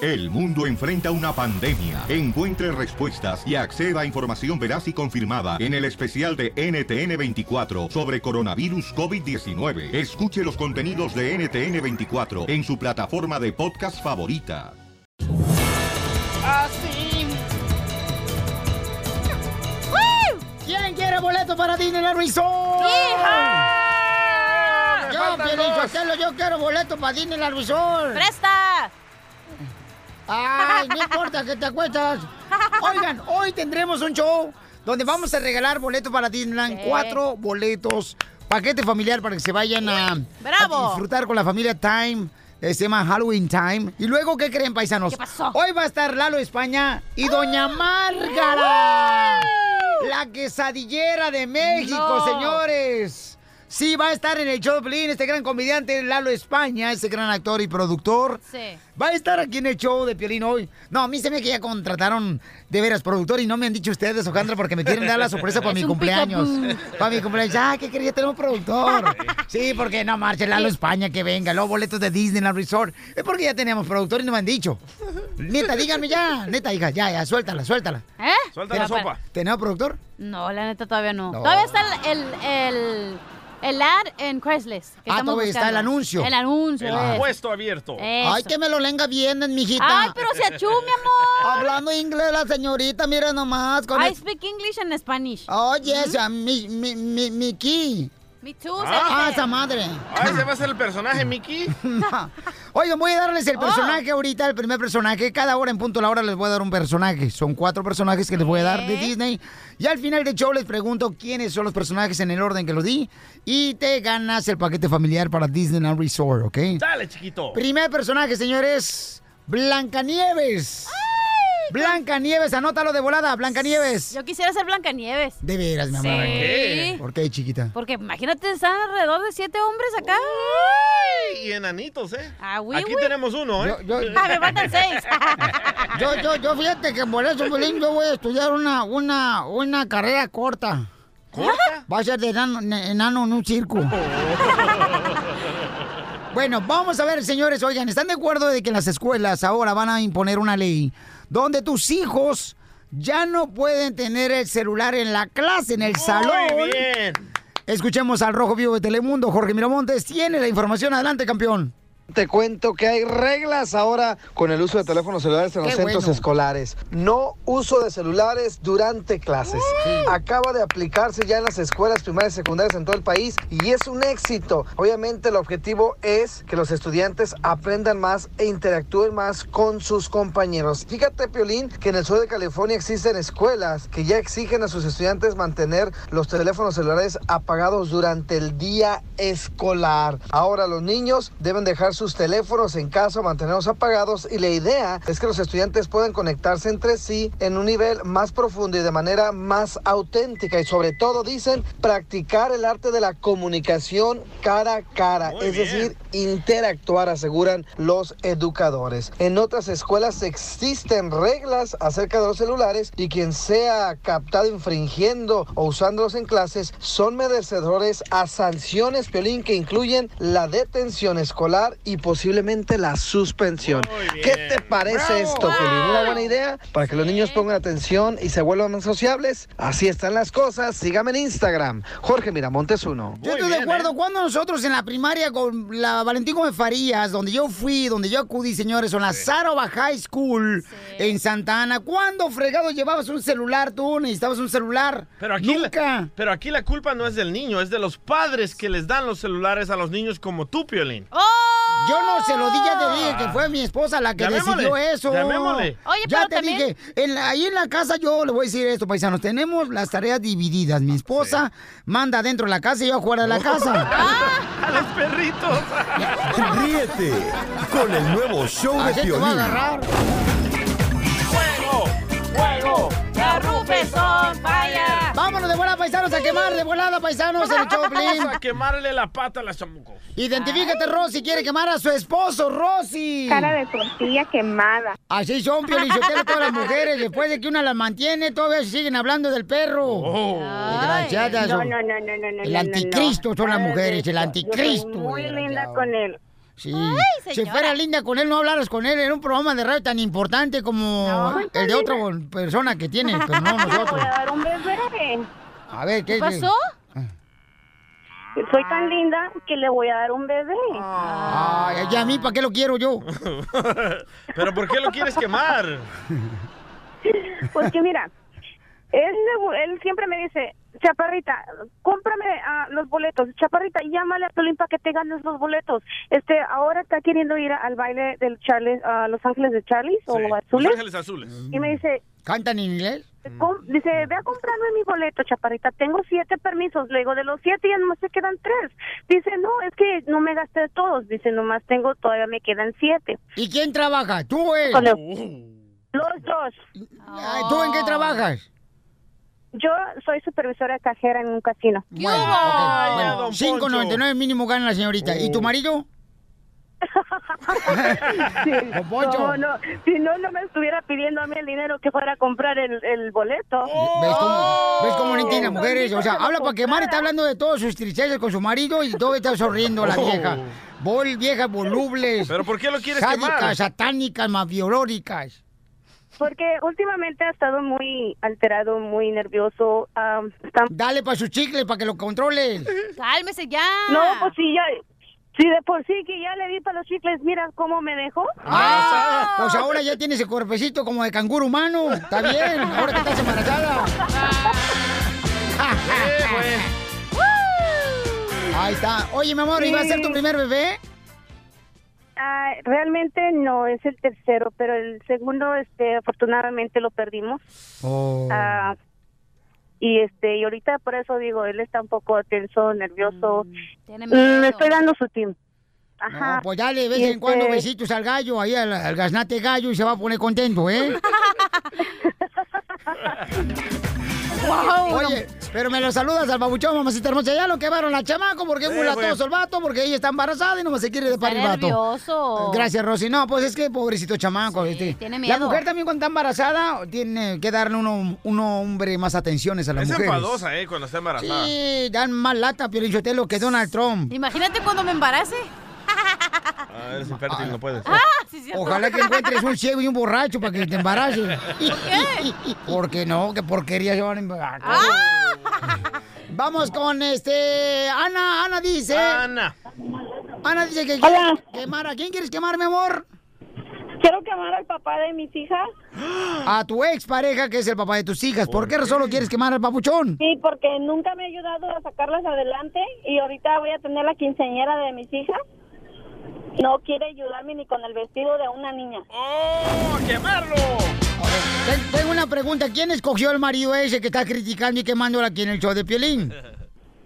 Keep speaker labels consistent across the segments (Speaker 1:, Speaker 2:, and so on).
Speaker 1: El mundo enfrenta una pandemia. Encuentre respuestas y acceda a información veraz y confirmada en el especial de NTN24 sobre coronavirus COVID-19. Escuche los contenidos de NTN24 en su plataforma de podcast favorita.
Speaker 2: Así. ¡Woo! ¿Quién quiere boleto para Disneyland Resort?
Speaker 3: ¡Hija!
Speaker 2: Yo, Piolín Sotelo, yo quiero boleto para Disneyland Resort.
Speaker 3: ¡Presta!
Speaker 2: Ay, no importa que te acuestas. Oigan, hoy tendremos un show donde vamos a regalar boletos para Disneyland.
Speaker 3: Sí.
Speaker 2: Cuatro boletos, paquete familiar para que se vayan a,
Speaker 3: Bravo.
Speaker 2: a disfrutar con la familia Time. Eh, Se llama Halloween Time. ¿Y luego qué creen, paisanos?
Speaker 3: ¿Qué pasó? ¡Ah!
Speaker 2: Hoy va a estar Lalo España y Doña Márgara. La quesadillera de México,
Speaker 3: No.
Speaker 2: señores. Sí, va a estar en el show de Pelín, este gran comediante, Lalo España, ese gran actor y productor.
Speaker 3: Sí.
Speaker 2: Va a estar aquí en el show de Piolín hoy. No, a mí se me que ya contrataron de veras productor y no me han dicho ustedes, Ojandra, porque me quieren dar la sorpresa para
Speaker 3: Es
Speaker 2: mi
Speaker 3: un
Speaker 2: cumpleaños.
Speaker 3: peekaboo.
Speaker 2: Para mi cumpleaños. Ah, ¿qué quería tener un productor? Sí, porque no marche Lalo España que venga, los boletos de Disneyland Resort. Es porque ya tenemos productor y no me han dicho. Neta, díganme ya. Neta, hija, ya, ya, suéltala, suéltala.
Speaker 3: ¿Eh?
Speaker 4: Suelta la
Speaker 3: Pero,
Speaker 4: sopa.
Speaker 2: ¿Tenemos productor?
Speaker 3: No, la neta todavía no.
Speaker 2: No.
Speaker 3: Todavía está el, el, el, el ad en Craigslist. que
Speaker 2: Ah,
Speaker 3: estamos
Speaker 2: todavía está
Speaker 3: buscando.
Speaker 2: el anuncio.
Speaker 3: El anuncio.
Speaker 4: El
Speaker 3: es.
Speaker 4: puesto abierto.
Speaker 3: Eso.
Speaker 2: Ay, que me lo lenga bien, mijita.
Speaker 3: Ay, pero se achú, mi amor.
Speaker 2: Hablando inglés la señorita, mira nomás. Con
Speaker 3: I
Speaker 2: el...
Speaker 3: speak English and Spanish.
Speaker 2: Oye, esa, mi, mi, mi, Miki.
Speaker 3: Me too,
Speaker 2: Ah,
Speaker 3: Sergio.
Speaker 2: esa madre.
Speaker 4: Ay, se va a ser el personaje, Mickey.
Speaker 2: Oigan, voy a darles el
Speaker 3: Oh.
Speaker 2: personaje ahorita, el primer personaje. Cada hora en punto la hora les voy a dar un personaje. Son cuatro personajes que les voy a dar de
Speaker 3: Ok.
Speaker 2: Disney. Y al final del show les pregunto quiénes son los personajes en el orden que los di. Y te ganas el paquete familiar para Disneyland Resort, ¿ok?
Speaker 4: Dale, chiquito.
Speaker 2: Primer personaje, señores. Blancanieves. Blancanieves, anótalo de volada, Blancanieves.
Speaker 3: pues. Yo quisiera ser Blancanieves.
Speaker 2: De veras, mi amor.
Speaker 3: Sí.
Speaker 2: ¿Por qué, chiquita?
Speaker 3: Porque imagínate, están alrededor de siete hombres acá.
Speaker 4: Y enanitos, ¿eh?
Speaker 3: Ah, oui,
Speaker 4: Aquí
Speaker 3: oui.
Speaker 4: tenemos uno,
Speaker 2: Yo,
Speaker 4: ¿eh?
Speaker 2: yo-
Speaker 3: Ah, me faltan seis.
Speaker 2: Yo, yo, yo, fíjate que por eso, Pelín, yo voy a estudiar una, una, una carrera corta.
Speaker 4: ¿Corta?
Speaker 2: Va a ser de enano, ne- enano en un circo.
Speaker 3: Oh.
Speaker 2: Bueno, vamos a ver, señores, oigan, ¿están de acuerdo de que las escuelas ahora van a imponer una ley donde tus hijos ya no pueden tener el celular en la clase, en el
Speaker 4: Muy
Speaker 2: salón?
Speaker 4: bien.
Speaker 2: Escuchemos al Rojo Vivo de Telemundo, Jorge Miramontes, tiene la información. Adelante, campeón.
Speaker 5: Te cuento que hay reglas ahora con el uso de teléfonos celulares en los
Speaker 2: Qué
Speaker 5: centros
Speaker 2: bueno.
Speaker 5: escolares. No uso de celulares durante clases. Acaba de aplicarse ya en las escuelas primarias y secundarias en todo el país y es un éxito. Obviamente el objetivo es que los estudiantes aprendan más e interactúen más con sus compañeros. Fíjate, Piolín, que en el sur de California existen escuelas que ya exigen a sus estudiantes mantener los teléfonos celulares apagados durante el día escolar. Ahora los niños deben dejar sus teléfonos en casa, mantenerlos apagados y la idea es que los estudiantes puedan conectarse entre sí en un nivel más profundo y de manera más auténtica y sobre todo dicen practicar el arte de la comunicación cara a cara,
Speaker 4: Muy
Speaker 5: es
Speaker 4: bien.
Speaker 5: decir, interactuar, aseguran los educadores. En otras escuelas existen reglas acerca de los celulares y quien sea captado infringiendo o usándolos en clases son merecedores a sanciones, Piolín, que incluyen la detención escolar y posiblemente la suspensión.
Speaker 4: Muy
Speaker 5: ¿Qué
Speaker 4: bien.
Speaker 5: te parece
Speaker 2: Bravo.
Speaker 5: esto, Piolín? ¿Una buena idea? Para que los
Speaker 3: Sí.
Speaker 5: niños pongan atención y se vuelvan más sociables. Así están las cosas. Sígame en Instagram. Jorge Miramontes 1.
Speaker 4: Muy
Speaker 2: Yo estoy de
Speaker 4: bien,
Speaker 2: acuerdo.
Speaker 4: ¿eh?
Speaker 2: Cuando nosotros en la primaria con la Valentín Gómez Farías, donde yo fui, donde yo acudí, señores, son la Saroba High School en Santa Ana, ¿cuándo fregado llevabas un celular tú? ¿Necesitabas un celular?
Speaker 4: Pero aquí,
Speaker 2: Nunca.
Speaker 4: La, pero aquí la culpa no es del niño, es de los padres que les dan los celulares a los niños como tú, Piolín.
Speaker 3: ¡Oh!
Speaker 2: Yo no se lo di, ya te dije que fue mi esposa la que
Speaker 4: Llamémosle,
Speaker 2: decidió eso.
Speaker 4: llamémosle.
Speaker 3: Oye,
Speaker 2: ya
Speaker 3: pero
Speaker 2: te
Speaker 3: también-
Speaker 2: dije, en la- ahí en la casa yo le voy a decir esto, paisanos, tenemos las tareas divididas. Mi esposa manda dentro de la casa y yo afuera de la casa.
Speaker 4: ¡A los perritos!
Speaker 6: Ríete con el nuevo show de
Speaker 2: Así te va a
Speaker 6: Piolín.
Speaker 2: agarrar.
Speaker 4: ¡Fuego! ¡Fuego!
Speaker 3: ¡La rufes son falla!
Speaker 2: Vámonos de volada, paisanos, a quemar de volada, paisanos, el Choplin.
Speaker 4: Vamos a quemarle la pata a las chamucos.
Speaker 2: Identifícate, Rosy, quiere quemar a su esposo, Rosy.
Speaker 7: cara de tortilla quemada.
Speaker 2: Así son, Piolichotero, todas las mujeres. Después de que una las mantiene, todavía siguen hablando del perro.
Speaker 4: Oh.
Speaker 2: Desgraciadas.
Speaker 7: No, no, no, no, no, no.
Speaker 2: El
Speaker 7: no,
Speaker 2: anticristo
Speaker 7: no.
Speaker 2: son las
Speaker 7: Nada de
Speaker 2: mujeres, el
Speaker 7: eso. Yo soy
Speaker 2: anticristo,
Speaker 7: muy
Speaker 2: desgraciado.
Speaker 7: linda con él.
Speaker 2: Sí.
Speaker 3: Ay,
Speaker 2: si
Speaker 3: señora.
Speaker 2: fuera linda con él, no hablaras con él en un programa de radio tan importante como
Speaker 3: No.
Speaker 2: el de otra persona que tiene, pero no nosotros.
Speaker 8: Voy a dar un bebé.
Speaker 2: A ver, ¿qué Ah.
Speaker 3: ¿Qué pasó?
Speaker 8: Soy tan linda que le voy a dar un bebé.
Speaker 2: Ay, ya a mí, ¿para qué lo quiero yo?
Speaker 4: Pero ¿por qué lo quieres quemar?
Speaker 8: Porque mira, él, le- él siempre me dice, Chaparrita, cómprame ah, los boletos. Chaparrita, llámale a Piolín para que te ganes los boletos. Este, ahora está queriendo ir al baile del Charles, a Los Ángeles de Charlie
Speaker 4: Sí.
Speaker 8: o
Speaker 4: Los
Speaker 8: Azules.
Speaker 4: Ángeles Azules.
Speaker 8: Y me dice, "Eh,
Speaker 2: ¿Cantan en inglés?
Speaker 8: Com- Dice, ve a comprarme mi boleto, chaparrita. Tengo siete permisos. Le digo, de los siete ya nomás se quedan tres. Dice, no, es que no me gasté todos. Dice, nomás tengo, todavía me quedan siete.
Speaker 2: ¿Y quién trabaja? ¿Tú o él?
Speaker 8: Con el-
Speaker 4: Uh.
Speaker 8: Los dos.
Speaker 2: Ay, Ah, ¿Tú en qué trabajas?
Speaker 8: Yo soy supervisora de cajera en un casino.
Speaker 2: Bueno,
Speaker 3: hubo?
Speaker 2: ok,
Speaker 4: Ay,
Speaker 2: bueno,
Speaker 4: don Poncho.
Speaker 2: 5.99 mínimo gana la señorita. ¿Y tu marido? Don Poncho.
Speaker 8: No, no, si no, no me estuviera pidiendo a mí el dinero que fuera a comprar el, el boleto.
Speaker 2: ¿Ves cómo, ¿Ves cómo no entiende a
Speaker 8: Oh. No,
Speaker 2: mujeres? O sea,
Speaker 8: no, no,
Speaker 2: habla para quemar,
Speaker 8: no.
Speaker 2: está hablando de todas sus tristezas con su marido y todo está sonriendo
Speaker 8: Oh.
Speaker 2: la vieja. Vol, viejas volubles.
Speaker 4: ¿Pero por qué lo quieres quemar?
Speaker 2: sádicas, satánicas, mafiolóricas.
Speaker 8: Porque últimamente ha estado muy alterado, muy nervioso. ah, está-
Speaker 2: Dale para su chicle para que lo controle.
Speaker 3: Cálmese ya.
Speaker 8: No, pues si ya... Si de por sí que ya le di para los chicles, mira cómo me dejó.
Speaker 2: Ah, pues ahora ya tienes el cuerpecito como de canguro humano. Está bien, ahora que estás embarazada. Ahí está. Oye, mi amor, ¿y va a ser tu primer bebé?
Speaker 8: Ah, realmente no es el tercero, pero el segundo, este, afortunadamente lo perdimos.
Speaker 2: Oh.
Speaker 8: Ah, y este, y ahorita por eso digo, él está un poco tenso, nervioso.
Speaker 3: Tiene
Speaker 8: Mm,
Speaker 3: miedo.
Speaker 8: Le estoy dando su team.
Speaker 2: No,
Speaker 8: Ajá.
Speaker 2: pues dale de vez
Speaker 8: Y
Speaker 2: en
Speaker 8: este-
Speaker 2: cuando besitos al gallo, ahí al, al gaznate gallo y se va a poner contento, ¿eh? Oye, pero me lo saludas al babuchón, mamacita hermosa. Ya lo quemaron la chamaco porque es
Speaker 4: Sí,
Speaker 2: mulatoso
Speaker 4: güey.
Speaker 2: el vato, porque ella está embarazada y nomás se quiere de
Speaker 3: Está
Speaker 2: par el vato.
Speaker 3: nervioso.
Speaker 2: Gracias, Rosy. No, pues es que pobrecito chamaco.
Speaker 3: Sí,
Speaker 2: este. La
Speaker 3: tiene miedo.
Speaker 2: mujer también cuando está embarazada tiene que darle uno, uno hombre más atenciones a la
Speaker 4: Es
Speaker 2: mujer.
Speaker 4: enfadosa, ¿eh? Cuando está embarazada.
Speaker 2: Sí, dan más lata, Piolinchotelo, que Donald Trump.
Speaker 3: Imagínate cuando me embarace.
Speaker 4: Ah, eres infértil, no puedes.
Speaker 3: Ah, sí, cierto.
Speaker 2: Ojalá que encuentres un ciego y un borracho para que te embaraces. ¿Por qué? Porque no, que porquería se van a embarazar. Ah. Vamos con este. Ana, Ana dice.
Speaker 4: Ana.
Speaker 2: Ana dice que
Speaker 8: Hola.
Speaker 2: quieres quemar. ¿A quién quieres quemar, mi amor?
Speaker 8: Quiero quemar al papá de mis hijas.
Speaker 2: A tu expareja, que es el papá de tus hijas. ¿Por qué razón lo quieres quemar al papuchón?
Speaker 8: Sí, porque nunca me ha ayudado a sacarlas adelante y ahorita voy a tener la quinceañera de mis hijas. No quiere ayudarme ni con el vestido de una niña.
Speaker 4: ¡Oh, quemarlo!
Speaker 2: Ten- Tengo una pregunta. ¿Quién escogió el marido ese que está criticando y quemándola aquí en el show de Piolín?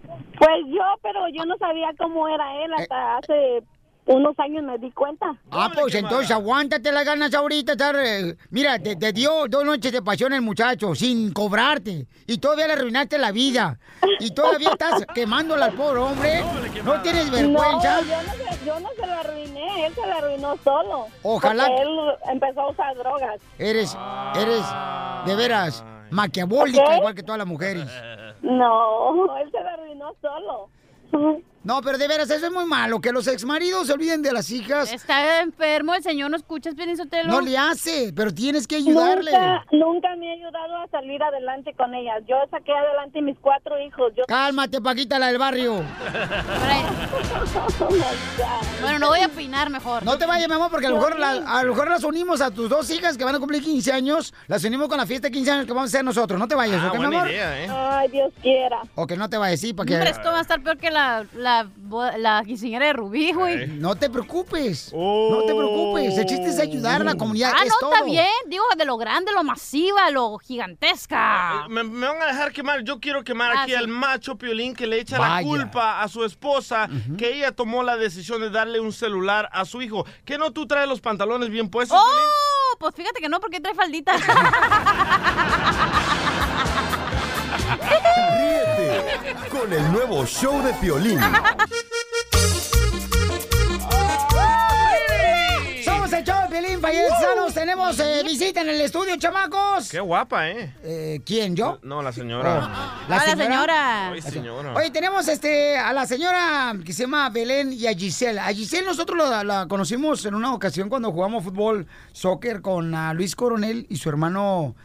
Speaker 8: Pues yo, pero yo no sabía cómo era él hasta hace unos años me di cuenta.
Speaker 2: Eh. Ah,
Speaker 4: Doble
Speaker 2: pues
Speaker 4: quemada.
Speaker 2: entonces aguántate las ganas ahorita. estar, eh, mira, te, te dio dos noches de pasión el muchacho sin cobrarte. Y todavía le arruinaste la vida. Y todavía estás quemándola al pobre hombre. No tienes vergüenza.
Speaker 8: No, yo no, se, yo no se lo arruiné, él se lo arruinó solo.
Speaker 2: Ojalá
Speaker 8: Porque
Speaker 2: que-
Speaker 8: él empezó a usar drogas.
Speaker 2: Eres, eres, de veras, maquiavólica,
Speaker 8: ¿Ok?
Speaker 2: igual que todas las mujeres.
Speaker 8: No, él se lo arruinó solo.
Speaker 2: No, pero de veras, eso es muy malo. Que los exmaridos se olviden de las hijas.
Speaker 3: Está enfermo el señor, ¿no escuchas, Pielinsotelo?
Speaker 2: No le hace, Ah, pero tienes que ayudarle.
Speaker 8: Nunca, nunca me ha ayudado a salir adelante con ellas. Yo saqué adelante mis cuatro hijos. Yo,
Speaker 2: Cálmate, Paquita, la del barrio.
Speaker 3: Ahora,
Speaker 8: Oh, my God.
Speaker 3: Bueno, no voy a opinar mejor.
Speaker 2: No te vayas, mi amor, porque a lo, mejor la- a lo mejor las unimos a tus dos hijas que van a cumplir 15 años. Las unimos con la fiesta de 15 años que vamos a hacer nosotros. No te vayas,
Speaker 4: Ah,
Speaker 2: ¿ok, mi
Speaker 4: buena
Speaker 2: amor?
Speaker 4: idea, ¿eh?
Speaker 8: Ay, Dios quiera.
Speaker 2: Ok, no te vayas, sí, para
Speaker 3: Hombre,
Speaker 2: que...
Speaker 3: esto va a estar peor que la, la, bo- la quinceañera de Rubí, güey.
Speaker 2: No te preocupes.
Speaker 4: Oh. Mm.
Speaker 2: No te preocupes. El chiste es ayudar a la comunidad.
Speaker 3: Ah,
Speaker 2: es
Speaker 3: no,
Speaker 2: todo.
Speaker 3: está bien. Digo, de lo grande, lo masiva, lo gigantesca.
Speaker 4: Eh, Me, me van a dejar quemar. Yo quiero quemar
Speaker 3: Ah,
Speaker 4: aquí
Speaker 3: sí.
Speaker 4: al macho piolín que le echa
Speaker 2: Vaya.
Speaker 4: la culpa a su esposa que ella tomó la decisión de darle un celular a su hijo. ¿Qué no tú traes los pantalones bien puestos? Piolín?
Speaker 3: ¡Oh! Pues fíjate que no, porque trae faldita.
Speaker 9: Ríete con el nuevo show de Piolín.
Speaker 2: Somos el show de Piolín, paisanos, tenemos eh, visita en el estudio, chamacos.
Speaker 4: Qué guapa, ¿eh?
Speaker 2: Eh, ¿Quién, yo? Oh.
Speaker 4: No, la señora.
Speaker 3: Ah, La señora.
Speaker 4: Ay, señora.
Speaker 2: Oye, tenemos este, a la señora que se llama Belén y a Giselle. A Giselle nosotros la, la conocimos en una ocasión cuando jugamos fútbol, soccer con ah, Luis Coronel y su hermano,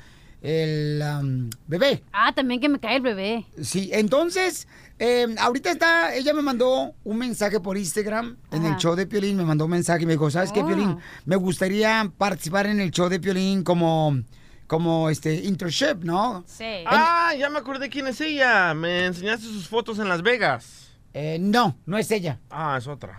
Speaker 2: el am, bebé.
Speaker 3: Ah, también que me cae el bebé.
Speaker 2: Sí, entonces, eh, ahorita está, ella me mandó un mensaje por Instagram en el
Speaker 3: Ajá.
Speaker 2: show de Piolín, me mandó un mensaje y me dijo, ¿sabes qué,
Speaker 3: Oh.
Speaker 2: Piolín? Me gustaría participar en el show de Piolín como, como este, internship, ¿no?
Speaker 3: Sí.
Speaker 4: Ah, ya me acordé quién es ella. Me enseñaste sus fotos en Las Vegas.
Speaker 2: Eh, no, no es ella. Oh.
Speaker 4: Ah, es otra.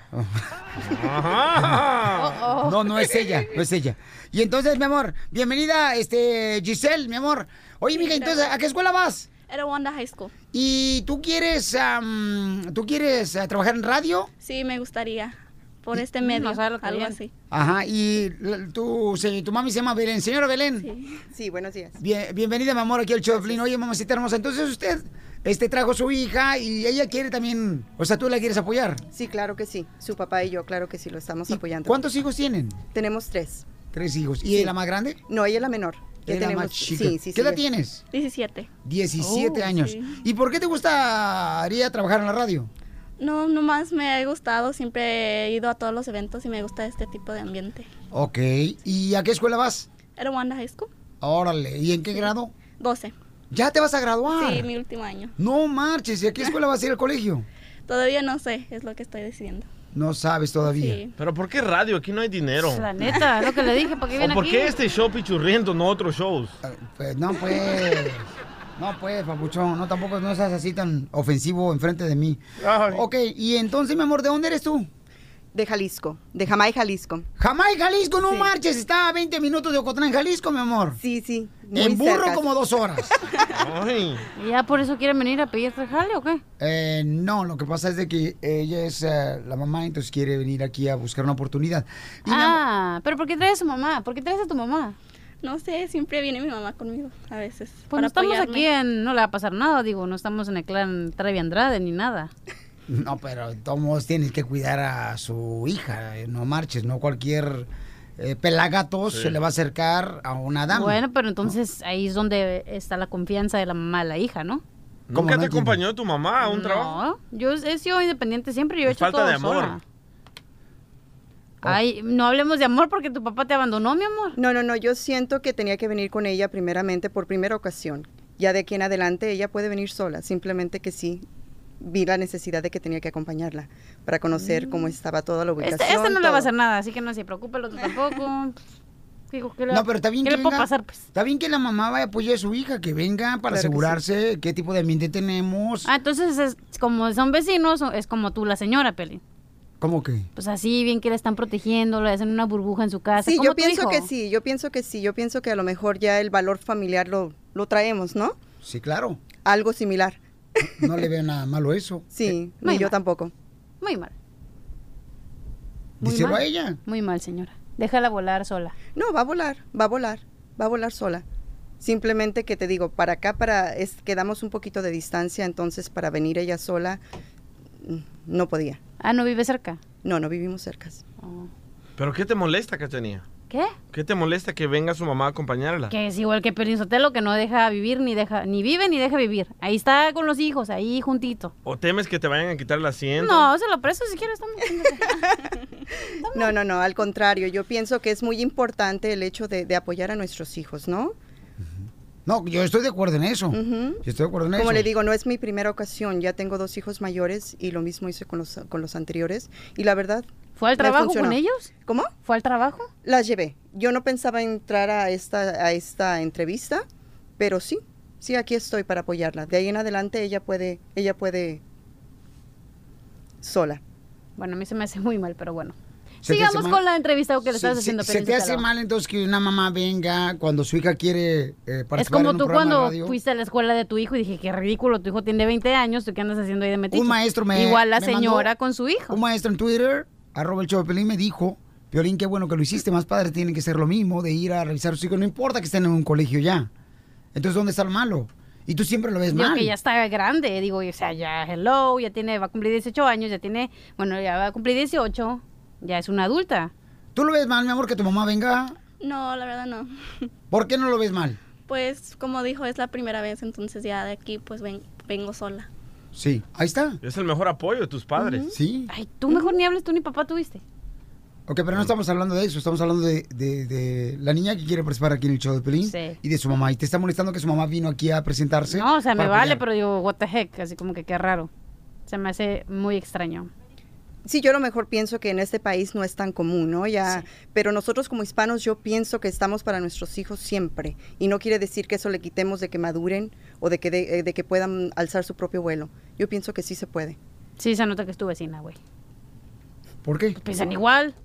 Speaker 4: Ajá.
Speaker 3: Oh, oh.
Speaker 2: No, no es ella, no es ella. Y entonces, mi amor, bienvenida, este, Giselle, mi amor. Oye, mija, entonces, ¿a qué escuela vas?
Speaker 10: Era Wanda High School.
Speaker 2: ¿Y tú quieres, am, tú quieres eh, trabajar en radio?
Speaker 10: Sí, me gustaría. Por este
Speaker 3: Mm,
Speaker 10: medio,
Speaker 3: no sabe lo que
Speaker 10: algo
Speaker 3: viene.
Speaker 10: así.
Speaker 2: Ajá, y la- tu, se- tu mami se llama Belén. Señora Belén,
Speaker 11: Sí, buenos días.
Speaker 2: bien- bienvenida, mi amor, aquí al show de Piolín. Oye, mamacita hermosa, entonces usted, este, trajo su hija y ella quiere también, o sea, tú la quieres apoyar.
Speaker 11: Sí, claro que sí. Su papá y yo, claro que sí, lo estamos
Speaker 2: ¿Y
Speaker 11: apoyando.
Speaker 2: ¿Cuántos hijos tienen?
Speaker 11: Tenemos tres.
Speaker 2: Tres hijos. ¿Y
Speaker 11: Sí.
Speaker 2: la más grande?
Speaker 11: No, ella es la menor. Ya
Speaker 2: Es la
Speaker 11: tenemos.
Speaker 2: más chica.
Speaker 11: Sí, sí,
Speaker 2: ¿Qué edad
Speaker 11: sí.
Speaker 2: tienes?
Speaker 10: 17.
Speaker 2: 17
Speaker 10: Oh,
Speaker 2: años.
Speaker 10: sí.
Speaker 2: ¿Y por qué te gustaría trabajar en la radio?
Speaker 10: No, nomás me ha gustado. Siempre he ido a todos los eventos y me gusta este tipo de ambiente.
Speaker 2: Ok. ¿Y a qué escuela vas?
Speaker 10: Era Wanda High School.
Speaker 2: Órale. ¿Y en qué grado?
Speaker 10: 12.
Speaker 2: ¿Ya te vas a graduar?
Speaker 10: Sí, mi último año.
Speaker 2: No marches. ¿Y a qué escuela vas a ir al colegio?
Speaker 10: Todavía no sé, es lo que estoy decidiendo.
Speaker 2: No sabes todavía.
Speaker 10: Sí.
Speaker 4: Pero ¿por qué radio? Aquí no hay dinero.
Speaker 3: La neta, es lo que le dije, ¿para qué viene
Speaker 4: ¿O por
Speaker 3: aquí?
Speaker 4: qué este show pichurriento, no otros shows?
Speaker 2: Ah, Pues no, pues. No, pues, papuchón. No, tampoco no seas así tan ofensivo enfrente de mí.
Speaker 4: Ay.
Speaker 2: Ok. Y entonces, mi amor, ¿de dónde eres tú?
Speaker 11: De Jalisco, de Jamay, Jalisco.
Speaker 2: Jamaica, Jalisco. No
Speaker 11: Sí.
Speaker 2: marches. Está a 20 minutos de Ocotlán, Jalisco, mi amor.
Speaker 11: Sí, sí. muy
Speaker 2: en burro
Speaker 11: cerca.
Speaker 2: como dos horas.
Speaker 4: Ay.
Speaker 3: ¿Y ya por eso quieren venir a pedir este jale o qué?
Speaker 2: Eh, no, lo que pasa es de que ella es eh, la mamá, entonces quiere venir aquí a buscar una oportunidad. Y mi amor-
Speaker 3: Ah, pero ¿por qué traes a su mamá? ¿Por qué traes a tu mamá?
Speaker 10: No sé, siempre viene mi mamá conmigo a veces.
Speaker 3: Pues no
Speaker 10: para
Speaker 3: estamos
Speaker 10: apoyarme.
Speaker 3: aquí en... No le va a pasar nada, digo, no estamos en el clan Trevi Andrade ni nada.
Speaker 2: No, pero de todos modos tienes que cuidar a su hija, eh, no marches, no cualquier eh, pelagato se le va a acercar a una dama.
Speaker 3: Bueno, pues, pero entonces ahí es donde está la confianza de la mamá a la hija, ¿no?
Speaker 2: ¿Cómo
Speaker 4: ¿Nunca
Speaker 2: no
Speaker 4: te
Speaker 2: entiendo?
Speaker 4: acompañó tu mamá a un
Speaker 3: no,
Speaker 4: trabajo?
Speaker 3: yo he sido independiente siempre, yo he
Speaker 4: Pues
Speaker 3: hecho
Speaker 4: falta
Speaker 3: todo
Speaker 4: de amor.
Speaker 3: sola. Ay, no hablemos de amor porque tu papá te abandonó, mi amor.
Speaker 11: Oh. No, no, no. Yo siento que tenía que venir con ella primeramente por primera ocasión. Ya de aquí en adelante ella puede venir sola. Simplemente que sí vi la necesidad de que tenía que acompañarla para conocer cómo estaba toda la ubicación.
Speaker 3: Este, este no le va
Speaker 11: todo.
Speaker 3: a hacer nada, así que no se preocupe, el otro tampoco. Digo, ¿qué le,
Speaker 2: No, pero está bien
Speaker 3: ¿qué
Speaker 2: que
Speaker 3: le puede
Speaker 2: venga-
Speaker 3: pasar, pues?
Speaker 2: Está bien que la mamá vaya a apoyar a su hija, que venga para
Speaker 11: Claro que
Speaker 2: asegurarse qué tipo de ambiente tenemos.
Speaker 3: Ah, entonces es como son vecinos, es como tú, la señora, Peli.
Speaker 2: ¿Cómo que?
Speaker 3: Pues así, bien que la están protegiendo, le hacen una burbuja en su casa.
Speaker 11: Sí,
Speaker 3: como
Speaker 11: yo
Speaker 3: tu
Speaker 11: pienso
Speaker 3: hijo.
Speaker 11: que sí, yo pienso que sí, yo pienso que a lo mejor ya el valor familiar lo, lo traemos, ¿no?
Speaker 2: Sí, claro.
Speaker 11: Algo similar.
Speaker 2: No le veo nada malo eso.
Speaker 11: Sí,
Speaker 3: muy
Speaker 11: ni yo
Speaker 3: mal.
Speaker 11: tampoco.
Speaker 3: Muy mal, Muy
Speaker 2: Díselo
Speaker 3: mal.
Speaker 2: a ella.
Speaker 3: muy mal, señora. Déjala volar sola.
Speaker 11: No, va a volar, va a volar, va a volar sola. Simplemente que te digo, para acá para es, quedamos un poquito de distancia, entonces para venir ella sola mm, no podía.
Speaker 3: Ah, no vive cerca.
Speaker 11: No, no vivimos cercas.
Speaker 3: Oh.
Speaker 4: ¿Pero qué te molesta, Cachanía?
Speaker 3: ¿Qué?
Speaker 4: ¿Qué te molesta que venga su mamá a acompañarla?
Speaker 3: Que es igual que Pelín Sotelo, que no deja vivir, ni deja, ni vive, ni deja vivir. Ahí está con los hijos, ahí juntito.
Speaker 4: ¿O temes que te vayan a quitar el asiento?
Speaker 3: No, se lo presto si quieres también.
Speaker 11: No, no, no, al contrario, yo pienso que es muy importante el hecho de, de apoyar a nuestros hijos, ¿no?
Speaker 2: No, yo estoy de acuerdo en eso.
Speaker 11: Ujú.
Speaker 2: Yo estoy de acuerdo en eso.
Speaker 11: Como le digo, no es mi primera ocasión, ya tengo dos hijos mayores y lo mismo hice con los, con los anteriores y la verdad...
Speaker 3: ¿Fue al
Speaker 11: me
Speaker 3: trabajo
Speaker 11: funcionó.
Speaker 3: con ellos?
Speaker 11: ¿Cómo?
Speaker 3: ¿Fue al trabajo?
Speaker 11: Las llevé. Yo no pensaba entrar a esta, a esta entrevista, pero sí, sí, aquí estoy para apoyarla. De ahí en adelante ella puede, ella puede sola.
Speaker 3: Bueno, a mí se me hace muy mal, pero bueno.
Speaker 2: Se te hace
Speaker 3: Sigamos
Speaker 2: mal.
Speaker 3: con la entrevista que le
Speaker 2: Sí,
Speaker 3: estás
Speaker 2: se-
Speaker 3: haciendo,
Speaker 2: se,
Speaker 3: Pelín
Speaker 2: te hace
Speaker 3: Sotelo.
Speaker 2: mal entonces que una mamá venga cuando su hija quiere eh, participar
Speaker 3: Es como
Speaker 2: en un
Speaker 3: tú
Speaker 2: programa de
Speaker 3: cuando
Speaker 2: radio?
Speaker 3: fuiste a la escuela de tu hijo y dije, qué ridículo, tu hijo tiene 20 años, ¿tú qué andas haciendo ahí de metiche?
Speaker 2: Un maestro me-
Speaker 3: Igual la
Speaker 2: me
Speaker 3: señora
Speaker 2: mandó
Speaker 3: con su hijo.
Speaker 2: Un maestro en Twitter, arroba el show de Piolín, me dijo, Piolín, qué bueno que lo hiciste, más padres tienen que ser lo mismo, de ir a revisar a sus hijos, no importa que estén en un colegio ya. Entonces, ¿dónde está lo malo? Y tú siempre lo ves
Speaker 3: Digo
Speaker 2: mal.
Speaker 3: que ya está grande, digo, o sea, ya hello, ya tiene, va a cumplir 18 años, ya tiene, bueno, ya va a cumplir 18, ya es una adulta.
Speaker 2: ¿Tú lo ves mal, mi amor, que tu mamá venga?
Speaker 10: No, la verdad no.
Speaker 2: ¿Por qué no lo ves mal?
Speaker 10: Pues como dijo, es la primera vez, entonces ya de aquí pues ven- vengo sola.
Speaker 2: Sí, ahí está.
Speaker 4: Es el mejor apoyo de tus padres.
Speaker 2: Sí.
Speaker 3: Ay, tú mejor ni hables, tú ni papá tuviste.
Speaker 2: Ok, pero no estamos hablando de eso, estamos hablando de, de- de la niña que quiere participar aquí en el show de Pelín
Speaker 3: Sí.
Speaker 2: y de su mamá. ¿Y te está molestando que su mamá vino aquí a presentarse?
Speaker 3: No, o sea, me
Speaker 2: para
Speaker 3: vale,
Speaker 2: pelear?
Speaker 3: pero digo, what the heck, así como que qué raro. Se me hace muy extraño.
Speaker 11: Sí, yo a lo mejor pienso que en este país no es tan común, ¿no? Ya, pero nosotros como hispanos yo pienso que estamos para nuestros hijos siempre y no quiere decir que eso le quitemos de que maduren o de que de, eh, de que puedan alzar su propio vuelo. Yo pienso que sí se puede.
Speaker 3: Sí, se nota que es tu vecina, güey.
Speaker 2: ¿Por qué?
Speaker 3: Piensan igual.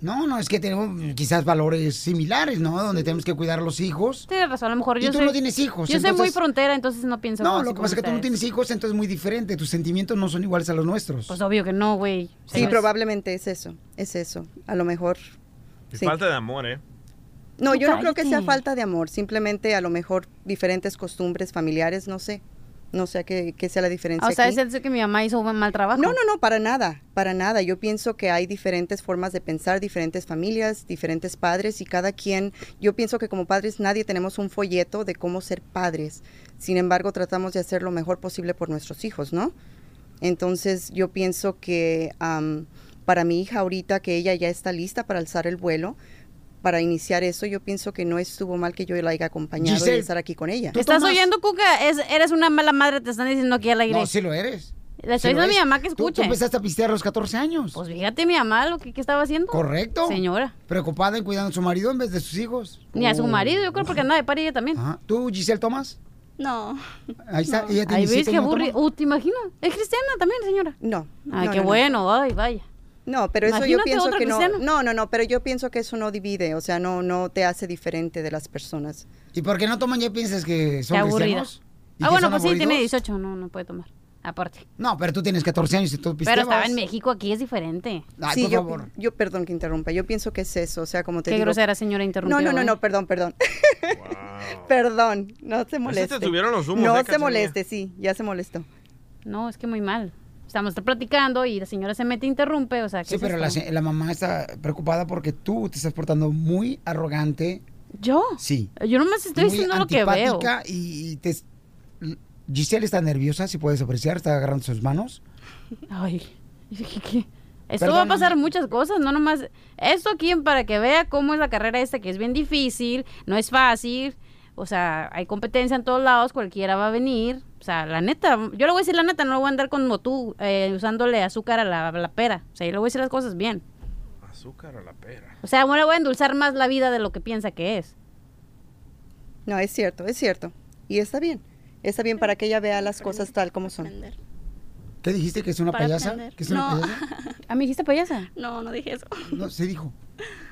Speaker 2: No, no, es que tenemos quizás valores similares, ¿no? Donde tenemos que cuidar a los hijos.
Speaker 3: Tienes razón, a lo mejor
Speaker 2: Y
Speaker 3: yo
Speaker 2: tú
Speaker 3: soy-
Speaker 2: no tienes hijos,
Speaker 3: Yo soy muy
Speaker 2: entonces-
Speaker 3: frontera, entonces no pienso
Speaker 2: No,
Speaker 3: así
Speaker 2: lo que
Speaker 3: como
Speaker 2: pasa es que tú no
Speaker 3: ustedes.
Speaker 2: tienes hijos, entonces es muy diferente. Tus sentimientos no son iguales a los nuestros.
Speaker 3: Pues obvio que no, güey.
Speaker 11: Sí, probablemente es eso, es eso. A lo mejor.
Speaker 4: Y
Speaker 11: sí.
Speaker 4: falta de amor, ¿eh?
Speaker 11: No,
Speaker 3: Tú
Speaker 11: yo no creo que sea
Speaker 3: cállate.
Speaker 11: falta de amor, simplemente a lo mejor diferentes costumbres familiares, no sé. No sé qué qué sea la diferencia.
Speaker 3: O sea,
Speaker 11: aquí.
Speaker 3: es el que mi mamá hizo un mal trabajo.
Speaker 11: No, no, no, para nada, para nada. Yo pienso que hay diferentes formas de pensar, diferentes familias, diferentes padres y cada quien, yo pienso que como padres nadie tenemos un folleto de cómo ser padres. Sin embargo, tratamos de hacer lo mejor posible por nuestros hijos, ¿no? Entonces, yo pienso que am, para mi hija ahorita, que ella ya está lista para alzar el vuelo, para iniciar eso, yo pienso que no estuvo mal que yo la haya acompañado
Speaker 2: Giselle,
Speaker 11: y estar aquí con ella.
Speaker 2: ¿tú
Speaker 3: ¿Estás
Speaker 2: tomas?
Speaker 3: oyendo, Cuca? Es- eres una mala madre, te están diciendo aquí al aire.
Speaker 2: No, sí lo eres.
Speaker 3: Le
Speaker 2: Sí
Speaker 3: estoy
Speaker 2: lo
Speaker 3: diciendo a mi
Speaker 2: eres.
Speaker 3: mamá que
Speaker 2: Tú- Tú,
Speaker 3: escuche.
Speaker 2: empezaste a pistear a los 14 años.
Speaker 3: Pues fíjate mi mamá lo que, que estaba haciendo.
Speaker 2: Correcto.
Speaker 3: Señora.
Speaker 2: Preocupada en cuidando a su marido en vez de sus hijos.
Speaker 3: Ni a su
Speaker 2: Oh.
Speaker 3: marido, yo creo, porque anda de par ella también.
Speaker 2: Ajá. ¿Tú, Giselle, tomas?
Speaker 10: No.
Speaker 2: Ahí está. Ella tiene
Speaker 3: Ahí ves
Speaker 2: siete
Speaker 3: que
Speaker 2: años,
Speaker 3: aburrido.
Speaker 2: toma.
Speaker 3: Uh, ¿Te imaginas? Es cristiana también, señora.
Speaker 11: No.
Speaker 3: Ay,
Speaker 11: no,
Speaker 3: qué
Speaker 11: no, no.
Speaker 3: bueno. Ay, vaya.
Speaker 11: No, pero eso yo
Speaker 3: Imagínate
Speaker 11: pienso
Speaker 3: otro
Speaker 11: que no.
Speaker 3: cristiano.
Speaker 11: No, no, no, pero yo pienso que eso no divide, o sea, no, no te hace diferente de las personas.
Speaker 2: ¿Y por qué no toman ya piensas que son
Speaker 3: Qué aburrida.
Speaker 2: cristianos? ¿Y
Speaker 3: Ah,
Speaker 2: que
Speaker 3: bueno,
Speaker 2: son
Speaker 3: pues sí, tiene
Speaker 2: aburridos?
Speaker 3: 18. No, no puede tomar. Aparte.
Speaker 2: No, pero tú tienes 14 años y tú
Speaker 3: Pero
Speaker 2: pisteabas.
Speaker 3: estaba en México, aquí es diferente.
Speaker 2: Ay,
Speaker 11: sí,
Speaker 2: por
Speaker 11: yo,
Speaker 2: favor.
Speaker 11: yo perdón que interrumpa, yo pienso que es eso, o sea, como te
Speaker 3: Qué
Speaker 11: digo.
Speaker 3: grosera señora interrumpió.
Speaker 11: no, no, no,
Speaker 3: ¿eh?
Speaker 11: no, perdón, perdón. perdón, no se moleste.
Speaker 4: tuvieron los humos,
Speaker 11: no
Speaker 4: eh,
Speaker 11: se
Speaker 4: Cachanilla.
Speaker 11: moleste, sí, ya se molestó.
Speaker 3: No, es que muy mal. Estamos platicando y la señora se mete e interrumpe, o sea, ¿qué
Speaker 2: Sí,
Speaker 3: es
Speaker 2: pero la,
Speaker 3: esto?
Speaker 2: se- la mamá está preocupada porque tú te estás portando muy arrogante.
Speaker 3: ¿Yo?
Speaker 2: Sí.
Speaker 3: Yo nomás estoy
Speaker 2: muy
Speaker 3: diciendo lo que veo.
Speaker 2: antipática Y, y te, Giselle está nerviosa, si puedes apreciar, está agarrando sus manos.
Speaker 3: Ay, ¿qué- qué? Esto va a
Speaker 2: Perdóname.
Speaker 3: pasar muchas cosas, no nomás. Esto aquí para que vea cómo es la carrera esta, que es bien difícil, no es fácil. O sea, hay competencia en todos lados, cualquiera va a venir. O sea, la neta, yo le voy a decir la neta, no le voy a andar como tú, eh, usándole azúcar a la, a la pera. O sea, yo le voy a decir las cosas bien.
Speaker 4: Azúcar a la pera.
Speaker 3: O sea, no le voy a endulzar más la vida de lo que piensa que es.
Speaker 11: No, es cierto, es cierto. Y está bien. Está bien para que ella vea las cosas tal como son.
Speaker 10: Aprender.
Speaker 2: ¿Qué dijiste? ¿Que es una
Speaker 10: Para
Speaker 2: payasa?
Speaker 10: aprender.
Speaker 2: ¿Que es una
Speaker 10: No.
Speaker 2: payasa?
Speaker 3: ¿A mí Ah, dijiste payasa?
Speaker 10: No, no dije eso.
Speaker 2: Pues No, se dijo.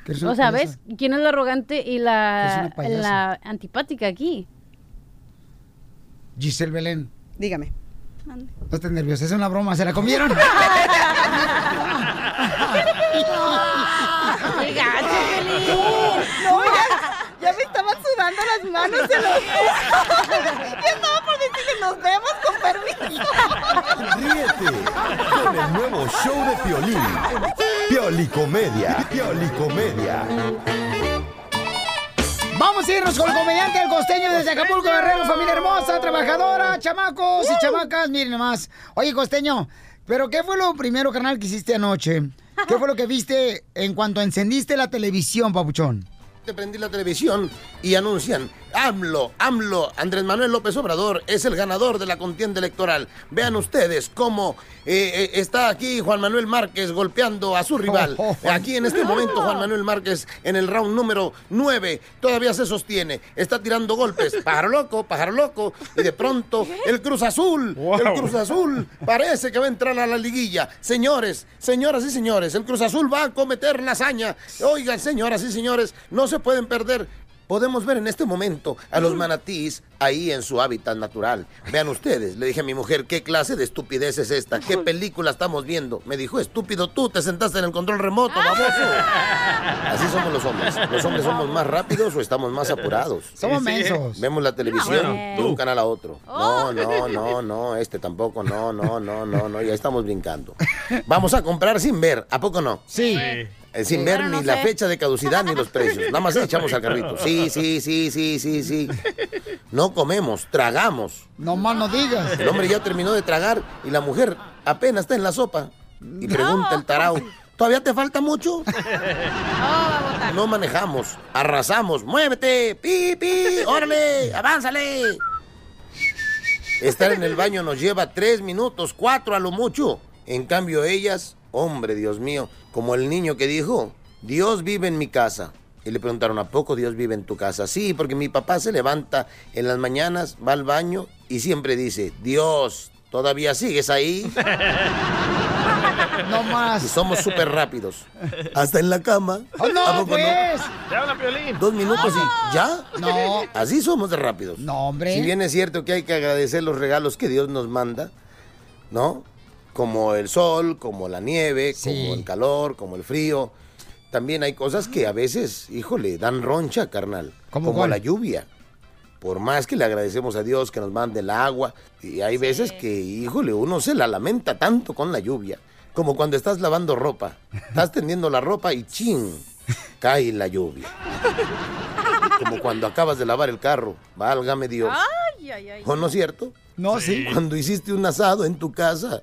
Speaker 2: que eres una
Speaker 3: O sea,
Speaker 2: payasa.
Speaker 3: ¿ves? ¿Quién es la arrogante y la,
Speaker 2: Es una payasa.
Speaker 3: la antipática aquí?
Speaker 2: Giselle Belén,
Speaker 11: Dígame.
Speaker 10: Mande.
Speaker 2: no estés nerviosa, es una broma, se la comieron.
Speaker 3: ¡Qué gacho, Piolín!
Speaker 11: No, ya, ya me estaban sudando las manos de los Ya estaba por decirle nos vemos con permiso.
Speaker 6: Ríete con el nuevo show de Piolín. Piolicomedia. Piolicomedia.
Speaker 2: Vamos a irnos con el comediante del costeño desde Acapulco, Guerrero, familia hermosa,
Speaker 3: Uh.
Speaker 2: trabajadora, chamacos y chamacas, miren nomás. Oye, costeño, ¿pero qué fue lo primero, carnal, que hiciste anoche? ¿Qué fue lo que viste en cuanto encendiste la televisión, papuchón?
Speaker 12: Te prendí la televisión y anuncian, AMLO, AMLO, Andrés Manuel López Obrador es el ganador de la contienda electoral. Vean ustedes cómo eh, eh, está aquí Juan Manuel Márquez golpeando a su rival.
Speaker 2: Oh, oh, oh.
Speaker 12: Aquí en este momento Juan Manuel Márquez en el round número 9 todavía se sostiene, está tirando golpes, pájaro loco, pájaro loco, y de pronto el Cruz Azul, el Cruz Azul parece que va a entrar a la liguilla. Señores, señoras y señores, el Cruz Azul va a cometer la hazaña. Oigan, señoras y señores, no se pueden perder. Podemos ver en este momento a los manatís ahí en su hábitat natural. Vean ustedes, le dije a mi mujer, ¿qué clase de estupidez es esta? ¿Qué película estamos viendo? Me dijo, estúpido tú, te sentaste en el control remoto, baboso. Así somos los hombres. Los hombres somos más rápidos o estamos más apurados.
Speaker 2: Somos
Speaker 4: Ah. Sí, sí, eh.
Speaker 2: mensos.
Speaker 12: Vemos la televisión
Speaker 4: Bueno,
Speaker 12: de un
Speaker 4: tú.
Speaker 12: canal a otro. No, no, no, no, este tampoco, no, no, no, no, no, ya estamos brincando. Vamos a comprar sin ver, ¿a poco no?
Speaker 2: Sí.
Speaker 12: Eh, sin
Speaker 13: Sí.
Speaker 12: ver
Speaker 13: Bueno, no
Speaker 12: ni la
Speaker 13: sé.
Speaker 12: fecha de caducidad ni los precios. Nada más echamos al carrito. Sí, sí, sí, sí, sí, sí. No comemos, tragamos.
Speaker 2: No más no digas.
Speaker 12: El hombre ya terminó de tragar y la mujer apenas está en la sopa. Y pregunta el tarao, ¿todavía te falta mucho? No manejamos, arrasamos, muévete, pi, pi, órale, avánzale. Estar en el baño nos lleva tres minutos, cuatro a lo mucho. En cambio ellas, hombre, Dios mío, como el niño que dijo, Dios vive en mi casa. Y le preguntaron, ¿a poco Dios vive en tu casa? Sí, porque mi papá se levanta en las mañanas, va al baño y siempre dice, Dios, ¿todavía sigues ahí?
Speaker 2: No más. Oh,
Speaker 12: Y somos súper rápidos. Hasta en la cama. ¿A poco Ah,
Speaker 2: pues.
Speaker 12: pues. Dos minutos y ya.
Speaker 2: No.
Speaker 12: Así somos de rápidos.
Speaker 2: No, hombre.
Speaker 12: Si bien es cierto que hay que agradecer los regalos que Dios nos manda, ¿no? Como el sol, como la nieve, como el calor, como el frío. También hay cosas que a veces, híjole, dan roncha, carnal. Como
Speaker 2: cuál?
Speaker 12: la lluvia. Por más que le agradecemos a Dios que nos mande el agua, y hay veces que, híjole, uno se la lamenta tanto con la lluvia. Como cuando estás lavando ropa, estás tendiendo la ropa y ching, cae la lluvia. Como cuando acabas de lavar el carro, válgame Dios.
Speaker 13: Ay, ay, ay.
Speaker 12: ¿O no es cierto?
Speaker 2: No,
Speaker 12: sí. Cuando hiciste un asado en tu casa,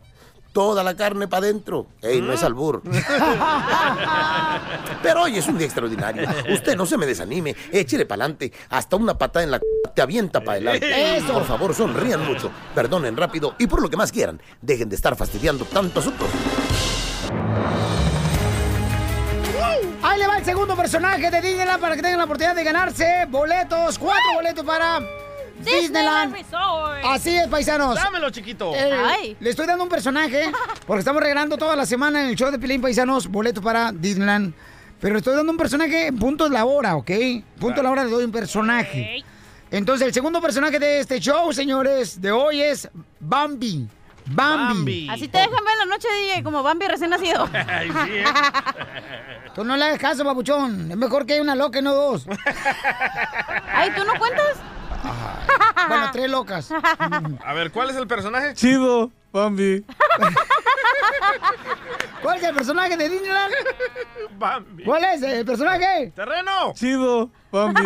Speaker 12: toda la carne para adentro. Ey, no es albur. Pero hoy es un día extraordinario. Usted no se me desanime. Échele para adelante. Hasta una patada en la c- te avienta para adelante.
Speaker 13: Eso.
Speaker 12: Por favor, sonrían mucho. Perdonen rápido. Y por lo que más quieran, dejen de estar fastidiando tanto a su prójimo.
Speaker 2: Ahí le va el segundo personaje de Disneyland para que tengan la oportunidad de ganarse boletos, cuatro boletos para Disneyland. Así es, paisanos.
Speaker 4: Dámelo, chiquito.
Speaker 2: Eh, le estoy dando un personaje porque estamos regalando toda la semana en el show de Pilín Paisanos boletos para Disneyland. Pero le estoy dando un personaje en punto de la hora, ¿ok? Punto de la hora le doy un personaje. Entonces, el segundo personaje de este show, señores, de hoy es Bambi. Bambi.
Speaker 3: Así te dejan ver en la noche, DJ, como Bambi recién nacido.
Speaker 4: ¿eh?
Speaker 2: Tú no le hagas caso, babuchón. Es mejor que haya una loca y no dos. Ay, ¿tú no cuentas? Bueno, tres locas.
Speaker 4: A ver, ¿cuál es el personaje?
Speaker 14: Chido, Bambi.
Speaker 2: ¿Cuál es el personaje de Disneyland?
Speaker 4: Bambi.
Speaker 2: ¿Cuál es el personaje?
Speaker 4: ¡Terreno!
Speaker 14: Chido, Bambi.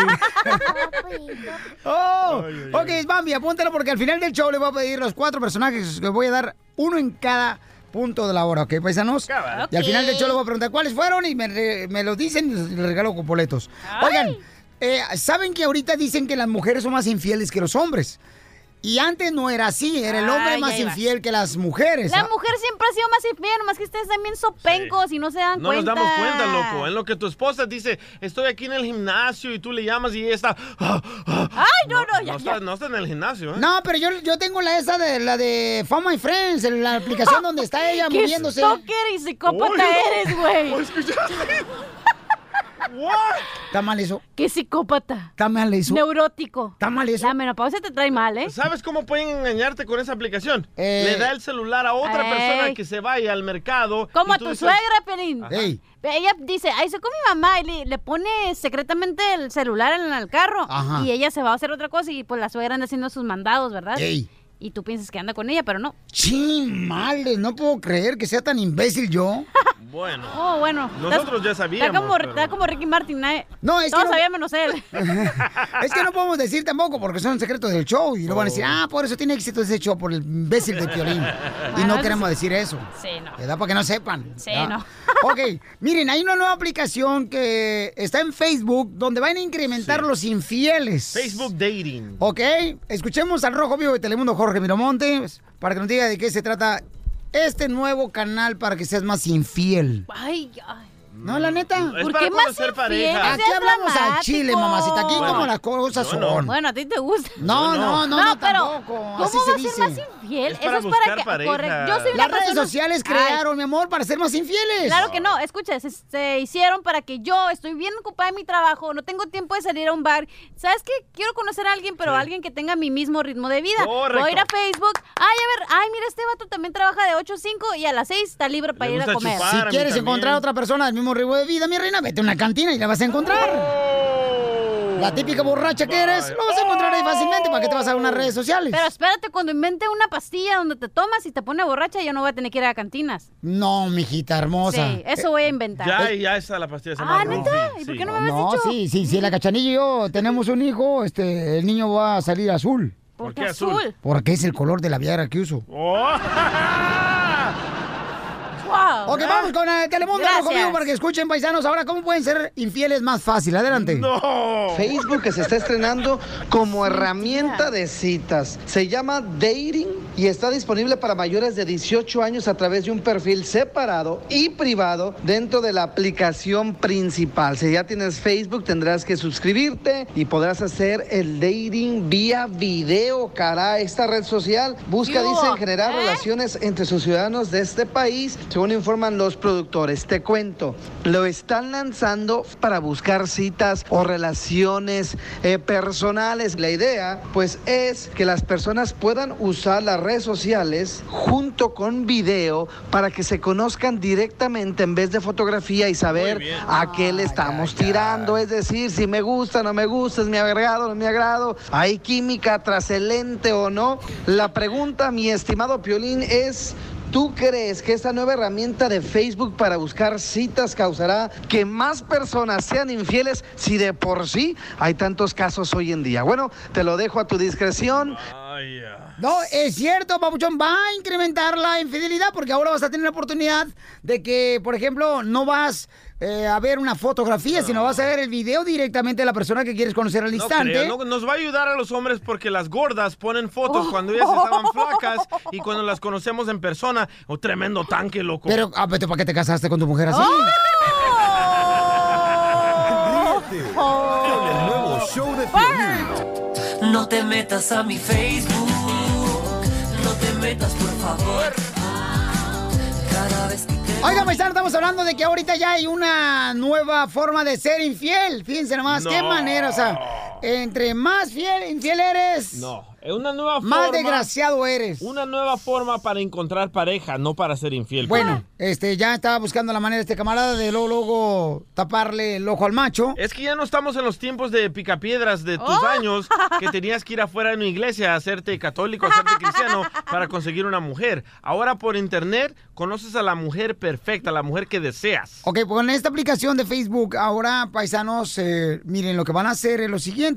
Speaker 2: ¡Oh!
Speaker 14: Ay, ay,
Speaker 2: ok, Bambi, apúntalo porque al final del show le voy a pedir los cuatro personajes que voy a dar uno en cada punto de la hora, ¿ok, paisanos?
Speaker 13: Cabal.
Speaker 2: Y al final del
Speaker 13: Ok.
Speaker 2: show le voy a preguntar cuáles fueron y me, re- me lo dicen y les- les regalo con boletos. Oigan, eh, ¿saben que ahorita dicen que las mujeres son más infieles que los hombres? Y antes no era así, era el hombre
Speaker 3: Ay,
Speaker 2: más
Speaker 3: ahí vas.
Speaker 2: infiel que las mujeres.
Speaker 3: La
Speaker 2: Ah,
Speaker 3: mujer siempre ha sido más infiel, nomás que ustedes también son pencos y no se dan
Speaker 4: No nos
Speaker 3: cuenta.
Speaker 4: damos cuenta, loco. En lo que tu esposa dice, estoy aquí en el gimnasio y tú le llamas y ella está. ¡Ay,
Speaker 3: no, no!
Speaker 4: no, está, no está en el gimnasio, ¿eh?
Speaker 2: No, pero yo, yo tengo la esa de la de Fama My Friends, en la aplicación donde está ella
Speaker 3: ¡Qué
Speaker 2: moviéndose.
Speaker 3: stalker y psicópata Oye, eres, güey! ¿lo
Speaker 2: Está mal eso.
Speaker 3: ¡Qué psicópata!
Speaker 2: Está mal eso.
Speaker 3: Neurótico.
Speaker 2: Está mal eso.
Speaker 3: La menopausia te trae mal, ¿eh?
Speaker 4: Pues, ¿Sabes cómo pueden engañarte con esa aplicación?
Speaker 3: Eh.
Speaker 4: Le da el celular a otra
Speaker 3: Ey.
Speaker 4: persona que se vaya al mercado.
Speaker 3: Como
Speaker 4: y
Speaker 3: a
Speaker 4: tú
Speaker 3: tu
Speaker 4: dices-
Speaker 3: suegra, Pelín.
Speaker 4: Ajá. Ey.
Speaker 3: Ella dice, ay, soy con mi mamá y le, le pone secretamente el celular en el carro
Speaker 13: Ajá.
Speaker 3: y ella se va a hacer otra cosa y pues la suegra anda haciendo sus mandados, ¿verdad?
Speaker 2: Ey.
Speaker 3: Y tú piensas que anda con ella, pero no.
Speaker 2: Chin, males, no puedo creer que sea tan imbécil yo.
Speaker 4: Bueno.
Speaker 3: Oh, bueno.
Speaker 4: Nosotros ya sabíamos,
Speaker 3: Está como,
Speaker 4: pero-
Speaker 3: está como Ricky Martin, ¿eh?
Speaker 2: No, es que
Speaker 3: Todos
Speaker 2: no-
Speaker 3: sabían menos él.
Speaker 2: Es que no podemos decir tampoco porque son secretos del show y luego van a
Speaker 3: Oh.
Speaker 2: decir, ah, por eso tiene éxito ese show, por el imbécil de Piolín. Y
Speaker 13: Bueno,
Speaker 2: no
Speaker 13: eso
Speaker 2: queremos
Speaker 13: sí.
Speaker 2: decir eso.
Speaker 3: Sí, no.
Speaker 2: ¿Verdad? Para que no sepan.
Speaker 3: Sí,
Speaker 2: ¿verdad?
Speaker 3: no.
Speaker 2: Ok, miren, hay una nueva aplicación que está en Facebook donde van a incrementar los infieles.
Speaker 4: Facebook Dating.
Speaker 2: Ok, escuchemos al Rojo Vivo de Telemundo Jorge Miramontes para que nos diga de qué se trata este nuevo canal para que seas más infiel.
Speaker 3: Ay, ay.
Speaker 2: No, la neta.
Speaker 3: Es ¿Por para qué más conocer infiel? parejas.
Speaker 2: Aquí
Speaker 3: Seas
Speaker 2: hablamos al
Speaker 3: dramático.
Speaker 2: chile, mamacita. Aquí
Speaker 3: Bueno,
Speaker 2: como las cosas
Speaker 3: yo
Speaker 2: son.
Speaker 3: no. Bueno, a ti te gusta.
Speaker 2: No,
Speaker 3: Yo
Speaker 2: no, no, no,
Speaker 3: pero
Speaker 2: tampoco.
Speaker 3: ¿Cómo
Speaker 2: Así
Speaker 3: va
Speaker 2: se
Speaker 3: a ser
Speaker 2: dice.
Speaker 3: más
Speaker 2: Es
Speaker 3: infiel? Eso
Speaker 2: para
Speaker 3: es
Speaker 2: buscar
Speaker 3: para que.
Speaker 2: pareja.
Speaker 3: correcto. Yo soy una
Speaker 2: Las redes
Speaker 3: persona-
Speaker 2: sociales
Speaker 3: Ay,
Speaker 2: crearon, mi amor, para ser más infieles.
Speaker 3: Claro que no, escucha, se, se hicieron para que yo estoy bien ocupada en mi trabajo, no tengo tiempo de salir a un bar. ¿Sabes qué? Quiero conocer a alguien, pero alguien que tenga mi mismo ritmo de vida. Voy a ir
Speaker 13: Correcto.
Speaker 3: a Facebook. Ay, a ver, ay, mira, este vato también trabaja de 8 a 5 y a las 6 está libre para ir a comer.
Speaker 2: Si quieres encontrar a otra persona del mismo ritmo de vida, mi reina, vete a una cantina y la vas a encontrar. La típica borracha que eres, lo vas a encontrar ahí fácilmente. ¿Para qué te vas a unas redes sociales?
Speaker 3: Pero espérate, cuando invente una pastilla donde te tomas y te pone borracha, ya no voy a tener que ir a cantinas.
Speaker 2: No, mijita hermosa.
Speaker 3: sí, eso voy a inventar.
Speaker 4: Ya, ya está la pastilla. se llama
Speaker 3: Ah, ¿neta?
Speaker 4: Ruby,
Speaker 3: ¿Y por
Speaker 4: sí.
Speaker 3: qué no me habías
Speaker 2: No,
Speaker 3: dicho?
Speaker 2: sí, sí, sí, la cachanilla y yo tenemos un hijo, este, el niño va a salir azul.
Speaker 3: ¿Por
Speaker 4: qué azul? azul?
Speaker 2: Porque es el color de la viagra que uso.
Speaker 4: Oh.
Speaker 2: Ok, vamos con el Telemundo
Speaker 3: Gracias.
Speaker 2: Rojo Vivo para que escuchen, paisanos. Ahora, ¿cómo pueden ser infieles más fácil? Adelante.
Speaker 4: No.
Speaker 5: Facebook que se está estrenando como herramienta de citas. Se llama Dating y está disponible para mayores de 18 años a través de un perfil separado y privado dentro de la aplicación principal. Si ya tienes Facebook, tendrás que suscribirte y podrás hacer el dating vía video, cara. Esta red social busca,
Speaker 13: ¿Qué hubo?
Speaker 5: dicen, generar
Speaker 13: ¿Eh?
Speaker 5: relaciones entre sus ciudadanos de este país, según informan los productores. Te cuento, lo están lanzando para buscar citas o relaciones eh, personales. La idea, pues, es que las personas puedan usar las redes sociales junto con video para que se conozcan directamente en vez de fotografía y saber a qué le estamos tirando. Es decir, si me gusta, no me gusta, es mi agrado, no es mi agrado, hay química tras el lente o no. La pregunta, mi estimado Piolín, es... ¿Tú crees que esta nueva herramienta de Facebook para buscar citas causará que más personas sean infieles si de por sí hay tantos casos hoy en día? Bueno, te lo dejo a tu discreción.
Speaker 2: No, es cierto, Papuchón, va a incrementar la infidelidad porque ahora vas a tener la oportunidad de que, por ejemplo, no vas eh, a ver una fotografía, sino vas a ver el video directamente de la persona que quieres conocer al
Speaker 4: No
Speaker 2: instante.
Speaker 4: creo, no- nos va a ayudar a los hombres porque las gordas ponen fotos cuando ellas estaban flacas y cuando las conocemos en persona. Oh, tremendo tanque, loco.
Speaker 2: Pero, ah, pero ¿para qué te casaste con tu mujer así?
Speaker 6: Ríete con el nuevo show de Piolín.
Speaker 15: No te metas a mi Facebook, no te metas por favor. Cada vez que te
Speaker 2: Oiga, paisano, estamos hablando de que ahorita ya hay una nueva forma de ser infiel. Fíjense nomás, qué
Speaker 4: No.
Speaker 2: manera, o sea, entre más fiel, infiel eres,
Speaker 4: No, es una nueva
Speaker 2: más
Speaker 4: forma.
Speaker 2: desgraciado eres.
Speaker 4: Una nueva forma para encontrar pareja, no para ser infiel.
Speaker 2: Bueno, este, ya estaba buscando la manera este camarada de luego, luego taparle el ojo al macho.
Speaker 4: Es que ya no estamos en los tiempos de picapiedras de tus
Speaker 2: Oh.
Speaker 4: años que tenías que ir afuera de una iglesia a hacerte católico, a hacerte cristiano para conseguir una mujer. Ahora por internet conoces a la mujer perfecta, la mujer que deseas.
Speaker 2: Ok, pues con esta aplicación de Facebook, ahora, paisanos, eh, miren, lo que van a hacer es lo siguiente.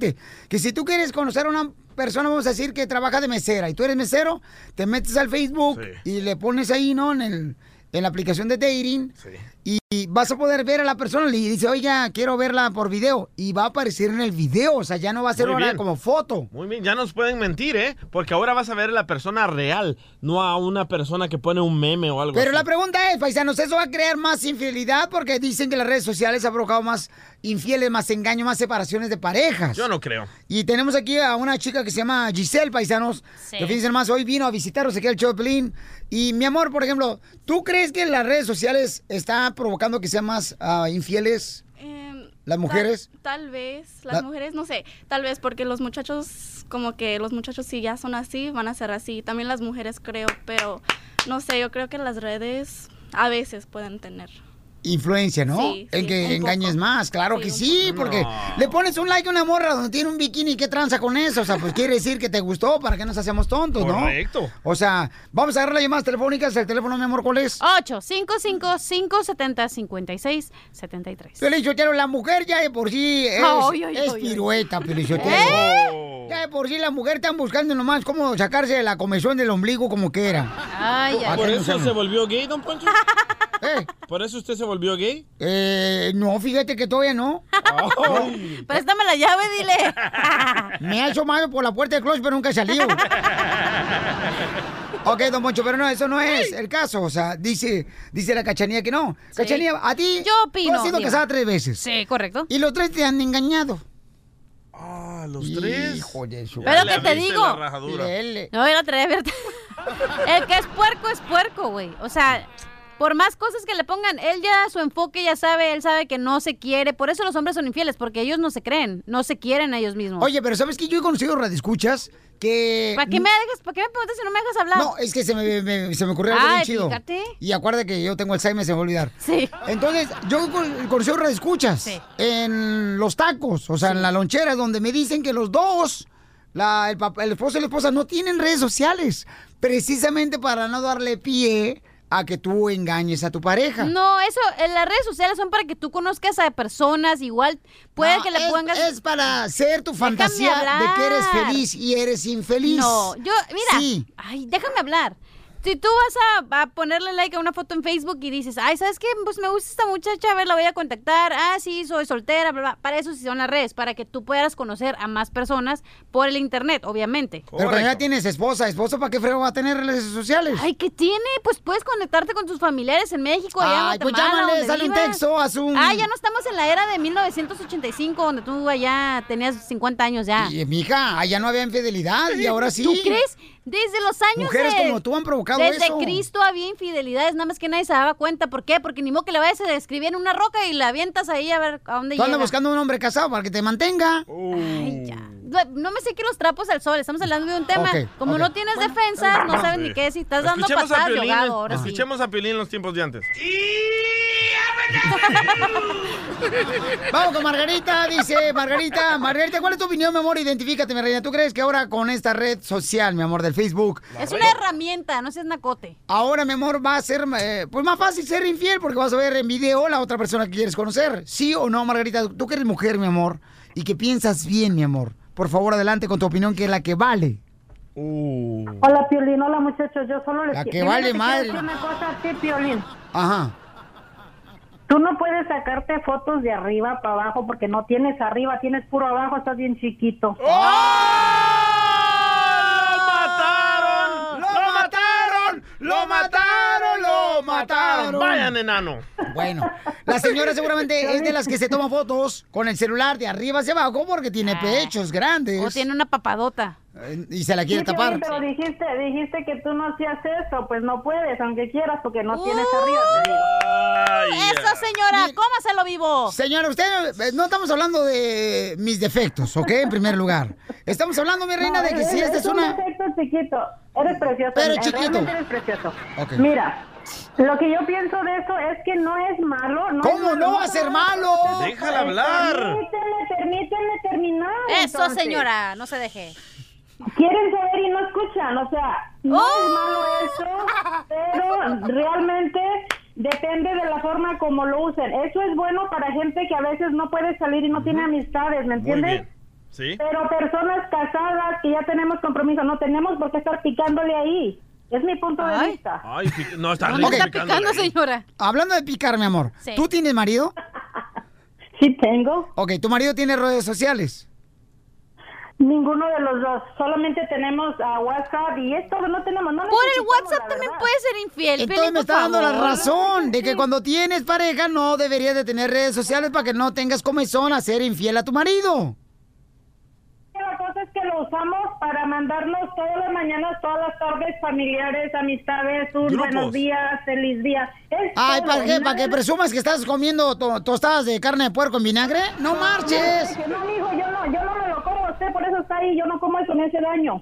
Speaker 2: Que si tú quieres conocer a una persona, vamos a decir que trabaja de mesera, y tú eres mesero, te metes al Facebook y le pones ahí, ¿no? En, el- en la aplicación de dating. Y y vas a poder ver a la persona y dice, oiga, quiero verla por video. Y va a aparecer en el video, o sea, ya no va a ser
Speaker 4: Muy
Speaker 2: ahora
Speaker 4: bien.
Speaker 2: como foto.
Speaker 4: Muy bien, ya nos pueden mentir, ¿eh? Porque ahora vas a ver a la persona real, no a una persona que pone un meme o algo
Speaker 2: Pero
Speaker 4: así.
Speaker 2: la pregunta es, paisanos, ¿eso va a crear más infidelidad? Porque dicen que las redes sociales han provocado más infieles, más engaños, más separaciones de parejas.
Speaker 4: Yo no creo.
Speaker 2: Y tenemos aquí a una chica que se llama Giselle Paisanos.
Speaker 4: Sí.
Speaker 2: Que fíjense más, hoy vino a visitarnos aquí al Choplin. Y mi amor, por ejemplo, ¿tú crees que las redes sociales están provocando que sean más ah, infieles
Speaker 10: Em,
Speaker 2: las mujeres?
Speaker 10: Tal, tal vez, las
Speaker 2: La-
Speaker 10: mujeres, no sé, tal vez porque los muchachos, como que los muchachos si ya son así, van a ser así. También las mujeres creo, pero no sé, yo creo que las redes a veces pueden tener.
Speaker 2: Influencia, ¿no?
Speaker 10: Sí,
Speaker 2: El
Speaker 10: sí,
Speaker 2: que
Speaker 10: un poco.
Speaker 2: engañes más, claro que sí, porque
Speaker 10: No.
Speaker 2: le pones un like a una morra donde tiene un bikini, ¿qué tranza con eso? O sea, pues quiere decir que te gustó, para que nos hacemos tontos, ¿no?
Speaker 4: Correcto.
Speaker 2: O sea, vamos a agarrar las llamadas telefónicas. El teléfono, mi amor, ¿cuál es?
Speaker 3: 8 55 570 56 73.
Speaker 2: Piolichotero, la mujer ya de por sí es,
Speaker 3: Ay, ay,
Speaker 2: es
Speaker 3: ay, ay.
Speaker 2: pirueta, Piolichotero.
Speaker 3: ¿Eh?
Speaker 2: Ya de por sí la mujer están buscando nomás cómo sacarse la comezón del ombligo como quiera.
Speaker 3: Ay,
Speaker 2: Por-
Speaker 3: ay,
Speaker 4: Ah, ¿Por
Speaker 2: ay.
Speaker 4: eso se volvió gay, don Poncho? ¿Por eso usted se volvió gay?
Speaker 2: Eh, no, fíjate que todavía no.
Speaker 4: Ay.
Speaker 3: Préstame la llave, dile.
Speaker 2: Me ha asomado por la puerta del closet, pero nunca he salido. Ok, don Moncho, pero no, eso no es el caso. O sea, dice, dice la cachanía que no. Cachanía, a ti.
Speaker 3: Yo opino,
Speaker 2: Tú has sido
Speaker 3: diva.
Speaker 2: casada tres veces.
Speaker 3: Sí, correcto.
Speaker 2: Y los tres te han engañado.
Speaker 4: Ah, los tres.
Speaker 2: Hijo de su-
Speaker 3: Pero que te digo.
Speaker 4: rajadura.
Speaker 3: No, era tres, ¿verdad? El que es puerco es puerco, güey. O sea, por más cosas que le pongan, él ya su enfoque ya sabe, él sabe que no se quiere. Por eso los hombres son infieles, porque ellos no se creen, no se quieren a ellos mismos.
Speaker 2: Oye, pero ¿sabes que Yo he conocido radioescuchas que...
Speaker 3: ¿Para qué me dejas, para qué me preguntas si no me dejas hablar?
Speaker 2: No, es que se me, me- se me ocurrió algo
Speaker 3: Ay,
Speaker 2: bien chido.
Speaker 3: fíjate.
Speaker 2: Y acuérdate que yo tengo Alzheimer, se me va a olvidar.
Speaker 3: Sí.
Speaker 2: Entonces, yo con- conocí a escuchas en los tacos, o sea, en la lonchera, donde me dicen que los dos, la- el, pap- el esposo y la esposa, no tienen redes sociales, precisamente para no darle pie a que tú engañes a tu pareja.
Speaker 3: No, eso, en las redes sociales son para que tú conozcas a personas, igual puede que le pongas... Es
Speaker 2: para ser tu fantasía de que eres feliz y eres infeliz.
Speaker 3: No, yo, mira,
Speaker 2: Sí.
Speaker 3: ay, déjame hablar. Si tú vas a, a ponerle like a una foto en Facebook y dices, ay, ¿sabes qué? Pues me gusta esta muchacha, a ver, la voy a contactar. Ah, sí, soy soltera, bla, bla. Para eso sí son las redes, para que tú puedas conocer a más personas por el internet, obviamente.
Speaker 2: Pero cuando ya tienes esposa, esposo, ¿para qué frego va a tener redes sociales?
Speaker 3: Ay, ¿qué tiene? Pues puedes conectarte con tus familiares en México, allá
Speaker 2: Ay,
Speaker 3: en
Speaker 2: pues
Speaker 3: Guatemala,
Speaker 2: llámale,
Speaker 3: donde
Speaker 2: sale un
Speaker 3: vivas.
Speaker 2: texto, haz un-
Speaker 3: Ah, ya no estamos en la era de 1985, donde tú allá tenías 50 años ya.
Speaker 2: Y mija, allá no había infidelidad y ahora sí.
Speaker 3: ¿Tú crees? Desde los años
Speaker 2: Mujeres
Speaker 3: de-
Speaker 2: como tú han provocado
Speaker 3: Desde
Speaker 2: eso.
Speaker 3: Cristo había infidelidades, nada más que nadie se daba cuenta. ¿Por qué? Porque ni modo que le vayas a describir en una roca y la avientas ahí a ver a dónde
Speaker 2: Tú andas
Speaker 3: llega.
Speaker 2: buscando un hombre casado para que te mantenga.
Speaker 3: No- No me sé que los trapos al sol, estamos hablando de un tema.
Speaker 2: Ok,
Speaker 3: Como no tienes defensas, no sabes
Speaker 4: Sí.
Speaker 3: ni qué, si estás dando
Speaker 4: eh, Escuchemos a
Speaker 3: patadas de
Speaker 4: Piolín,
Speaker 3: ahogado ahora sí.
Speaker 4: Escuchemos a Piolín en los tiempos de antes.
Speaker 2: Vamos con Margarita, dice Margarita. Margarita, ¿cuál es tu opinión, mi amor? Identifícate, mi reina. ¿Tú crees que ahora con esta red social, mi amor, del Facebook,
Speaker 3: Es una herramienta, no seas nacote.
Speaker 2: ahora, mi amor, va a ser eh, pues más fácil ser infiel porque vas a ver en video la otra persona que quieres conocer? ¿Sí o no, Margarita? Tú que eres mujer, mi amor, y que piensas bien, mi amor. Por favor, adelante con tu opinión, que es la que vale.
Speaker 8: Hola, Piolín. Hola, muchachos. Yo solo les
Speaker 2: La que
Speaker 8: primero
Speaker 2: vale
Speaker 8: te quiero
Speaker 2: madre.
Speaker 8: decir Una cosa a ti, Piolín.
Speaker 2: Ajá.
Speaker 8: Tú no puedes sacarte fotos de arriba para abajo porque no tienes arriba, tienes puro abajo, estás bien chiquito.
Speaker 2: Oh.
Speaker 4: mataron!
Speaker 2: ¡Lo mataron! ¡Lo mataron! ¡Lo mataron!
Speaker 4: Vayan, enano.
Speaker 2: Bueno, la señora seguramente es de las que se toma fotos con el celular de arriba hacia abajo porque
Speaker 8: Ah.
Speaker 2: tiene pechos grandes. O tiene
Speaker 3: una papadota.
Speaker 2: Y se la quiere
Speaker 8: Sí, Piolín,
Speaker 2: tapar.
Speaker 8: pero dijiste, dijiste que tú no hacías eso, pues no puedes, aunque quieras, porque no tienes
Speaker 2: Oh,
Speaker 8: arriba. te digo.
Speaker 3: ¡Esa señora! ¡Cómaselo vivo!
Speaker 2: Señora, usted eh, no estamos hablando de mis defectos, ¿ok? En primer lugar. Estamos hablando, mi reina, de que
Speaker 8: eres-
Speaker 2: si esta
Speaker 8: eres
Speaker 2: es
Speaker 8: un
Speaker 2: una.
Speaker 8: defecto chiquito. Eres precioso.
Speaker 2: Pero
Speaker 8: eh,
Speaker 2: chiquito.
Speaker 8: realmente eres precioso.
Speaker 2: Ok.
Speaker 8: Mira, lo que yo pienso de eso es que no es malo. No
Speaker 2: ¿Cómo
Speaker 8: es
Speaker 2: no va a ser malo?
Speaker 4: Déjala hablar.
Speaker 8: Permíteme, permíteme terminar.
Speaker 2: Ah,
Speaker 3: Eso,
Speaker 8: entonces.
Speaker 3: señora, no se deje.
Speaker 8: Quieren saber y no escuchan, o sea, no es
Speaker 3: ¡Oh!
Speaker 8: malo eso, pero realmente depende de la forma como lo usen. Eso es bueno para gente que a veces no puede salir y no tiene amistades, ¿me
Speaker 4: Muy
Speaker 8: entiendes?
Speaker 4: bien. ¿Sí?
Speaker 8: Pero personas casadas que ya tenemos compromiso, no tenemos por qué estar picándole ahí. Es mi punto de vista.
Speaker 4: Ay, pic- no, está rico. picándole.
Speaker 3: señora?
Speaker 2: Hablando de picar, mi amor.
Speaker 8: Sí.
Speaker 2: ¿Tú tienes marido?
Speaker 8: Sí, tengo.
Speaker 2: Ok, ¿tu marido tiene redes sociales?
Speaker 8: Ninguno de los dos, solamente tenemos a WhatsApp y esto no tenemos. No
Speaker 3: Por el
Speaker 8: necesitamos,
Speaker 3: WhatsApp
Speaker 8: la
Speaker 3: también
Speaker 8: verdad.
Speaker 3: puede ser infiel.
Speaker 2: Entonces
Speaker 3: Piolín,
Speaker 2: me
Speaker 3: por
Speaker 2: está dando la
Speaker 3: favor.
Speaker 2: razón de que cuando tienes pareja no deberías de tener redes sociales para que no tengas comezón a ser infiel a tu marido.
Speaker 8: La cosa es que lo usamos para mandarnos todas las mañanas, todas las tardes, familiares, amistades, un
Speaker 2: Grupos.
Speaker 8: buenos días, feliz día. Es
Speaker 2: Ay,
Speaker 8: todo,
Speaker 2: ¿para qué?
Speaker 8: nada
Speaker 2: ¿Para que
Speaker 8: más.
Speaker 2: presumas que estás comiendo to- tostadas de carne de puerco en vinagre? ¡No marches!
Speaker 8: No, amigo, yo no, yo no me lo como, usted por eso está ahí, yo no como eso, me hace daño.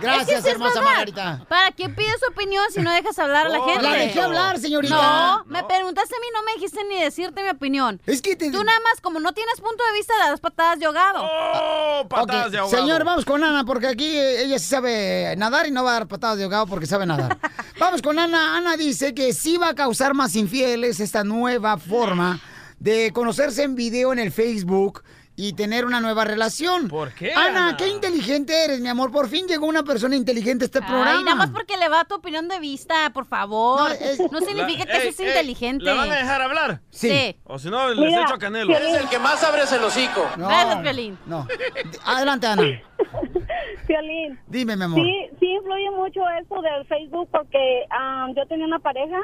Speaker 2: Gracias,
Speaker 3: Es que sí es
Speaker 2: hermosa
Speaker 3: verdad.
Speaker 2: Margarita.
Speaker 3: ¿Para qué pides opinión si no dejas hablar a la
Speaker 2: Oh,
Speaker 3: gente?
Speaker 2: la dejé hablar, señorita.
Speaker 3: No, me preguntaste a mí, no me dijiste ni decirte mi opinión.
Speaker 2: Es que
Speaker 3: Tú nada más, como no tienes punto de vista, das patadas de ahogado.
Speaker 4: ¡Oh,
Speaker 2: Ah, Ok, Señor, vamos con Ana, porque aquí eh, ella sí sabe nadar y no va a dar patadas de ahogado porque sabe nadar. vamos con Ana. Ana dice que sí va a causar más infieles esta nueva forma de conocerse en video en el Facebook y tener una nueva relación. ¿Por
Speaker 4: qué,
Speaker 2: Ana,
Speaker 3: Ana?
Speaker 2: qué inteligente eres, mi amor. Por fin llegó una persona inteligente a este programa.
Speaker 3: Ay, nada más porque le va tu opinión de vista, por favor. No, significa
Speaker 4: La-
Speaker 3: que
Speaker 4: ey,
Speaker 3: seas
Speaker 4: ey,
Speaker 3: inteligente.
Speaker 4: ¿La van a dejar hablar?
Speaker 2: Sí. Sí.
Speaker 4: O si no, les
Speaker 2: Mira,
Speaker 4: echo a Canelo.
Speaker 2: Piolín. Eres el que más abres el hocico. No. Gracias,
Speaker 3: Piolín.
Speaker 2: No. Adelante, Ana.
Speaker 8: Violín.
Speaker 2: Dime, mi amor.
Speaker 8: Sí, sí influye mucho eso del Facebook porque am, yo tenía una pareja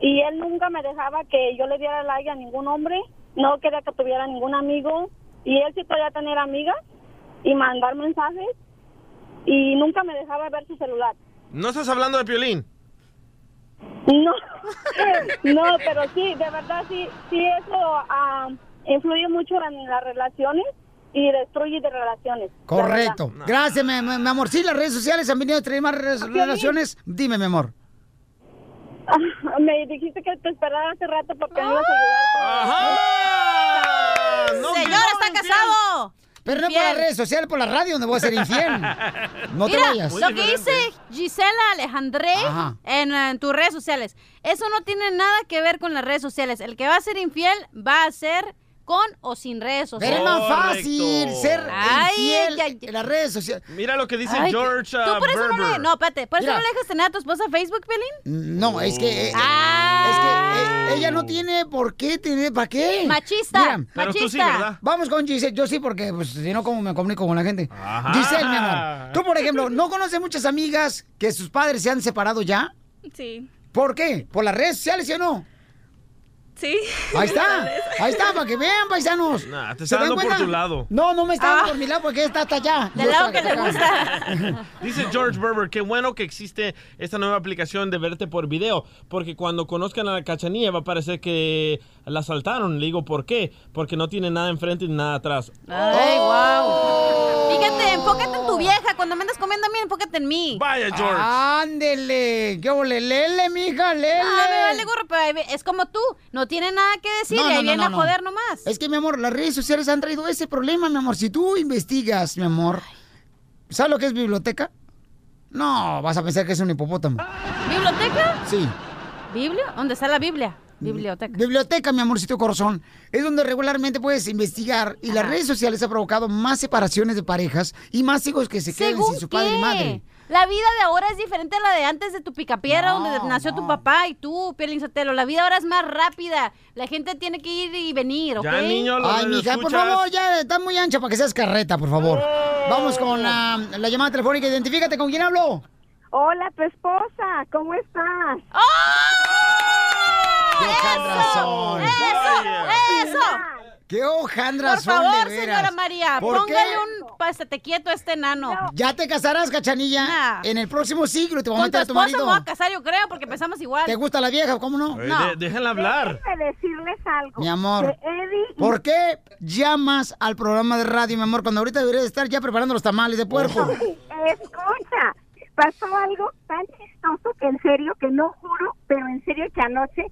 Speaker 8: y él nunca me dejaba que yo le diera like a ningún hombre, no quería que tuviera ningún amigo y él sí podía tener amigas y mandar mensajes y nunca me dejaba ver su celular.
Speaker 4: No estás hablando de Piolín.
Speaker 13: No, no, pero sí, de verdad sí, sí eso ah,
Speaker 8: um,
Speaker 13: influye mucho en las relaciones y destruye de relaciones. de
Speaker 2: Correcto.
Speaker 13: verdad.
Speaker 2: Gracias, mi, mi- mi amor. Sí, las redes sociales han venido a traer más re- relaciones. Dime, mi amor.
Speaker 13: Ah, Me dijiste que te esperaba hace rato porque me ibas a
Speaker 4: ayudar.
Speaker 13: con-
Speaker 3: Señor, está casado.
Speaker 2: Pero no por las
Speaker 3: Infiel.
Speaker 2: redes sociales, por la radio donde voy a ser infiel. No te
Speaker 3: Mira,
Speaker 2: vayas.
Speaker 3: Lo que dice Gisela Alejandré
Speaker 2: Ajá.
Speaker 3: en, eh, en tus redes sociales, eso no tiene nada que ver con las redes sociales. El que va a ser infiel va a ser con o sin redes
Speaker 2: Pero
Speaker 3: sociales.
Speaker 2: es más fácil ser
Speaker 3: Ay,
Speaker 2: infiel
Speaker 3: ay, ay.
Speaker 2: en las redes sociales.
Speaker 4: Mira lo que dice
Speaker 3: Ay,
Speaker 4: George
Speaker 3: ¿Tú
Speaker 4: uh,
Speaker 3: por eso no le,
Speaker 4: Berber.
Speaker 3: no, espérate, por eso
Speaker 4: Mira.
Speaker 3: no le dejas tener a tu esposa Facebook, Pelín?
Speaker 2: No, es que... eh, Es que eh, ella no tiene por qué tener... ¿Para qué?
Speaker 3: Machista, Pero tú sí, machista. ¿verdad?
Speaker 2: Vamos con Giselle. Yo sí, porque pues, si no, ¿cómo me comunico con la gente?
Speaker 15: Ajá.
Speaker 2: Giselle, mi amor. Tú, por ejemplo, ¿no conoces muchas amigas que sus padres se han separado ya?
Speaker 10: Sí.
Speaker 2: ¿Por qué? ¿Por las redes sociales, sí o no?
Speaker 10: Sí.
Speaker 2: Ahí está, ahí está, para que vean, paisanos.
Speaker 4: Nah, te
Speaker 2: ¿Se
Speaker 4: está
Speaker 2: dan
Speaker 4: dando por
Speaker 2: cuenta?
Speaker 4: tu lado.
Speaker 2: No, no me está
Speaker 3: Ah.
Speaker 2: dando por mi lado porque está hasta allá.
Speaker 4: Del
Speaker 2: Yo
Speaker 4: lado
Speaker 2: estoy
Speaker 4: que
Speaker 2: hasta
Speaker 4: le
Speaker 2: acá.
Speaker 4: Dice George Berber, qué bueno que existe esta nueva aplicación de verte por video, porque cuando conozcan a la cachanilla va a parecer que la asaltaron. Le digo, ¿por qué? Porque no tiene nada enfrente ni nada atrás.
Speaker 2: Ah,
Speaker 3: Ay, wow. Oh. Fíjate, enfócate en tu vieja. Cuando me andas comiendo a mí, enfócate en mí.
Speaker 4: Vaya, George.
Speaker 2: Ándele, qué ole, lele, mija, lele.
Speaker 3: Ah, me vale gorro, pero ahí ve- es como tú. No tiene nada que decir y ahí viene a joder nomás.
Speaker 2: Es que, mi amor, las redes sociales han traído ese problema, mi amor. Si tú investigas, mi amor, ¿sabes lo que es biblioteca? No, vas a pensar que es un hipopótamo.
Speaker 3: ¿Biblioteca?
Speaker 2: Sí.
Speaker 3: ¿Biblia? ¿Dónde está la Biblia? Biblioteca.
Speaker 2: Biblioteca, mi amorcito corazón, es donde regularmente puedes investigar y las redes sociales ha provocado más separaciones de parejas y más hijos que se quedan
Speaker 3: ¿Según
Speaker 2: sin su padre y
Speaker 3: qué?
Speaker 2: madre.
Speaker 3: La vida de ahora es diferente a la de antes de tu picapiedra, donde nació tu papá y tú, Piolín Sotelo. La vida ahora es más rápida. La gente tiene que ir y venir, ¿ok?
Speaker 2: Ya, niño, lo- Ay, lo mija, por escuchas. favor, ya está muy ancha para que seas carreta, por favor. Vamos con la, la llamada telefónica. Identifícate, ¿con quién hablo?
Speaker 13: Hola, tu esposa, ¿cómo estás?
Speaker 3: ¡Oh!
Speaker 2: ¡Qué hojandrazón!
Speaker 3: ¡Eso!
Speaker 2: ¡Qué
Speaker 3: Por
Speaker 2: hojandrazón,
Speaker 3: favor,
Speaker 2: de veras!
Speaker 3: señora María,
Speaker 2: ¿Por
Speaker 3: póngale
Speaker 2: qué?
Speaker 3: un pásate quieto a este enano.
Speaker 2: Ya te casarás, cachanilla.
Speaker 3: Nah.
Speaker 2: En el próximo siglo te voy a
Speaker 3: Con tu
Speaker 2: meter a tu
Speaker 3: esposo me
Speaker 2: marido.
Speaker 3: voy a casar, yo creo, porque pensamos igual.
Speaker 2: ¿Te gusta la vieja? ¿Cómo no?
Speaker 4: Eh, de- déjenla hablar.
Speaker 13: Déjenme decirles algo.
Speaker 2: Mi amor.
Speaker 13: Que Eddie-
Speaker 2: ¿Por qué llamas al programa de radio, mi amor, cuando ahorita deberías estar ya preparando los tamales de puerco?
Speaker 13: Escucha, pasó algo tan chistoso que en serio, que no juro, pero en serio que anoche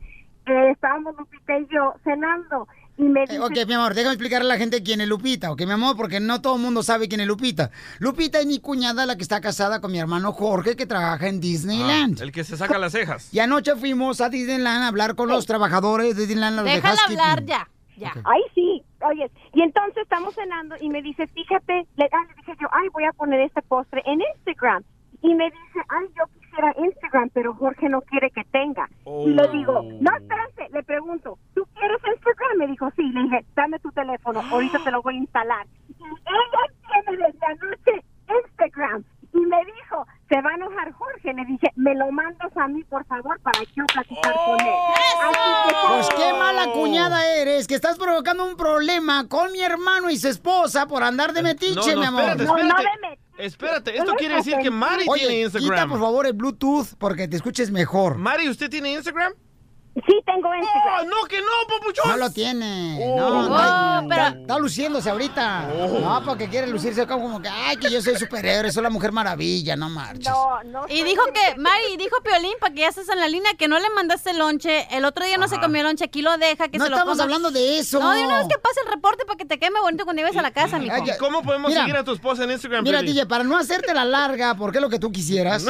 Speaker 13: eh, estábamos Lupita y yo cenando y me
Speaker 2: Eh,
Speaker 13: dice...
Speaker 2: ok, mi amor, déjame explicarle a la gente quién es Lupita, ok, mi amor, porque no todo el mundo sabe quién es Lupita. Lupita es mi cuñada, la que está casada con mi hermano Jorge, que trabaja en
Speaker 4: Ah,
Speaker 2: Disneyland.
Speaker 4: el que se saca las cejas.
Speaker 2: Y anoche fuimos a Disneyland a hablar con los trabajadores de Disneyland. los de housekeeping.
Speaker 3: ya, ya.
Speaker 13: Ay, sí, oye, y entonces estamos cenando y me dice, fíjate, le, ah, le dije yo, ay, voy a poner este postre en Instagram. Y me dice, ay, yo quisiera Instagram, pero Jorge no quiere que tenga. Y le digo, no, espérate, le pregunto, ¿tú quieres Instagram? Me dijo, sí, le dije, dame tu teléfono, ahorita te lo voy a instalar. Y ella tiene desde anoche Instagram. Y me dijo, se va a enojar Jorge. Le dije, me lo mandas a mí, por favor, para yo
Speaker 2: Oh.
Speaker 13: platicar con él. Así que-
Speaker 2: Pues qué
Speaker 4: Oh.
Speaker 2: mala cuñada eres, que estás provocando un problema con mi hermano y su esposa por andar de metiche,
Speaker 4: Eh, no,
Speaker 2: mi amor.
Speaker 4: espérate, No, no espérate. de Espérate, esto quiere decir que Mari
Speaker 2: Oye,
Speaker 4: tiene Instagram.
Speaker 2: Quita por favor el Bluetooth porque te escuches mejor.
Speaker 4: Mari, ¿usted tiene Instagram?
Speaker 13: Sí, tengo
Speaker 4: Instagram. no, que no, papuchón.
Speaker 2: No lo tiene.
Speaker 4: Oh.
Speaker 2: No,
Speaker 4: Oh,
Speaker 2: está,
Speaker 4: pero-
Speaker 2: está- está luciéndose ahorita. No, porque quiere lucirse como que, ay, que yo soy superhéroe, soy la mujer maravilla, no marches.
Speaker 3: Y dijo que, Mari, dijo Piolín, para que ya estés en la línea, que no le mandaste el lonche. El otro día no se comió el lonche, aquí lo deja, que
Speaker 2: No
Speaker 3: se lo
Speaker 2: estamos
Speaker 3: coma.
Speaker 2: hablando de eso.
Speaker 3: No, de una vez que pase el reporte para que te queme bonito cuando llegues a la casa, mijo.
Speaker 4: ¿Y cómo podemos seguir a tu esposa en Instagram?
Speaker 2: Mira,
Speaker 4: Piolín?
Speaker 2: DJ, para no hacerte la larga, porque es lo que tú quisieras.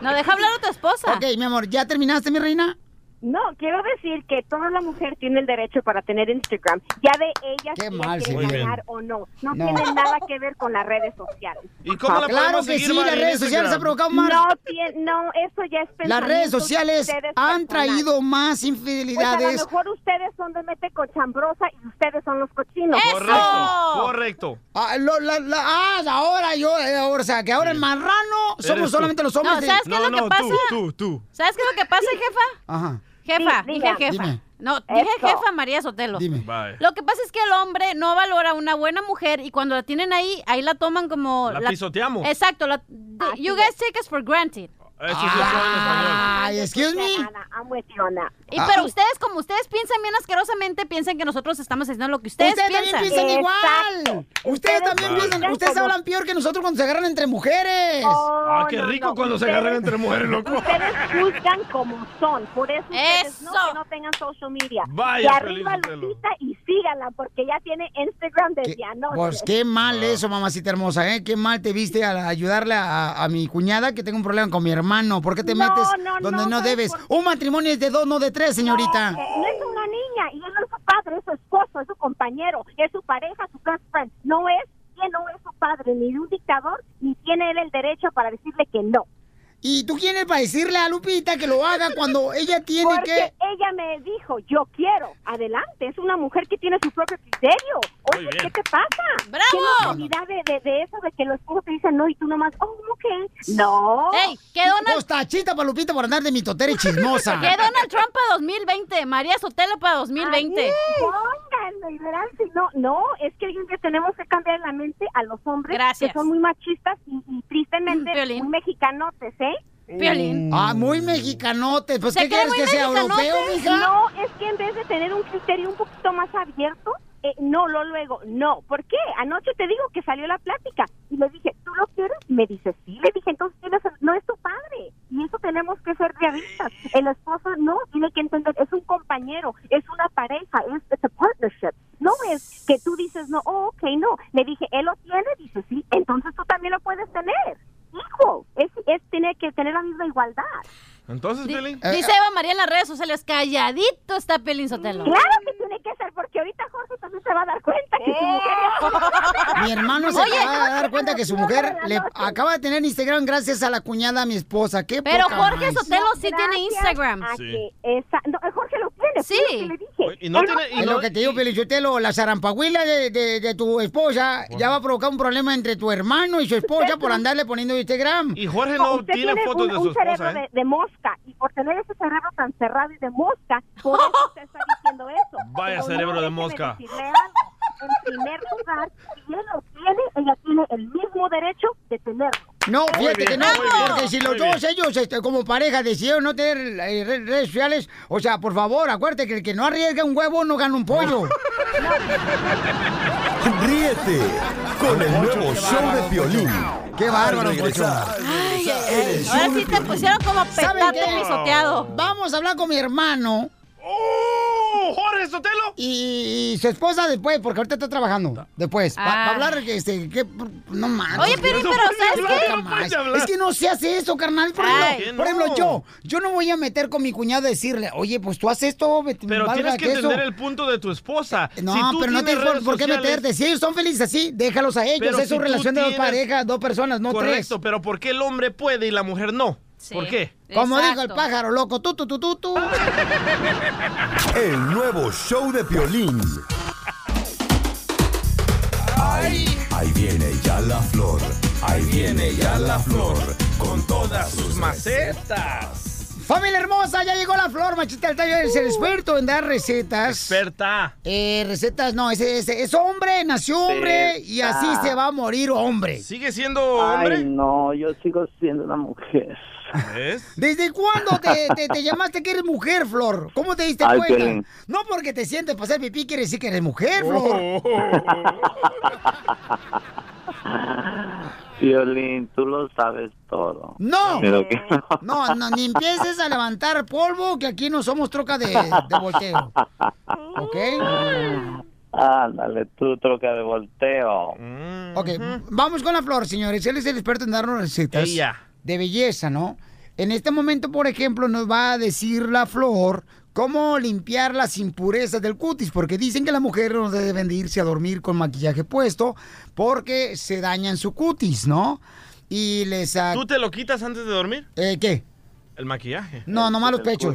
Speaker 3: No, deja hablar a tu esposa.
Speaker 2: Ok, mi amor, ¿ya terminaste, mi reina?
Speaker 13: No, quiero decir que toda la mujer tiene el derecho para tener Instagram. Ya de ella si ella
Speaker 2: mal,
Speaker 13: quiere
Speaker 2: sí, bien.
Speaker 13: ganar o no. No,
Speaker 2: No. Ah,
Speaker 13: tiene nada que ver con las redes sociales.
Speaker 4: ¿Y cómo la
Speaker 2: Claro
Speaker 4: podemos
Speaker 2: que
Speaker 4: seguir,
Speaker 2: sí,
Speaker 4: Mari,
Speaker 2: las
Speaker 4: en
Speaker 2: redes sociales
Speaker 4: Instagram?
Speaker 2: han provocado más.
Speaker 13: No, tie- no, eso ya es
Speaker 2: Las
Speaker 13: pensamiento
Speaker 2: redes
Speaker 13: de
Speaker 2: sociales
Speaker 13: ustedes personal.
Speaker 2: han traído más
Speaker 13: Pues a lo
Speaker 2: infidelidades.
Speaker 13: mejor ustedes son de mete cochambrosa y ustedes son los cochinos.
Speaker 4: Correcto, correcto.
Speaker 2: Ah, lo- la- la- ah, ahora yo, eh, ahora, o sea, que ahora el marrano
Speaker 4: Eres
Speaker 2: somos
Speaker 4: tú.
Speaker 2: solamente los hombres.
Speaker 3: No,
Speaker 2: de-
Speaker 3: ¿sabes qué es lo que pasa?
Speaker 4: Tú, tú.
Speaker 3: ¿Sabes qué es lo que pasa, jefa?
Speaker 2: Ajá.
Speaker 3: Jefa,
Speaker 15: Sí,
Speaker 3: dije
Speaker 15: diga.
Speaker 3: jefa.
Speaker 15: Dime.
Speaker 3: No, dije
Speaker 15: Eso.
Speaker 3: jefa María Sotelo.
Speaker 15: Dime.
Speaker 3: Lo que pasa es que el hombre no valora a una buena mujer y cuando la tienen ahí, ahí la toman como...
Speaker 4: La pisoteamos.
Speaker 3: Exacto. La, de- you guys take us for granted.
Speaker 4: Eso sí
Speaker 2: Ah.
Speaker 4: lo saben en español.
Speaker 2: Ay, excuse me.
Speaker 3: Y
Speaker 4: Ah.
Speaker 3: pero ustedes, como ustedes piensan bien asquerosamente, piensan que nosotros estamos haciendo lo que ustedes,
Speaker 2: Ustedes también
Speaker 3: piensan.
Speaker 2: piensan igual. Ustedes también piensan,
Speaker 3: piensan
Speaker 2: ustedes
Speaker 3: como-
Speaker 2: hablan peor que nosotros cuando se agarran entre mujeres.
Speaker 4: Ah, qué rico cuando se agarran entre mujeres, loco.
Speaker 13: Ustedes juzgan como son, por eso ustedes no, que no tengan social media.
Speaker 4: Vaya,
Speaker 13: y
Speaker 4: Piolín
Speaker 13: arriba
Speaker 4: Sotelo.
Speaker 13: Lupita y síganla porque ya tiene Instagram desde anoche.
Speaker 2: Pues qué
Speaker 4: Ah.
Speaker 2: mal eso, mamacita hermosa, ¿eh? Qué mal te viste al ayudarle a, a mi cuñada que tengo un problema con mi hermano. ¿Por qué te
Speaker 13: No,
Speaker 2: metes
Speaker 13: no,
Speaker 2: donde
Speaker 13: no,
Speaker 2: no,
Speaker 13: ¿sabes
Speaker 2: debes? Un matrimonio es de dos, no de tres, señorita.
Speaker 13: Eh, No es una niña, y él no es su padre, es su esposo, es su compañero, es su pareja, su best friend. No es, él no es su padre, ni de un dictador, ni tiene él el derecho para decirle que no.
Speaker 2: ¿Y tú quién eres para decirle a Lupita que lo haga cuando ella tiene
Speaker 13: Porque
Speaker 2: que...?
Speaker 13: ella me dijo, yo quiero, adelante, es una mujer que tiene su propio criterio. Oye,
Speaker 2: Muy bien.
Speaker 13: ¿qué te pasa?
Speaker 3: ¡Bravo!
Speaker 13: ¿Qué mentalidad de, de, de eso de que los esposos te dicen no y tú nomás, oh, ok. No.
Speaker 3: ¡Ey! ¿Qué Donald?
Speaker 2: Pues tachita para Lupita por andar de mitotera y chismosa.
Speaker 3: Que Donald Trump para 2020, María Sotelo para 2020.
Speaker 13: Así es, pónganlo y verán si no, no, es que yo creo que tenemos que cambiar la mente a los hombres
Speaker 3: Gracias.
Speaker 13: que son muy machistas y, y tristemente muy mexicanotes, ¿eh?
Speaker 2: Ah, muy mexicanote. Pues,
Speaker 13: ¿Se
Speaker 2: ¿qué
Speaker 13: creen
Speaker 2: quieres
Speaker 13: muy
Speaker 2: que sea
Speaker 13: mexicanotes?
Speaker 2: europeo, mija?
Speaker 13: No, es que en vez de tener un criterio un poquito más abierto, eh, no, lo luego, no. ¿Por qué? Anoche te digo que salió la plática y le dije, ¿tú lo quieres? Me dice, sí. Le dije, entonces tienes- no es tu padre. Y eso tenemos que ser realistas. El esposo no, tiene que entender, es un compañero, es una pareja, es it's a partnership. No es que tú dices, no, oh, ok, no. Le dije, él lo tiene, dice, sí, entonces tú también lo puedes tener. Hijo, es, es tener que tener la misma igualdad.
Speaker 4: Entonces,
Speaker 3: Di-
Speaker 4: Piolín.
Speaker 2: Eh, Ah.
Speaker 3: Dice Eva María en las redes sociales, calladito está Pelín Sotelo.
Speaker 13: Claro que tiene que ser, porque ahorita Jorge también se va a dar cuenta que su mujer...
Speaker 2: Mi hermano se
Speaker 13: Oye,
Speaker 2: acaba de dar cuenta que su mujer
Speaker 13: la
Speaker 2: le
Speaker 13: noche.
Speaker 2: acaba de tener Instagram gracias a la cuñada, mi esposa. ¿Qué
Speaker 3: Pero
Speaker 2: poca
Speaker 3: Jorge
Speaker 2: más.
Speaker 3: Sotelo sí tiene
Speaker 13: Gracias
Speaker 3: Instagram.
Speaker 13: a
Speaker 2: Sí.
Speaker 13: que esa- no, Jorge lo tiene, sí. le dije.
Speaker 2: Es
Speaker 13: Él
Speaker 2: lo que te digo, Pelichotelo, la zarampahuila de, de- de tu esposa ya va a provocar un problema entre tu hermano y su esposa por andarle poniendo Instagram.
Speaker 4: Y Jorge
Speaker 13: usted un, un cerebro de, ¿eh? de mosca, y por tener ese cerebro tan cerrado y de mosca, por eso usted está diciendo eso.
Speaker 4: Vaya
Speaker 13: Pero
Speaker 4: cerebro de
Speaker 13: déjeme
Speaker 4: mosca.
Speaker 13: decirle algo. En primer lugar, si él lo tiene, ella tiene el mismo derecho de tenerlo.
Speaker 2: No,
Speaker 13: Muy
Speaker 2: fíjate que
Speaker 13: bien,
Speaker 2: no,
Speaker 13: muy bien,
Speaker 2: porque si los
Speaker 13: muy
Speaker 2: dos
Speaker 13: bien.
Speaker 2: ellos este, como pareja decidieron no tener eh, re- redes sociales, o sea, por favor, acuérdate que el que no arriesga un huevo no gana un pollo.
Speaker 6: Ríete con el nuevo show de violín.
Speaker 2: Qué bárbaro,
Speaker 3: Ay, ay, ay. Ahora sí te pusieron como petate pisoteado.
Speaker 2: Vamos a hablar con mi hermano. ¡Oh! ¡Jorge Sotelo! Y, y su esposa después, porque ahorita está trabajando. Después. Para
Speaker 3: Ah.
Speaker 2: hablar, este, que no manches.
Speaker 3: Oye, pero-
Speaker 2: No
Speaker 3: pero,
Speaker 2: puedes
Speaker 3: ¿sabes
Speaker 2: hablar
Speaker 3: qué?
Speaker 2: jamás.
Speaker 3: No puedes hablar.
Speaker 2: Es que no se hace eso, carnal. Por,
Speaker 3: Ay.
Speaker 2: ejemplo,
Speaker 3: ¿Qué
Speaker 2: por ejemplo,
Speaker 3: no?
Speaker 2: yo. Yo no voy a meter con mi cuñado a decirle, oye, pues tú haces esto, vete,
Speaker 4: Pero
Speaker 2: valga
Speaker 4: tienes que
Speaker 2: queso".
Speaker 4: entender el punto de tu esposa.
Speaker 2: No,
Speaker 4: Si tú
Speaker 2: pero no
Speaker 4: tienes
Speaker 2: tienes por,
Speaker 4: redes
Speaker 2: por qué
Speaker 4: sociales-
Speaker 2: meterte. Si ellos son felices así, déjalos a ellos.
Speaker 4: Pero
Speaker 2: es
Speaker 4: si
Speaker 2: su
Speaker 4: tú
Speaker 2: relación de dos
Speaker 4: tienes-
Speaker 2: parejas, dos personas, no tres.
Speaker 4: Correcto, pero ¿por qué el hombre puede y la mujer no? ¿Por qué?
Speaker 2: Como dijo el pájaro, loco, tú, tú, tú, tú, tú.
Speaker 6: El nuevo show de violín. Ahí viene ya la flor. Ahí viene ya la flor. Con todas sus macetas.
Speaker 2: Familia hermosa, ya llegó la flor, machita del tallo. Es el experto en dar recetas.
Speaker 4: Experta.
Speaker 2: Eh, recetas, no, ese, ese- es hombre, nació hombre y así
Speaker 4: Ah.
Speaker 16: Experta.
Speaker 2: se va a morir hombre.
Speaker 4: ¿Sigue siendo
Speaker 16: Ay, no, yo sigo siendo una mujer.
Speaker 4: ¿Ves?
Speaker 2: ¿Desde cuándo te, te- te llamaste que eres mujer, Flor? ¿Cómo te diste
Speaker 16: Ay,
Speaker 2: cuenta?
Speaker 16: Piolín.
Speaker 2: No porque te sientes pasar pipí quiere decir que eres mujer, Flor.
Speaker 4: Oh.
Speaker 16: Violín, tú lo sabes todo.
Speaker 2: No.
Speaker 16: Pero que no.
Speaker 2: No, no, ni empieces a levantar polvo que aquí no somos troca de, de volteo. ¿Ok?
Speaker 16: Ándale, tú troca de volteo.
Speaker 2: Ok, vamos con la flor, señores. Él es el experto en darnos recetas
Speaker 16: Ella.
Speaker 2: de belleza, ¿no? En este momento, por ejemplo, nos va a decir la flor cómo limpiar las impurezas del cutis, porque dicen que las mujeres no deben de irse a dormir con maquillaje puesto porque se dañan su cutis, ¿no? Y les... ah,
Speaker 4: ¿Tú te lo quitas antes de dormir?
Speaker 2: eh, ¿Qué?
Speaker 4: El maquillaje.
Speaker 16: Eh,
Speaker 2: No, nomás los pechos.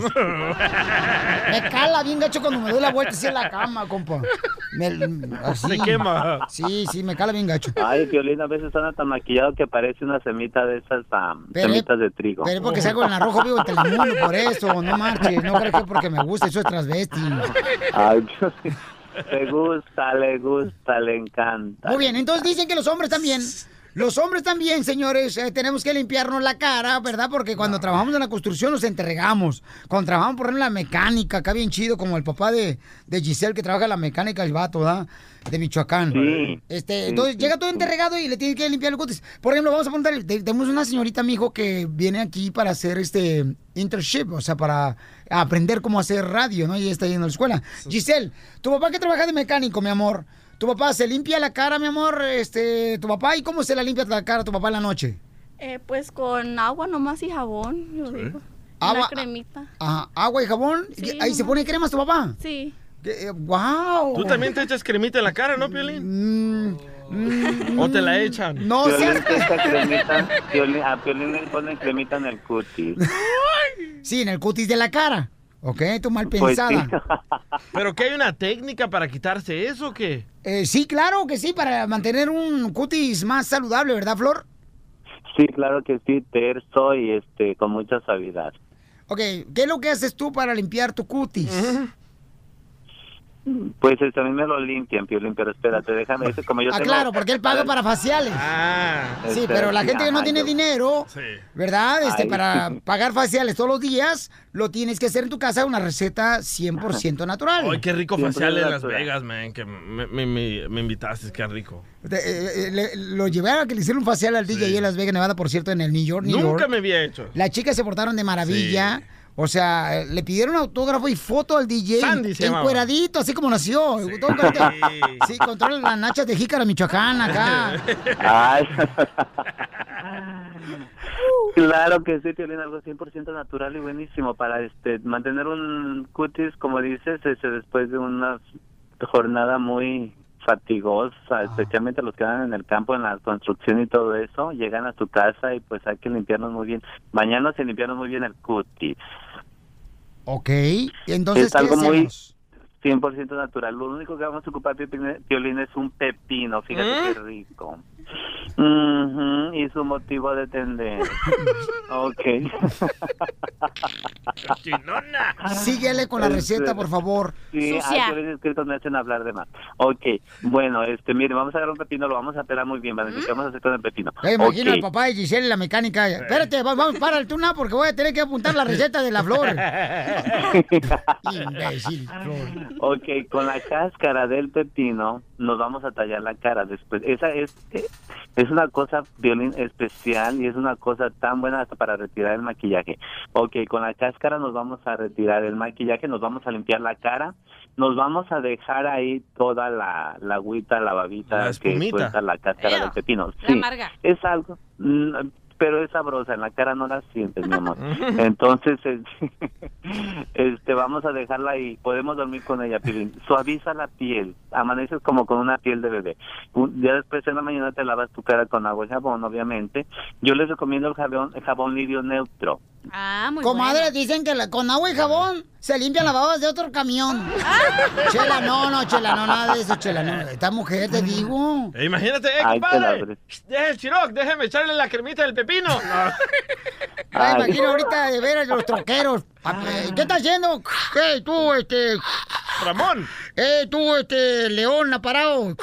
Speaker 2: Me cala bien gacho cuando me doy la vuelta así en la cama, compa. Me, así.
Speaker 16: Te quema.
Speaker 2: Ah, Sí, sí, me cala bien gacho.
Speaker 16: Ay, Violín, a veces anda tan maquillado que parece una semita de esas am,
Speaker 2: Pero-
Speaker 16: semitas de trigo.
Speaker 2: Pero es porque salgo en arrojo vivo en Telemundo, por eso, no marches, no crees que porque me gusta, eso es transvesti.
Speaker 16: Ay, Piolín, le gusta, le gusta, le encanta.
Speaker 2: Muy bien, entonces dicen que los hombres también Los hombres también, señores, eh, tenemos que limpiarnos la cara, ¿verdad? Porque cuando trabajamos en la construcción nos entregamos. Cuando trabajamos, por ejemplo, en la mecánica, acá bien chido, como el papá de, de Giselle que trabaja en la mecánica, el vato, ¿verdad? De Michoacán.
Speaker 15: Sí.
Speaker 2: Este,
Speaker 15: Sí,
Speaker 2: entonces
Speaker 15: sí,
Speaker 2: llega todo entregado y le tiene que limpiar los cotes. Por ejemplo, vamos a preguntar, te- tenemos una señorita, mijo, que viene aquí para hacer este internship, o sea, para aprender cómo hacer radio, ¿no? Y está yendo a la escuela. Giselle, tu papá que trabaja de mecánico, mi amor. Tu papá se limpia la cara, mi amor, este, tu papá, ¿y cómo se la limpia la cara tu papá en la noche?
Speaker 10: Eh, pues con agua nomás y jabón, yo digo.
Speaker 2: Agua- ah.
Speaker 10: Una cremita.
Speaker 2: Ajá, agua y jabón, y-
Speaker 10: Sí,
Speaker 2: ahí se
Speaker 10: nomás.
Speaker 2: pone cremas tu papá.
Speaker 10: Sí.
Speaker 2: wow.
Speaker 4: Tú también te echas cremita en la cara, ¿no, Piolín? ¿O te la echan?
Speaker 2: Mm, No
Speaker 16: Piolín, esta cremita, Piolín- a Piolín le ponen cremita en el cutis.
Speaker 2: Sí, en el cutis de la cara. Ok, tú mal
Speaker 4: Pues sí.
Speaker 2: pensada.
Speaker 4: ¿Pero qué hay una técnica para quitarse eso o qué?
Speaker 2: Eh, sí, claro que sí, para mantener un cutis más saludable, ¿verdad, Flor?
Speaker 16: Sí, claro que sí, terso y este con mucha suavidad.
Speaker 2: Ok, ¿qué es lo que haces tú para limpiar tu cutis?
Speaker 16: Pues este, a mí me lo limpian, Piolín, pero espérate, déjame decir como yo
Speaker 2: ah,
Speaker 16: tengo...
Speaker 2: claro, porque él paga para faciales. sí,
Speaker 4: Ah,
Speaker 16: este,
Speaker 2: pero la
Speaker 16: sí,
Speaker 2: gente que no
Speaker 16: ajá,
Speaker 2: tiene
Speaker 16: yo-
Speaker 2: dinero, ¿verdad? Este,
Speaker 16: Ay.
Speaker 2: para pagar faciales todos los días, lo tienes que hacer en tu casa una receta 100% natural.
Speaker 4: Ay, qué rico
Speaker 2: Siempre
Speaker 4: facial en
Speaker 2: natural.
Speaker 4: Las Vegas, man, que me, me- me- me invitaste, qué rico.
Speaker 2: Te- eh, eh, le- lo llevaron a que le hicieron un facial al DJ ahí en Las Vegas, Nevada, por cierto, en el New York, New
Speaker 4: Nunca
Speaker 2: York.
Speaker 4: me había hecho.
Speaker 2: Las chicas se portaron de maravilla. O sea, eh, le pidieron autógrafo y foto al DJ.
Speaker 4: Sandy se llamaba.
Speaker 2: encueradito, así como nació. Todo cuadrito. Sí, controlan las nachas de Jícara, Michoacán, acá.
Speaker 16: Ay. claro que sí, Piolín, algo 100% natural y buenísimo para este mantener un cutis, como dices, este, después de una jornada muy
Speaker 2: Ah.
Speaker 16: fatigosa, especialmente los que andan en el campo, en la construcción y todo eso, llegan a su casa y pues hay que limpiarnos muy bien. Mañana se limpiaron muy bien el cutis.
Speaker 2: Ok, entonces,
Speaker 16: es
Speaker 2: ¿qué
Speaker 16: algo muy
Speaker 2: hacemos?
Speaker 16: 100% natural. Lo único que vamos a ocupar, Piolín, Piolín, es un pepino, fíjate qué rico. Ujú, y su motivo de tendencia. ok.
Speaker 2: Síguele
Speaker 16: Ah,
Speaker 2: con la receta, por favor.
Speaker 16: Sí, ah, que los escritos me hacen hablar de más. Ok, bueno, este, mire, vamos a agarrar un pepino, lo vamos a pelar muy bien, Vanessa, ¿qué vamos a hacer con el pepino?
Speaker 2: Eh, imagino
Speaker 16: Ok.
Speaker 2: al papá de Giselle en la mecánica. Espérate, va- vamos, para el tuna porque voy a tener que apuntar la receta de la flor. Imbécil, flor.
Speaker 16: ok, con la cáscara del pepino nos vamos a tallar la cara después. Esa es, eh, es una cosa violín especial y es una cosa tan buena hasta para retirar el maquillaje. Ok, con la cáscara nos vamos a retirar el maquillaje, nos vamos a limpiar la cara, nos vamos a dejar ahí toda la, la agüita, la babita
Speaker 4: La
Speaker 16: que
Speaker 4: espumita.
Speaker 16: suelta la cáscara del pepino.
Speaker 3: La
Speaker 16: Sí,
Speaker 3: amarga.
Speaker 16: es algo, mm, pero es sabrosa, en la cara no la sientes, mi amor. Entonces, eh, es- este, vamos a dejarla ahí, podemos dormir con ella, Piolín. Suaviza la piel, amaneces como con una piel de bebé. Un- Ya después en la mañana te lavas tu cara con agua y jabón, obviamente. Yo les recomiendo el jabón, el jabón lirio neutro.
Speaker 3: Ah, muy
Speaker 2: Comadre, dicen que la- con agua y jabón se limpian las babas de otro camión. chela, no, no, chela, no, nada de eso, chela, no. Esta mujer, te digo.
Speaker 4: Eh, imagínate, eh,
Speaker 2: Ay,
Speaker 4: compadre.
Speaker 2: calabre.
Speaker 4: Deja el chiroc, déjame echarle la cremita del pepino.
Speaker 2: Ay, imagino ahorita de ver a los troqueros. Pa- eh, ¿Qué estás haciendo? Eh, tú, este.
Speaker 4: Ramón.
Speaker 2: Eh, tú, este, León, aparado.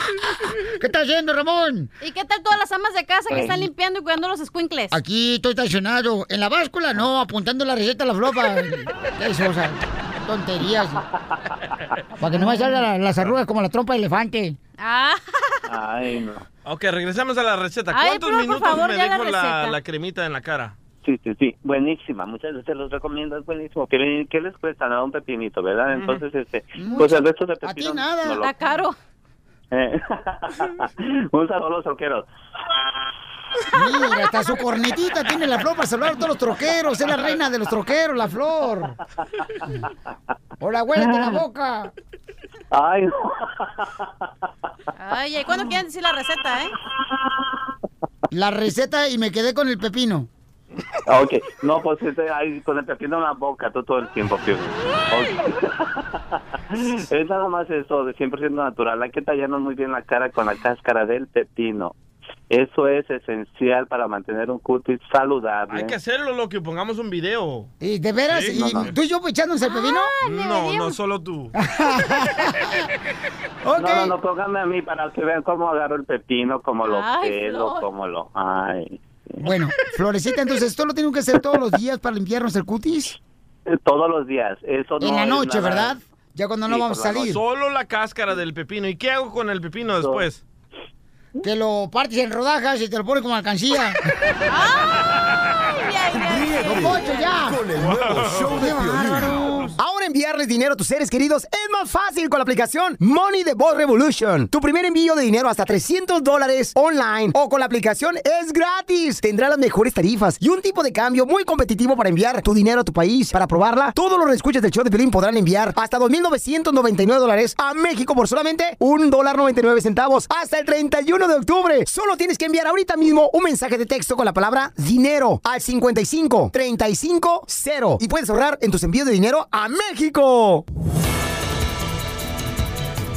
Speaker 2: ¿Qué estás haciendo, Ramón?
Speaker 3: ¿Y qué tal todas las amas de casa que
Speaker 2: Ay.
Speaker 3: están limpiando y cuidando los escuincles?
Speaker 2: Aquí estoy estacionado. En la báscula, no, apuntando la receta a la flopa. Eso, o sea, tonterías. Para que no me salgan la- las arrugas como la trompa de elefante.
Speaker 3: Ah,
Speaker 16: Ay, no.
Speaker 4: Ok, regresamos a la receta.
Speaker 3: Ay,
Speaker 4: ¿Cuántos
Speaker 3: pero, por
Speaker 4: minutos
Speaker 3: favor,
Speaker 4: me
Speaker 3: ya la
Speaker 4: dejo la,
Speaker 3: receta.
Speaker 4: la cremita en la cara?
Speaker 16: Sí, sí, sí, buenísima, muchas veces los recomiendo, es buenísimo. Piolín, ¿qué les cuesta? Nada, un pepinito, ¿verdad? Entonces, este, pues el resto de
Speaker 2: A ti
Speaker 16: pepino
Speaker 2: nada.
Speaker 16: no lo-
Speaker 3: caro.
Speaker 16: Eh, un saludo a los troqueros.
Speaker 2: Mira, hasta su cornetita tiene la flor para saludar a todos los troqueros. Es la reina de los troqueros, la flor. Hola, huélete la boca.
Speaker 16: Ay, no.
Speaker 3: Ay, ¿y ¿cuándo quieren decir la receta, eh?
Speaker 2: La receta y me quedé con el pepino.
Speaker 16: Ok, no, pues este, ay, con el pepino en la boca tú todo el tiempo, Piolín. Ok. es nada más eso, de 100% natural. Hay que tallarnos muy bien la cara con la cáscara del pepino. Eso es esencial para mantener un cutis saludable.
Speaker 4: Hay que hacerlo, lo que pongamos un video.
Speaker 2: ¿Y de veras?
Speaker 4: Sí,
Speaker 2: ¿Y
Speaker 4: no, no.
Speaker 2: ¿Tú y yo echándose el pepino?
Speaker 4: Ah, No, no solo tú.
Speaker 16: No, no, no, pónganme a mí para que vean cómo agarro el pepino, cómo lo
Speaker 2: Ay,
Speaker 16: pelo,
Speaker 2: Flor.
Speaker 16: cómo lo... Ay.
Speaker 2: Bueno, Florecita, entonces, ¿esto lo tengo que hacer todos los días para limpiarnos el cutis?
Speaker 16: Eh, Todos los días, eso no
Speaker 2: en la
Speaker 16: es
Speaker 2: noche,
Speaker 16: nada.
Speaker 2: ¿verdad? Ya cuando no
Speaker 4: Sí,
Speaker 2: vamos a
Speaker 4: por la
Speaker 2: salir.
Speaker 4: noche. Solo la cáscara del pepino. ¿Y qué hago con el pepino después?
Speaker 2: Que lo partes en rodajas y te lo pones como alcancía. Don Poncho, ya!
Speaker 15: Con el nuevo show de
Speaker 2: Qué bárbaro.
Speaker 17: Ahora enviarles dinero a tus seres queridos es más fácil con la aplicación Money the Boss Revolution. Tu primer envío de dinero hasta 300 dólares online o con la aplicación es gratis. Tendrá las mejores tarifas y un tipo de cambio muy competitivo para enviar tu dinero a tu país. Para probarla, todos los escuchas del show de Pelín podrán enviar hasta 2.999 dólares a México por solamente un dólar 99 centavos hasta el 31 de octubre. Solo tienes que enviar ahorita mismo un mensaje de texto con la palabra dinero al 55 35 0 y puedes ahorrar en tus envíos de dinero a México.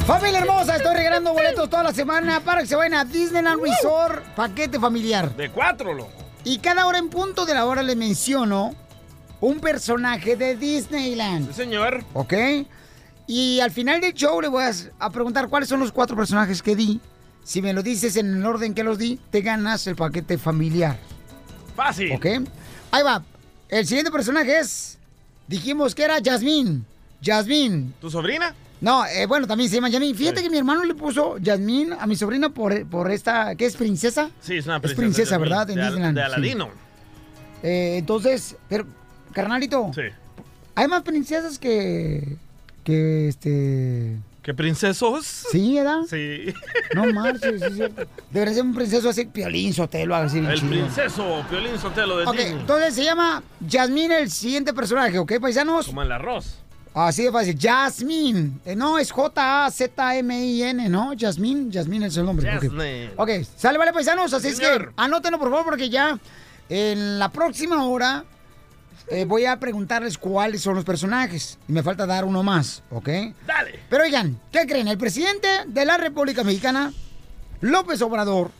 Speaker 2: Familia hermosa, estoy regalando boletos toda la semana para que se vayan a Disneyland Resort, paquete familiar.
Speaker 4: De cuatro, loco.
Speaker 2: Y cada hora en punto de la hora le menciono un personaje de Disneyland.
Speaker 4: señor.
Speaker 2: ¿Ok? Y al final del show le voy a, a preguntar cuáles son los cuatro personajes que di. Si me lo dices en el orden que los di, te ganas el paquete familiar.
Speaker 4: Fácil.
Speaker 2: ¿Ok? Ahí va. El siguiente personaje es. Dijimos que era Yasmín. Yasmín.
Speaker 4: ¿Tu sobrina?
Speaker 2: No, eh, bueno, también se llama Yasmín. Fíjate que mi hermano le puso Yasmín a mi sobrina por, por esta. ¿Qué es princesa?
Speaker 4: Sí, es una
Speaker 2: Es
Speaker 4: princesa.
Speaker 2: princesa,
Speaker 4: Jasmine,
Speaker 2: ¿verdad? En
Speaker 4: De, Al-
Speaker 2: Disneyland,
Speaker 4: de
Speaker 2: sí.
Speaker 4: Aladino.
Speaker 2: Eh, entonces, pero, carnalito.
Speaker 4: Sí.
Speaker 2: Hay más princesas que. que este.
Speaker 4: ¿Qué princesos?
Speaker 2: Sí, ¿verdad?
Speaker 4: Sí.
Speaker 2: No marches, sí, es cierto. Debería ser un princeso así, piolín, sotelo, así. bien
Speaker 4: El
Speaker 2: chido.
Speaker 4: princeso Piolín Sotelo de
Speaker 2: Ok,
Speaker 4: Disney.
Speaker 2: entonces se llama Yasmín el siguiente personaje, ¿ok, paisanos?
Speaker 4: Como el arroz.
Speaker 2: Así de fácil, Jasmine. Eh, no, es J-A-Z-M-I-N, ¿no? Jasmine, Jasmine es el nombre. ok.
Speaker 4: Jasmine.
Speaker 2: Ok, sale, vale, paisanos. Así es
Speaker 4: Señor.
Speaker 2: que anótenlo, por favor, porque ya en la próxima hora eh, voy a preguntarles cuáles son los personajes. Y me falta dar uno más, ¿ok?
Speaker 4: Dale.
Speaker 2: Pero oigan, ¿qué creen? El presidente de la República Mexicana, López Obrador,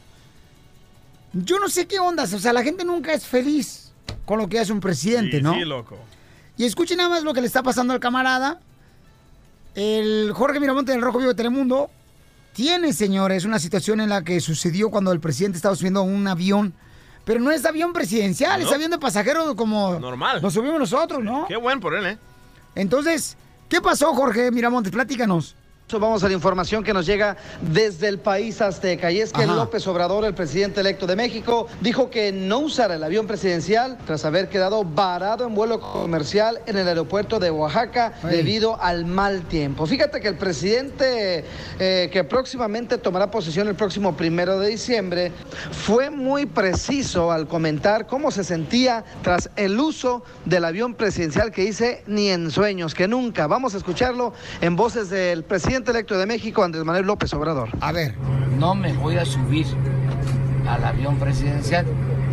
Speaker 2: yo no sé qué ondas. O sea, la gente nunca es feliz con lo que hace un presidente,
Speaker 4: Sí,
Speaker 2: ¿no?
Speaker 4: sí, loco.
Speaker 2: Y escuchen nada más lo que le está pasando al camarada. El Jorge Miramonte del Rojo Vivo de Telemundo tiene, señores, una situación en la que sucedió cuando el presidente estaba subiendo a un avión. Pero no es avión presidencial, es
Speaker 4: No.
Speaker 2: avión de pasajeros como
Speaker 4: Normal.
Speaker 2: lo subimos nosotros, ¿no?
Speaker 4: Qué buen por él, ¿eh?
Speaker 2: Entonces, ¿qué pasó, Jorge Miramonte? Platícanos.
Speaker 5: Vamos a la información que nos llega desde el país azteca y es que
Speaker 2: Ajá.
Speaker 5: López Obrador, el presidente electo de México, dijo que no usará el avión presidencial tras haber quedado varado en vuelo comercial en el aeropuerto de Oaxaca
Speaker 2: Ay.
Speaker 5: debido al mal tiempo. Fíjate que el presidente eh, que próximamente tomará posesión el próximo primero de diciembre fue muy preciso al comentar cómo se sentía tras el uso del avión presidencial que dice ni en sueños, que nunca. Vamos a escucharlo en voces del presidente electo de México, Andrés Manuel López Obrador.
Speaker 2: A ver.
Speaker 18: no me voy a subir al avión presidencial.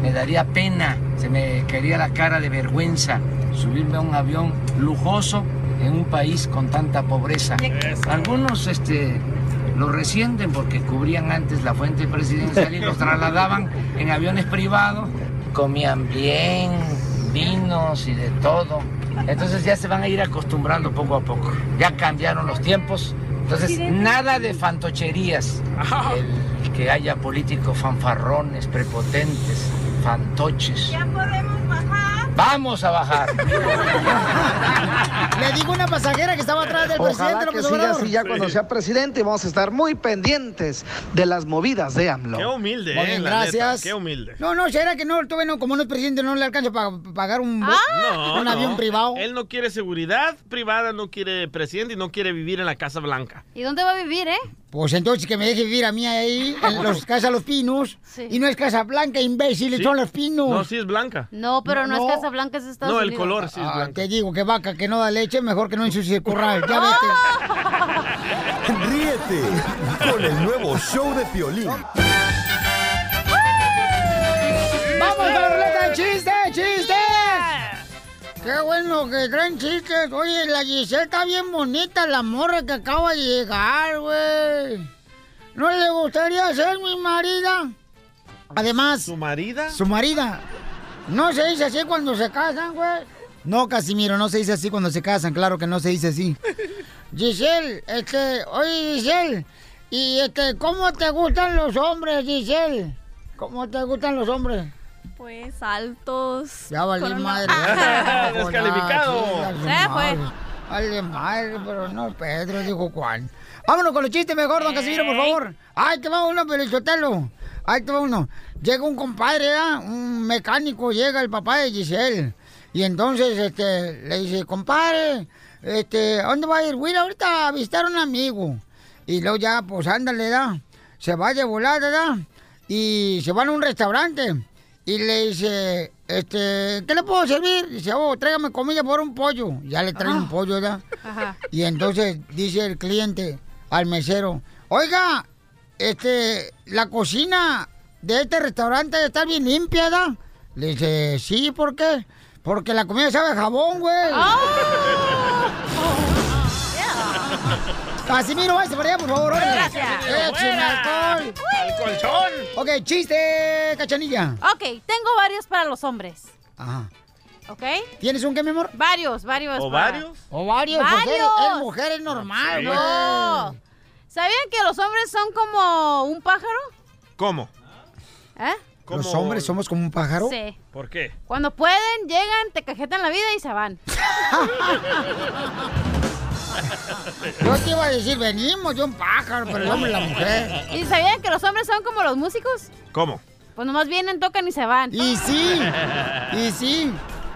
Speaker 18: Me daría pena, se me caería la cara de vergüenza subirme a un avión lujoso en un país con tanta pobreza. Algunos este, lo resienten porque cubrían antes la fuente presidencial y los trasladaban en aviones privados. Comían bien, vinos y de todo. Entonces ya se van a ir acostumbrando poco a poco. Ya cambiaron los tiempos. Entonces, nada de fantocherías. El que haya políticos fanfarrones, prepotentes, fantoches.
Speaker 15: podemos bajar.
Speaker 18: Vamos a bajar.
Speaker 2: Le digo una pasajera que estaba atrás del presidente
Speaker 5: Ojalá que
Speaker 2: López
Speaker 5: siga
Speaker 2: Obrador.
Speaker 5: así ya cuando sea presidente y vamos a estar muy pendientes de las movidas de AMLO.
Speaker 4: Qué humilde,
Speaker 5: Muy
Speaker 4: ¿eh?
Speaker 5: bien,
Speaker 4: La neta,
Speaker 5: gracias.
Speaker 4: Qué humilde.
Speaker 2: No, no, será que no, tuve no, como no es presidente, no le alcanza para pagar un, bo-
Speaker 5: Ah,
Speaker 4: No,
Speaker 2: ¿Ah? un
Speaker 4: no.
Speaker 2: avión privado.
Speaker 4: Él no quiere seguridad privada, no quiere presidente y no quiere vivir en la Casa Blanca.
Speaker 3: ¿Y dónde va a vivir, eh?
Speaker 2: Pues entonces que me deje vivir a mí ahí, en los Casa Los Pinos. Y no es Casa Blanca, imbéciles,
Speaker 4: Sí.
Speaker 2: son Los Pinos.
Speaker 4: No, sí es blanca.
Speaker 3: No, pero no,
Speaker 2: No,
Speaker 3: es Casa Blanca, es Estados Unidos.
Speaker 2: Ah, Te digo que vaca que no da leche, mejor que no ensucie el corral. Ya
Speaker 3: ¡Ah!
Speaker 2: vete.
Speaker 6: Ríete con el nuevo show de Piolín.
Speaker 2: ¡Vamos a la ruleta de chistes, chistes! Qué bueno que traen chistes. Oye, la Giselle está bien bonita, la morra que acaba de llegar, güey. ¿No le gustaría ser mi marida? Además.
Speaker 4: ¿Su marida?
Speaker 2: Su marida. No se dice así cuando se casan, güey. No, Casimiro, no se dice así cuando se casan, claro que no se dice así. Giselle, este, oye Giselle, y este, ¿cómo te gustan los hombres, Giselle? ¿Cómo te gustan los hombres?
Speaker 10: Pues altos.
Speaker 2: Ya valí
Speaker 10: con Ah, Eh,
Speaker 2: madre.
Speaker 10: una-
Speaker 2: Ah,
Speaker 10: Descalificado.
Speaker 2: Se
Speaker 10: Se fue.
Speaker 2: Vale madre, pero no Pedro, dijo Juan. Vámonos con los chistes mejor, don Casimiro, por favor. Ahí te va uno, Pelichotelo. Ahí te va uno. Llega un compadre, ¿ah? un mecánico, llega el papá de Giselle. Y entonces este, le dice, compadre, este, ¿a ¿dónde va a ir? Voy a ir ahorita a visitar a un amigo. Y luego ya, pues ándale, da. Se va de volada, da. Y se van a un restaurante. Y le dice, este, ¿qué le puedo servir? Dice, oh, tráigame comida por un pollo. Ya le traen un pollo, ¿verdad?
Speaker 15: Ajá.
Speaker 2: Y entonces dice el cliente al mesero, oiga, este, la cocina de este restaurante está bien limpia, ¿verdad? Le dice, sí, ¿por qué? Porque la comida sabe a jabón, güey.
Speaker 15: Oh.
Speaker 2: Casimiro, váyase para allá, por favor. órale.
Speaker 15: Gracias.
Speaker 2: ¡Echen
Speaker 15: Fuera.
Speaker 2: alcohol!
Speaker 15: ¡Al colchón!
Speaker 2: Ok, chiste, cachanilla.
Speaker 3: Ok, tengo varios para los hombres.
Speaker 2: Ajá.
Speaker 3: ¿Ok?
Speaker 2: ¿Tienes un qué, mi amor?
Speaker 3: Varios, varios. para-
Speaker 2: ¿Ovarios? Ovarios, pues, eres- eres mujer, es normal, güey.
Speaker 3: No. ¿Sabían que los hombres son como un pájaro?
Speaker 4: ¿Cómo?
Speaker 3: ¿Eh?
Speaker 2: Los hombres somos como un pájaro.
Speaker 3: Sí.
Speaker 4: ¿Por qué?
Speaker 3: Cuando pueden, llegan, te cajetan la vida y se van.
Speaker 2: Yo te iba a decir, venimos de un pájaro, pero el hombre y la mujer.
Speaker 3: ¿Y sabían que los hombres son como los músicos?
Speaker 4: ¿Cómo?
Speaker 3: Pues nomás vienen, tocan y se van.
Speaker 2: Y sí, y sí.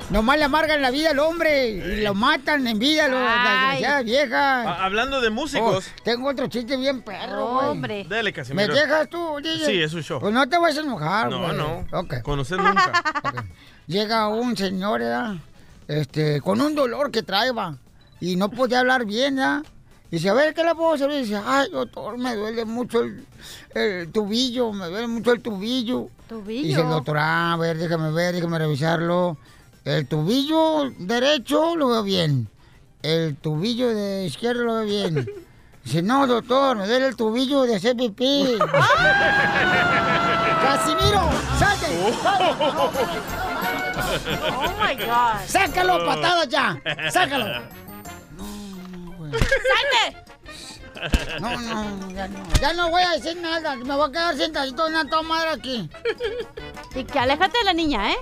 Speaker 2: Nomás le amargan la vida al hombre y lo matan en vida, lo, la
Speaker 4: Ay.
Speaker 2: desgraciada vieja.
Speaker 4: A- hablando de músicos.
Speaker 2: Oh, tengo otro chiste bien perro, güey.
Speaker 4: Hombre. Dele,
Speaker 2: ¿Me
Speaker 4: Casimiro.
Speaker 2: quejas tú, DJ?
Speaker 4: Sí, es un show.
Speaker 2: Pues no te vas a enojar,
Speaker 4: No,
Speaker 2: güey.
Speaker 4: no.
Speaker 2: Ok.
Speaker 4: Conocer nunca.
Speaker 2: Llega un señor, ¿verdad? Este, con un dolor que trae, va. Y no podía hablar bien, ¿verdad? Dice, a ver, ¿qué le puedo servir? Dice, ay, doctor, me duele mucho el, el tubillo, me duele mucho el tubillo.
Speaker 3: ¿Tubillo?
Speaker 2: Dice el doctor, "Ah, a ver, déjame ver, déjame revisarlo. El tubillo derecho lo veo bien. El tubillo de izquierdo lo veo bien. Dice, no, doctor, me duele el tubillo de hacer pipí. ¡Casimiro! ¡Saque!
Speaker 15: Oh
Speaker 3: my God.
Speaker 2: ¡Sácalo a patadas ya! ¡Sácalo!
Speaker 15: ¡Salte!
Speaker 2: No, no, ya no. Ya no voy a decir nada. Me voy a quedar sentadito en una toda madre aquí.
Speaker 3: Y que aléjate de la niña, ¿eh?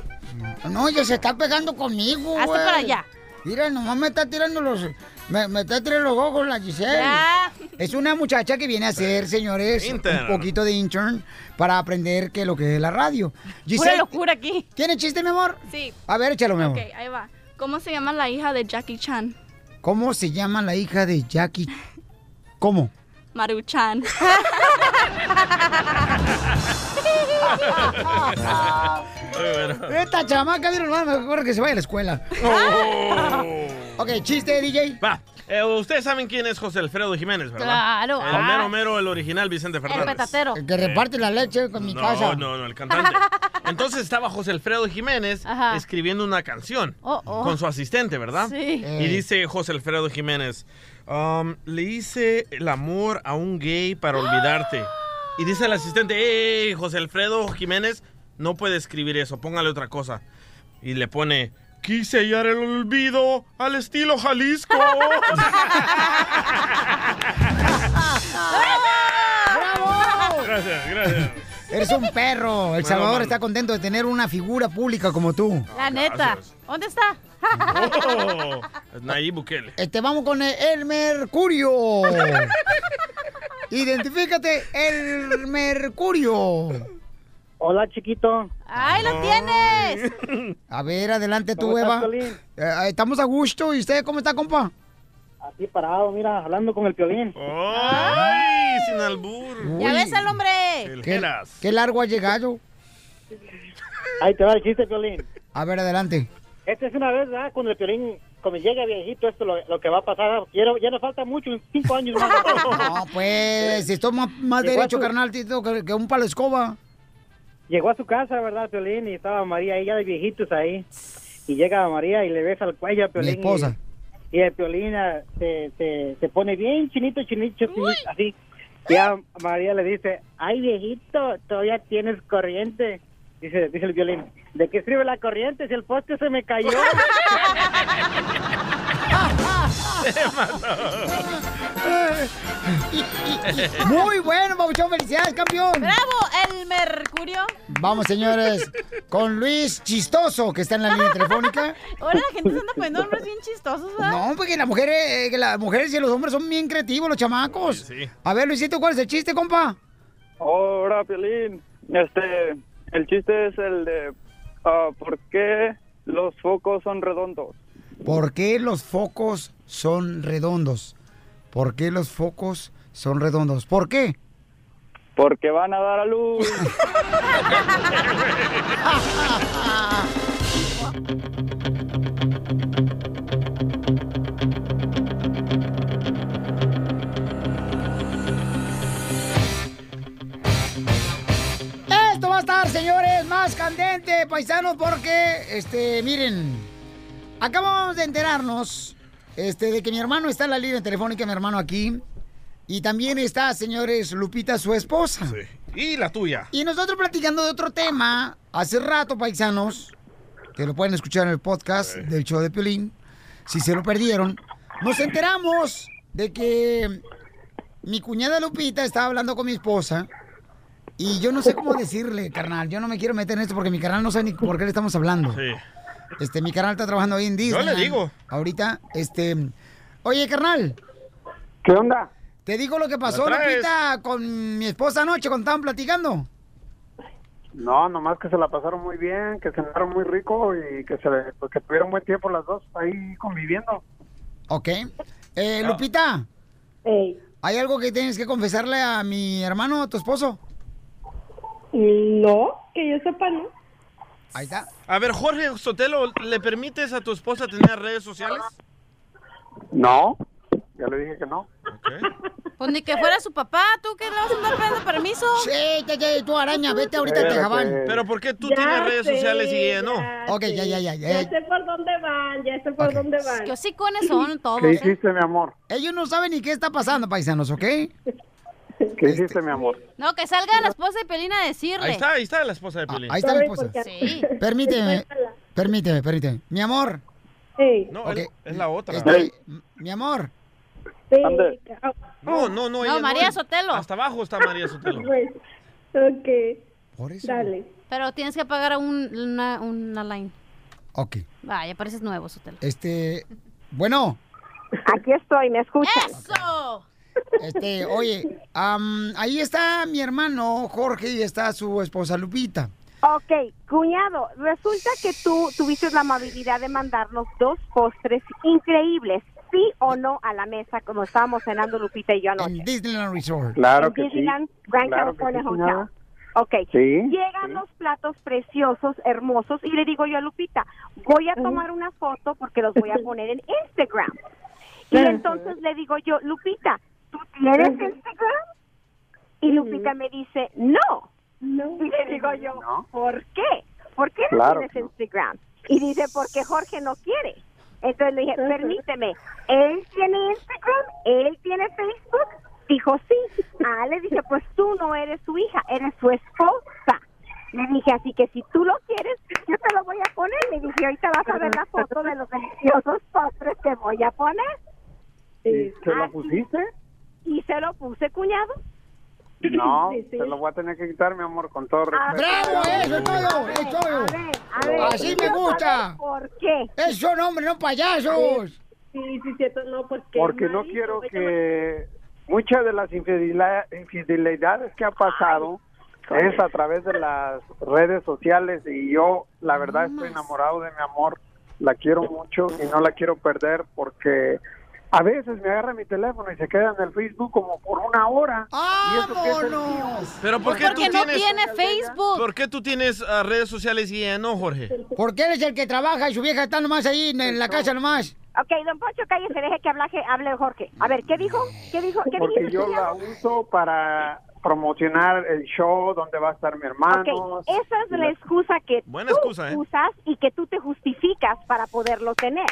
Speaker 2: No, ya se está pegando conmigo,
Speaker 3: Hazte
Speaker 2: güey.
Speaker 3: para allá.
Speaker 2: Mira, nomás me está tirando los... Me, me está tirando los ojos la Giselle.
Speaker 3: Ya.
Speaker 2: Es una muchacha que viene a hacer, señores,
Speaker 15: Intern.
Speaker 2: un poquito de intern para aprender qué es lo que es la radio.
Speaker 10: Pura
Speaker 3: locura aquí.
Speaker 2: ¿Tiene chiste, mi amor?
Speaker 10: Sí.
Speaker 2: A ver, échalo, mi amor.
Speaker 10: Ok, ahí va. ¿Cómo se llama la hija de Jackie Chan?
Speaker 2: ¿Cómo se llama la hija de Jackie? ¿Cómo?
Speaker 10: Maruchan.
Speaker 4: Ah.
Speaker 2: Esta chamaca, mira, no me acuerdo que se vaya a la escuela.
Speaker 3: Ah,
Speaker 2: ok, chiste, DJ.
Speaker 4: Va. Eh, Ustedes saben quién es José Alfredo Jiménez, ¿verdad?
Speaker 2: Claro.
Speaker 4: El
Speaker 2: Ah.
Speaker 4: Homero Homero, el original Vicente Fernández.
Speaker 2: El que reparte la leche con mi
Speaker 4: no,
Speaker 2: casa.
Speaker 4: No, no, el cantante. Entonces estaba José Alfredo Jiménez
Speaker 2: Ajá.
Speaker 4: escribiendo una canción
Speaker 2: Oh, oh.
Speaker 4: con su asistente, ¿verdad?
Speaker 2: Sí.
Speaker 4: Y dice José Alfredo Jiménez, um, le hice el amor a un gay para olvidarte. Y dice el asistente, hey, José Alfredo Jiménez, no puede escribir eso, póngale otra cosa. Y le pone, quise hallar el olvido al estilo Jalisco. gracias, gracias.
Speaker 2: Eres un perro. El
Speaker 4: Bueno,
Speaker 2: Salvador
Speaker 4: mano.
Speaker 2: está contento de tener una figura pública como tú.
Speaker 3: La neta. ¿Dónde está?
Speaker 4: Oh, Nayib Bukele.
Speaker 2: Este, vamos con el, el Mercurio. Identifícate, el Mercurio.
Speaker 8: Hola, chiquito.
Speaker 3: ¡Ahí lo tienes!
Speaker 2: A ver, adelante tú,
Speaker 8: ¿Cómo estás,
Speaker 2: Eva.
Speaker 8: Piolín?
Speaker 2: Eh, estamos a gusto. ¿Y usted cómo está, compa?
Speaker 8: Aquí parado, mira, hablando con el violín.
Speaker 15: Oh.
Speaker 4: ¡Ay! Sin albur.
Speaker 3: ¡Ya ves al hombre!
Speaker 2: ¿Qué, qué largo ha llegado.
Speaker 8: Ahí te va el chiste, violín.
Speaker 2: A ver, adelante.
Speaker 8: Esta es una vez, ¿verdad? Cuando el violín, como llega viejito, esto lo, lo que va a pasar. ¿verdad? Ya, no- ya nos falta mucho, unos cinco años más.
Speaker 2: No, pues, esto más, más
Speaker 8: Llegó a
Speaker 2: derecho,
Speaker 8: su-
Speaker 2: carnal, tito, que, que un palo de escoba.
Speaker 8: Llegó a su casa, ¿verdad, Piolín? Y estaba María ahí, ya de viejitos ahí. Y llega María y le besa el cuello a
Speaker 2: Mi
Speaker 8: Piolín. y-
Speaker 2: esposa.
Speaker 8: Y, el Piolín ah, se, se, se pone bien chinito, chinito, chinito, así. Ya María le dice, ay viejito, todavía tienes corriente. Dice, dice el violín, ¿de qué sirve la corriente si el poste se me cayó?
Speaker 2: Muy bueno, Pabuchón, felicidades, campeón.
Speaker 3: ¡Bravo, el Mercurio!
Speaker 2: Vamos, señores, con Luis Chistoso, que está en la línea telefónica.
Speaker 3: Ahora la gente se anda poniendo nombres bien chistosos, ¿verdad?
Speaker 2: No, porque las mujeres, eh, que las mujeres y los hombres son bien creativos, los chamacos. A ver, Luisito, ¿cuál es el chiste, compa?
Speaker 19: Hola, Piolín. Este, el chiste es el de ah, por qué los focos son redondos.
Speaker 2: ¿Por qué los focos son redondos? ¿Por qué los focos son redondos? ¿Por qué?
Speaker 19: Porque van a dar a luz.
Speaker 2: Esto va a estar, señores, más candente, paisanos, porque, este, miren, acabamos de enterarnos, este, de que mi hermano está en la línea telefónica, mi hermano aquí, y también está, señores, Lupita, su esposa.
Speaker 4: Y la tuya.
Speaker 2: Y nosotros platicando de otro tema, hace rato, paisanos, que lo pueden escuchar en el podcast del show de Piolín, si se lo perdieron, nos enteramos de que mi cuñada Lupita estaba hablando con mi esposa y yo no sé cómo decirle, carnal, yo no me quiero meter en esto porque mi carnal no sabe ni por qué le estamos hablando. Este, mi carnal está trabajando ahí en Disney.
Speaker 15: le digo.
Speaker 2: Ahorita, este, oye, carnal.
Speaker 19: ¿Qué onda?
Speaker 2: Te digo lo que pasó,
Speaker 19: ¿La traes?
Speaker 2: Lupita, con mi esposa anoche cuando estaban platicando.
Speaker 19: No, nomás que se la pasaron muy bien, que cenaron muy rico y que se pues, que tuvieron buen tiempo las dos ahí conviviendo.
Speaker 2: Ok. Eh, Lupita. ¿Hay algo que tienes que confesarle a mi hermano, a tu esposo?
Speaker 13: No, que yo sepa, no.
Speaker 2: Ahí está.
Speaker 4: A ver, Jorge Sotelo, ¿le permites a tu esposa tener redes sociales?
Speaker 19: No, ya le dije que no.
Speaker 3: Pues ni que fuera su papá, ¿tú qué le vas a andar pidiendo permiso?
Speaker 2: Sí, ya, ya, tú araña, vete ahorita
Speaker 4: al Tejabán. Pero ¿por qué tú tienes redes sociales y ella no?
Speaker 2: Ok, ya, ya, ya.
Speaker 13: Ya sé por dónde van, ya sé por dónde van.
Speaker 3: Yo sí con eso, no todo.
Speaker 19: ¿Qué hiciste, mi amor?
Speaker 2: Ellos no saben ni qué está pasando, paisanos, ¿ok? Este,
Speaker 19: ¿Qué hiciste, mi amor?
Speaker 3: No, que salga la esposa de Pelina a decirle.
Speaker 4: Ahí está, ahí está la esposa de Pelín.
Speaker 2: Ahí está la esposa.
Speaker 3: Sí.
Speaker 2: Permíteme, permíteme, permíteme. Mi amor.
Speaker 4: No,
Speaker 2: Ok,
Speaker 4: es- es la otra.
Speaker 2: este, mi amor.
Speaker 4: Ande. Oh, No, no, no. ella
Speaker 3: María Sotelo.
Speaker 4: Hasta abajo está María Sotelo.
Speaker 13: Pues, Ok.
Speaker 2: Por eso.
Speaker 13: Dale.
Speaker 3: Pero tienes que pagar un, una, una line.
Speaker 2: Ok.
Speaker 3: Vaya, pareces nuevo, Sotelo.
Speaker 2: Este, bueno.
Speaker 13: Aquí estoy, ¿me escuchas?
Speaker 3: ¡Eso!
Speaker 2: Este, oye, am, ahí está mi hermano Jorge y está su esposa Lupita.
Speaker 13: Ok, cuñado, resulta que tú tuviste la amabilidad de mandarnos dos postres increíbles, sí o no, a la mesa, como estábamos cenando Lupita y yo anoche.
Speaker 2: Disneyland Resort.
Speaker 19: Claro
Speaker 13: En
Speaker 19: que sí,
Speaker 13: Disneyland, Grand
Speaker 19: claro que
Speaker 13: California
Speaker 19: sí,
Speaker 13: Hotel.
Speaker 19: cuñada.
Speaker 13: Ok,
Speaker 19: Sí,
Speaker 13: llegan
Speaker 19: sí.
Speaker 13: los platos preciosos, hermosos, y le digo yo a Lupita, voy a tomar una foto porque los voy a poner en Instagram. Y entonces le digo yo, Lupita, ¿tú tienes Instagram? Y Lupita me dice, no. Y le digo yo, ¿por qué? ¿Por qué no
Speaker 15: Claro
Speaker 13: tienes
Speaker 15: que no.
Speaker 13: Instagram? Y dice, porque Jorge no quiere. Entonces le dije, permíteme, ¿él tiene Instagram? ¿Él tiene Facebook? Dijo, sí. Ah, le dije, pues tú no eres su hija, eres su esposa. Le dije, así que si tú lo quieres, yo te lo voy a poner. Le dije, ahorita vas a ver la foto de los deliciosos postres que voy a poner.
Speaker 19: ¿Y ¿Se
Speaker 13: Ah,
Speaker 19: lo pusiste?
Speaker 13: Y Ah, se lo puse, cuñado.
Speaker 19: No,
Speaker 13: Sí, sí.
Speaker 19: se lo voy a tener que quitar, mi amor, con todo respeto.
Speaker 2: ¡Bravo! ¡Eso es todo!
Speaker 13: A
Speaker 2: ¡Es
Speaker 13: ver,
Speaker 2: todo!
Speaker 13: a ver,
Speaker 2: eh, ¡Así me
Speaker 13: quiero
Speaker 2: gusta!
Speaker 13: saber ¿Por qué?
Speaker 2: ¡Eso, hombre, no payasos!
Speaker 13: Sí, sí, cierto, no, porque...
Speaker 19: Porque no quiero que muchas de las infidelidad- infidelidades que ha pasado es a través de las redes sociales y yo la verdad estoy enamorado de mi amor, la quiero mucho y no la quiero perder porque a veces me agarra mi teléfono y se queda en el Facebook como por una hora.
Speaker 7: Ah,
Speaker 19: Y eso que es el mío.
Speaker 4: Pero ¿por
Speaker 19: Pues
Speaker 4: qué
Speaker 19: porque
Speaker 4: tú
Speaker 19: no
Speaker 4: tienes...
Speaker 19: tiene
Speaker 2: Facebook.
Speaker 4: ¿Por qué tú tienes ah, redes sociales y ella no, Jorge?
Speaker 2: Porque eres el que trabaja y su vieja está nomás ahí en, en la casa nomás.
Speaker 13: Ok, don Poncho, cállese, deje que hable, hable Jorge. A ver, ¿qué dijo? ¿Qué dijo? ¿Qué
Speaker 19: Porque
Speaker 13: dijiste,
Speaker 19: yo
Speaker 13: cuñado?
Speaker 19: la uso para promocionar el show donde va a estar mi hermano.
Speaker 3: eh,
Speaker 13: Ok, esa es la excusa que
Speaker 19: Buena
Speaker 13: tú
Speaker 19: excusa, ¿eh?
Speaker 13: usas y que tú te justificas para poderlo tener.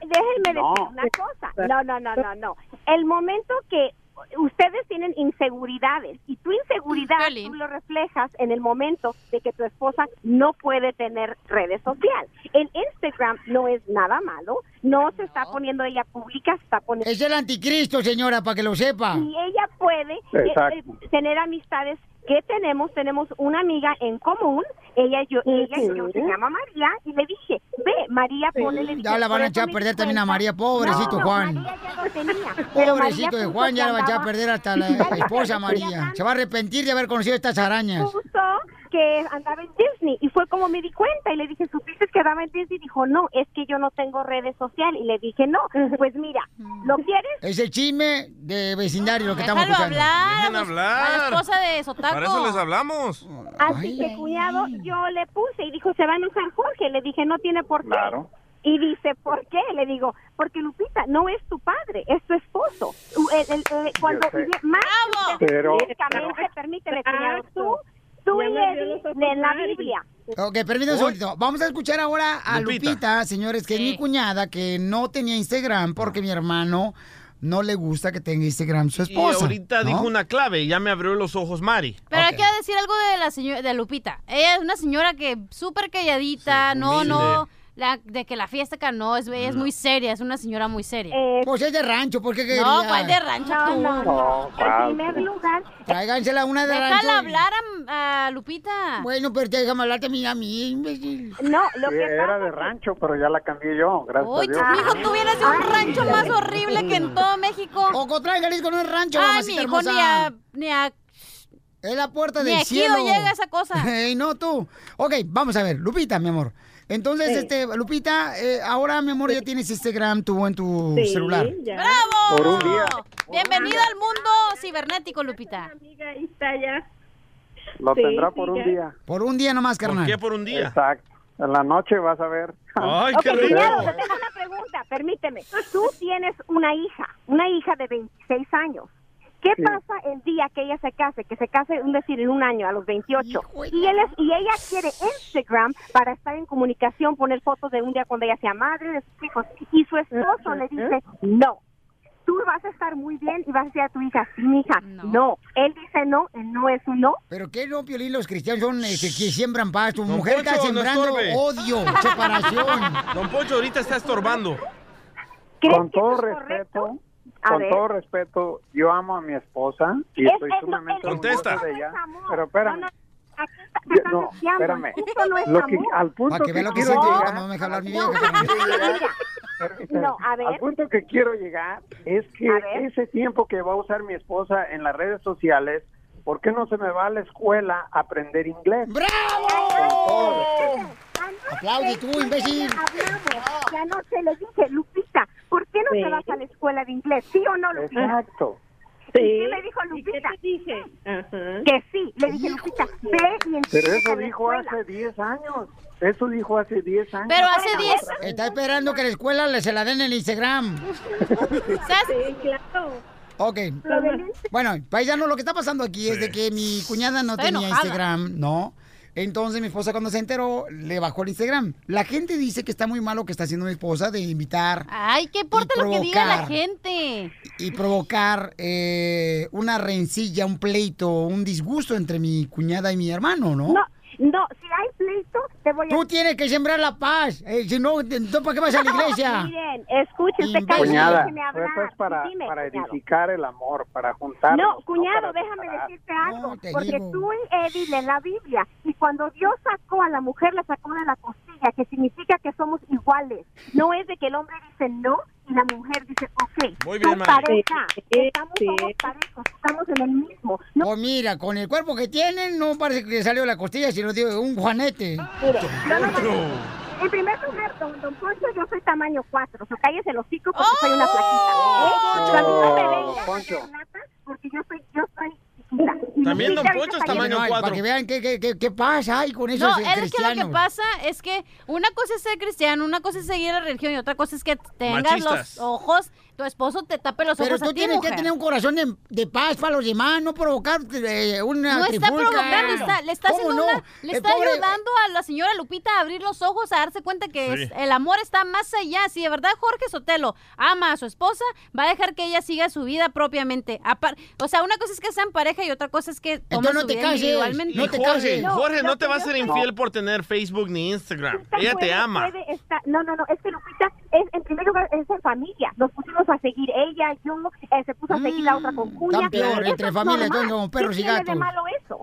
Speaker 13: Déjenme
Speaker 19: No.
Speaker 13: decir una cosa. No, no, no, no, no. El momento que ustedes tienen inseguridades y tu inseguridad tú lo reflejas en el momento de que tu esposa no puede tener redes sociales. El Instagram no es nada malo, no se está poniendo ella pública, se está poniendo...
Speaker 2: Es el anticristo, señora, para que lo sepa.
Speaker 13: Y ella puede eh,
Speaker 2: Exacto.
Speaker 13: eh, tener amistades que tenemos. Tenemos una amiga en común. Ella y yo, ella y yo se llama María. Y le dije, ve, María, ponele.
Speaker 2: Ya la van a echar a perder también a María, pobrecito Juan. Pobrecito de Juan, ya la va a echar a perder hasta la esposa María. Se va a arrepentir de haber conocido estas arañas.
Speaker 13: Justo que andaba en Disney. Y fue como me di cuenta. Y le dije, ¿supiste que andaba en Disney? Dijo, no, es que yo no tengo redes sociales. Y le dije, no, pues mira, ¿lo quieres?
Speaker 2: Es el chisme de vecindario lo que
Speaker 13: Déjalo
Speaker 2: estamos escuchando.
Speaker 13: hablar,
Speaker 3: Dejen a los- hablar. pues, a la esposa de Sotaco. Para eso les
Speaker 4: hablamos.
Speaker 13: Así que, cuñado, yo le puse y dijo, se va a enojar Jorge. Le dije, no tiene por qué. Y dice, ¿por qué? Le digo, porque Lupita no es tu padre, es tu esposo. U- Uh, el- el- el- cuando
Speaker 19: Yo sé.
Speaker 13: más que ustedes
Speaker 19: Pero-
Speaker 13: físicamente, permíteme, cuñado, tú, tú
Speaker 19: Ya
Speaker 13: y
Speaker 19: me olvidé
Speaker 13: Eddie
Speaker 19: los
Speaker 13: leen la
Speaker 19: papás.
Speaker 13: Biblia.
Speaker 2: Ok, permítanme un segundito. Vamos a escuchar ahora a Lupita,
Speaker 19: Lupita.
Speaker 2: señores, que es mi cuñada, que no tenía Instagram porque mi hermano no le gusta que tenga Instagram su
Speaker 4: Y
Speaker 2: esposa.
Speaker 4: ahorita
Speaker 2: ¿no?
Speaker 4: dijo una clave y ya me abrió los ojos Mari.
Speaker 3: Pero hay que decir algo de la señora, de Lupita. Ella es una señora que súper calladita, no,
Speaker 4: humilde.
Speaker 3: no, la, de que la fiesta acá no, es, ella es muy seria, es una señora muy seria.
Speaker 2: pues es de rancho, ¿por qué quería?
Speaker 3: No, ¿cuál de rancho tú?
Speaker 13: lugar...
Speaker 2: Tráigansela una de
Speaker 3: Déjala
Speaker 2: rancho.
Speaker 3: hablar a, a Lupita.
Speaker 2: Bueno, pero déjame hablarte a mí, a mí, imbécil.
Speaker 13: No,
Speaker 19: Sí, era de rancho, pero ya la cambié yo, gracias
Speaker 3: Uy,
Speaker 19: a Dios.
Speaker 3: tú, mijo, tú vienes de un rancho más horrible que en todo México.
Speaker 2: Ocotlán, Jalisco, no es rancho,
Speaker 3: Ay,
Speaker 2: mamacita
Speaker 3: mi hijo,
Speaker 2: hermosa.
Speaker 3: ni a, ni a...
Speaker 2: Es la puerta
Speaker 3: Ni
Speaker 2: del
Speaker 3: ejido
Speaker 2: cielo.
Speaker 3: llega esa cosa.
Speaker 2: Ey, no tú. Ok, vamos a ver, Lupita, mi amor. Entonces,
Speaker 19: Sí.
Speaker 2: este, Lupita, eh, ahora, mi amor, ya tienes Instagram tú en tu celular.
Speaker 3: ¡Bravo!
Speaker 2: Por un día.
Speaker 3: Bienvenida al mundo cibernético, Lupita. Amiga, está allá.
Speaker 19: Lo
Speaker 3: Sí,
Speaker 19: tendrá
Speaker 3: sí,
Speaker 19: por un
Speaker 3: ya.
Speaker 19: día.
Speaker 2: Por un día nomás,
Speaker 4: carnal. qué por un día?
Speaker 19: Exacto. En la noche vas a ver.
Speaker 4: Ay,
Speaker 13: Ok, cuñado, te tengo una pregunta, permíteme. Tú tienes una hija, una hija de 26 años. ¿Qué
Speaker 19: Sí.
Speaker 13: pasa el día que ella se case? Que se case, un decir, en un año, a los 28. Y, él es- y ella quiere Instagram para estar en comunicación, poner fotos de un día cuando ella sea madre, de sus hijos. Y su esposo le dice, no, tú vas a estar muy bien y vas a decir a tu hija, sí, mi hija, no. Él dice no, él no es un no.
Speaker 2: ¿Pero qué no, Piolín? Los cristianos son este, que siembran paz. Tu
Speaker 4: Don
Speaker 2: mujer
Speaker 4: Poncho,
Speaker 2: está
Speaker 4: no
Speaker 2: sembrando
Speaker 4: estorbe.
Speaker 2: odio, separación.
Speaker 4: Don Poncho ahorita está estorbando.
Speaker 19: Con todo respeto,
Speaker 4: A
Speaker 19: con
Speaker 4: ver.
Speaker 19: todo respeto, yo amo a mi esposa y
Speaker 4: Es-
Speaker 19: estoy
Speaker 4: es lo-
Speaker 19: sumamente
Speaker 4: es- Contesta.
Speaker 19: orgulloso de ella. Pero espérame. Yo- No,
Speaker 13: amor,
Speaker 19: espérame.
Speaker 13: esto no es
Speaker 19: Lo que-
Speaker 13: amor.
Speaker 19: al punto
Speaker 13: Para que
Speaker 19: que,
Speaker 13: vea lo que
Speaker 19: quiero
Speaker 13: siente,
Speaker 19: llegar,
Speaker 13: no
Speaker 2: me deja hablar mi
Speaker 19: al
Speaker 2: vieja,
Speaker 19: punto que
Speaker 2: carnal.
Speaker 19: quiero llegar-
Speaker 13: No, a ver.
Speaker 19: Al punto que quiero llegar es que ese tiempo que va a usar mi esposa en las redes sociales, ¿por qué no se me va a la escuela a aprender inglés?
Speaker 2: ¡Bravo! Aplaude tú, imbécil.
Speaker 13: Hablamos. La noche le dije, Lupita, ¿por qué no
Speaker 19: Sí.
Speaker 13: te vas a la escuela de inglés? ¿Sí o no, Lupita?
Speaker 19: Exacto.
Speaker 13: Sí. ¿Y qué me dijo Lupita? Que sí. Le dije, Lupita, ve y
Speaker 19: Pero
Speaker 13: inscríbete
Speaker 19: eso
Speaker 13: en la
Speaker 19: dijo
Speaker 13: escuela.
Speaker 19: hace 10 años. Eso dijo hace 10 años.
Speaker 2: Está esperando que la escuela le se la den en el Instagram.
Speaker 13: Sí, claro.
Speaker 2: Ok. Bueno, paisano, lo que está pasando aquí es de que mi cuñada no
Speaker 15: Estoy
Speaker 2: tenía
Speaker 15: enojada.
Speaker 2: Instagram, ¿no? Entonces mi esposa cuando se enteró le bajó el Instagram. La gente dice que está muy malo que está haciendo mi esposa de invitar
Speaker 3: Ay, ¿qué importa
Speaker 2: Y
Speaker 3: lo que diga la
Speaker 2: provocar.
Speaker 3: gente?
Speaker 2: y provocar eh, una rencilla, un pleito, un disgusto entre mi cuñada y mi hermano, ¿no?
Speaker 13: No, no, si hay pleito, te voy a...
Speaker 2: Tú tienes que sembrar la paz. eh, si no, entonces ¿para qué vas a la iglesia?
Speaker 13: Miren, escuchen, te calles,
Speaker 19: Cuñada,
Speaker 13: déjeme hablar.
Speaker 19: eso es para,
Speaker 13: Dime,
Speaker 19: para
Speaker 13: cuñado.
Speaker 19: edificar el amor, para juntar.
Speaker 13: No, cuñado, déjame decirte algo.
Speaker 19: te
Speaker 13: porque
Speaker 19: digo.
Speaker 13: tú y Eddie leen la Biblia. Y cuando Dios sacó a la mujer, la sacó de la costilla, que significa que somos iguales. No es de que el hombre dice no y la mujer dice ok.
Speaker 2: Muy bien,
Speaker 13: Tú
Speaker 2: Mari.
Speaker 13: pareja. Estamos,
Speaker 2: sí.
Speaker 13: somos parejos. Estamos en el mismo.
Speaker 2: Pues mira, con el cuerpo que tienen, no parece que le salió la costilla, sino de un juanete.
Speaker 13: Mire, yo nomás- En primer lugar, don, don Poncho, yo soy tamaño 4. So cállese los hocico porque soy
Speaker 2: ¡Oh,
Speaker 13: una flaquita. ¿eh? Yo a mí no me vengas a hacer nada porque yo soy, yo soy chiquita. Y
Speaker 4: También don
Speaker 13: Lupita ahorita
Speaker 4: Poncho es
Speaker 13: está
Speaker 4: tamaño
Speaker 13: llena de-
Speaker 4: cuatro.
Speaker 2: Para que vean qué, qué- qué- qué pasa ay, con esos
Speaker 3: No,
Speaker 2: eh,
Speaker 3: es que lo que
Speaker 2: cristianos.
Speaker 3: pasa es que una cosa es ser cristiano, una cosa es seguir la religión y otra cosa es que tengas
Speaker 2: Machistas.
Speaker 3: los ojos tu esposo te tape los
Speaker 2: Pero
Speaker 3: ojos
Speaker 2: tú
Speaker 3: a ti,
Speaker 2: tienes
Speaker 3: mujer.
Speaker 2: que tener un corazón de, de paz para los demás, no provocar eh, una
Speaker 3: No está
Speaker 2: trifulca.
Speaker 3: provocando, está- le está,
Speaker 2: ¿Cómo
Speaker 3: haciendo
Speaker 2: no?
Speaker 3: una- le
Speaker 2: El
Speaker 3: está
Speaker 2: pobre-
Speaker 3: ayudando a la señora Lupita a abrir los ojos, a darse cuenta que
Speaker 2: Sí.
Speaker 3: es- el amor está más allá. Si de verdad Jorge Sotelo ama a su esposa, va a dejar que ella siga su vida propiamente. Apar- o sea, una cosa es que sean pareja y otra cosa es que tomen
Speaker 2: no
Speaker 3: su
Speaker 2: te
Speaker 3: vida
Speaker 2: cases,
Speaker 3: individualmente.
Speaker 4: Y Jorge, Jorge, no te va a ser infiel por tener Facebook ni Instagram. Ella te
Speaker 13: puede-
Speaker 4: ama.
Speaker 13: puede estar- no, no, no, es que Lupita, es, en primer lugar, es en familia. Nos pusimos a seguir ella, yo, eh, se puso a seguir la otra con Julia.
Speaker 2: tan peor,
Speaker 13: Eso
Speaker 2: Mm, entre
Speaker 13: es
Speaker 2: familia,
Speaker 13: normal.
Speaker 2: entonces, como perros
Speaker 13: ¿Qué
Speaker 2: y
Speaker 13: tiene
Speaker 2: gatos.
Speaker 13: de malo eso?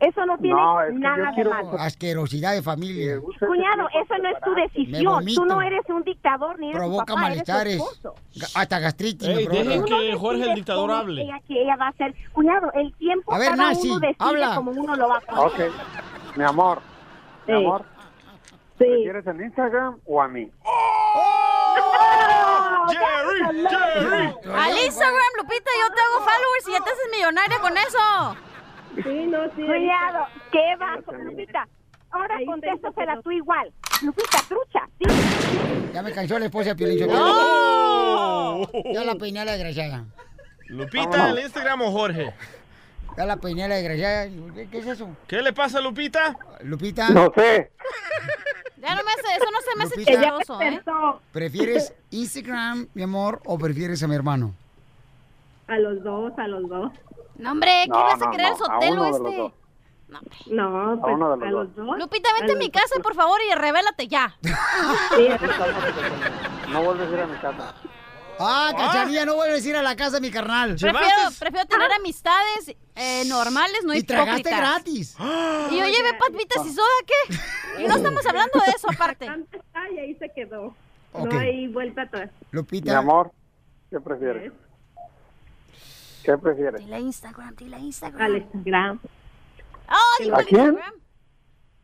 Speaker 13: Eso no tiene
Speaker 2: No, es que yo
Speaker 13: nada de
Speaker 2: quiero-
Speaker 13: malo.
Speaker 2: Asquerosidad de familia.
Speaker 13: Cuñado, eso no es tu
Speaker 2: Me
Speaker 13: decisión.
Speaker 2: vomito.
Speaker 13: Tú no eres un dictador ni eres un
Speaker 2: Provoca
Speaker 13: papá, eres su
Speaker 2: malestares.
Speaker 13: esposo.
Speaker 2: Ga- Hasta gastritis. me
Speaker 4: Ey,
Speaker 2: provoca.
Speaker 4: dejen
Speaker 13: Tú
Speaker 4: que Jorge el
Speaker 13: decides
Speaker 4: dictador
Speaker 13: cómo
Speaker 4: hable.
Speaker 13: Ella, que ella va a hacer. Cuñado, el tiempo
Speaker 19: A ver,
Speaker 13: cada
Speaker 19: Nancy,
Speaker 13: uno decide
Speaker 19: habla.
Speaker 13: como uno lo va a poner.
Speaker 19: Ok, mi amor, mi
Speaker 13: Sí.
Speaker 19: amor, ¿me quieres en Instagram o a mí?
Speaker 4: ¡Oh!
Speaker 2: ¡Oh!
Speaker 4: Jerry,
Speaker 19: Jerry.
Speaker 3: Al Instagram, Lupita, yo te hago followers y ya te haces millonaria con eso.
Speaker 13: Sí, no, sí. Cuñado, ¿qué va? Lupita, ahora contéstasela tú igual. Lupita, trucha.
Speaker 2: Ya me cansó la esposa de Piolín Sotelo.
Speaker 4: ¡No!
Speaker 2: Ya la peiné a la desgraciada.
Speaker 4: Lupita, el Instagram o Jorge.
Speaker 2: Ya la peiné a la desgraciada. ¿Qué, qué es eso?
Speaker 4: ¿Qué le pasa a Lupita?
Speaker 2: Lupita.
Speaker 19: No sé.
Speaker 3: Ya no me hace, eso no se me hace
Speaker 2: Lupita. Ella
Speaker 3: chistoso, ¿eh?
Speaker 2: ¿Prefieres Instagram, mi amor, o prefieres a mi hermano?
Speaker 13: A los dos, a los dos.
Speaker 3: No, hombre, ¿qué
Speaker 2: No,
Speaker 3: vas a
Speaker 2: no,
Speaker 3: querer
Speaker 2: no,
Speaker 3: el
Speaker 2: a
Speaker 3: sotelo
Speaker 2: uno de los
Speaker 3: este?
Speaker 2: dos.
Speaker 13: No,
Speaker 2: pues, uno de los a los
Speaker 3: Lupita, vente a mi casa, por favor, y revélate ya.
Speaker 19: No vuelves a ir a mi casa.
Speaker 2: Ah, cachanilla, no vuelves a ir a la casa, mi carnal.
Speaker 3: Prefiero, prefiero tener amistades eh, normales, no
Speaker 2: Ah. Y tragaste
Speaker 3: hipócritas.
Speaker 2: gratis.
Speaker 3: Y yo llevé patitas y soda, ¿qué? Y no estamos hablando de eso, aparte.
Speaker 13: y ahí se quedó.
Speaker 2: Ok.
Speaker 13: No hay vuelta atrás.
Speaker 2: Lupita.
Speaker 19: Mi amor, ¿qué prefieres? ¿Qué prefieres?
Speaker 3: Dile a Instagram, dile a Instagram.
Speaker 13: Al Instagram.
Speaker 3: ¡Ay,
Speaker 19: ¿A quién?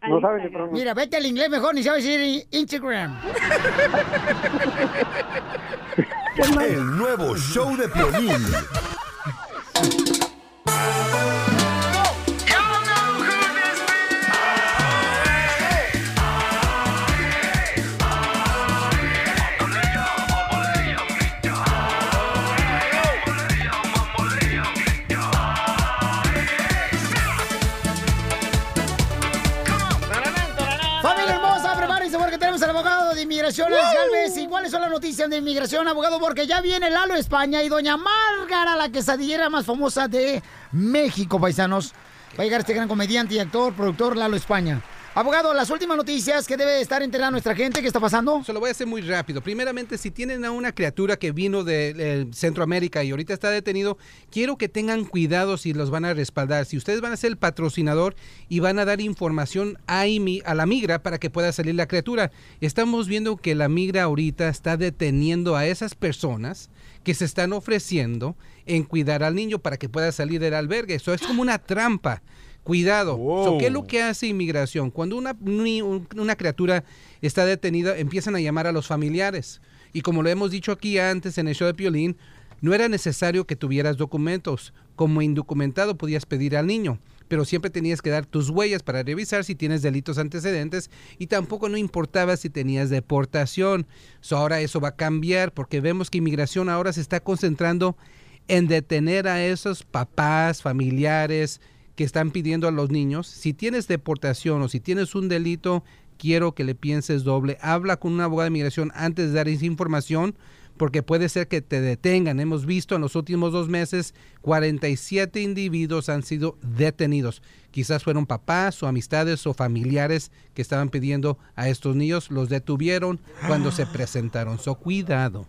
Speaker 19: No sabes ni pronunciar.
Speaker 2: Mira, vete al inglés mejor, ni sabes decir Instagram.
Speaker 6: El nuevo show de Piolín.
Speaker 2: Familia hermosa, prepárense porque tenemos al abogado de inmigración, Alex Galvez. ¿Y cuáles son las noticias de inmigración, abogado? Porque ya viene Lalo España y doña Márgara, la quesadillera más famosa de México, paisanos. Va a llegar este gran comediante y actor, productor Lalo España. Abogado, las últimas noticias que debe estar enterada nuestra gente, ¿qué está pasando?
Speaker 20: Se lo voy a hacer muy rápido. Primeramente, si tienen a una criatura que vino de eh, Centroamérica y ahorita está detenido, quiero que tengan cuidado si los van a respaldar. Si ustedes van a ser el patrocinador y van a dar información a, IMI- a la migra para que pueda salir la criatura. Estamos viendo que la migra ahorita está deteniendo a esas personas que se están ofreciendo en cuidar al niño para que pueda salir del albergue. Eso es como una trampa. Cuidado. So, ¿Qué es lo que hace inmigración? Cuando una, ni- un- una criatura está detenida, empiezan a llamar a los familiares. Y como lo hemos dicho aquí antes en el show de Piolín, no era necesario que tuvieras documentos. Como indocumentado podías pedir al niño, pero siempre tenías que dar tus huellas para revisar si tienes delitos antecedentes y tampoco no importaba si tenías deportación. So, ahora eso va a cambiar porque vemos que inmigración ahora se está concentrando en detener a esos papás, familiares que están pidiendo a los niños, si tienes deportación o si tienes un delito, quiero que le pienses doble. Habla con un abogado de migración antes de dar esa información, porque puede ser que te detengan. Hemos visto en los últimos dos meses 47 individuos han sido detenidos. Quizás fueron papás o amistades o familiares que estaban pidiendo a estos niños. Los detuvieron cuando se presentaron. So, cuidado.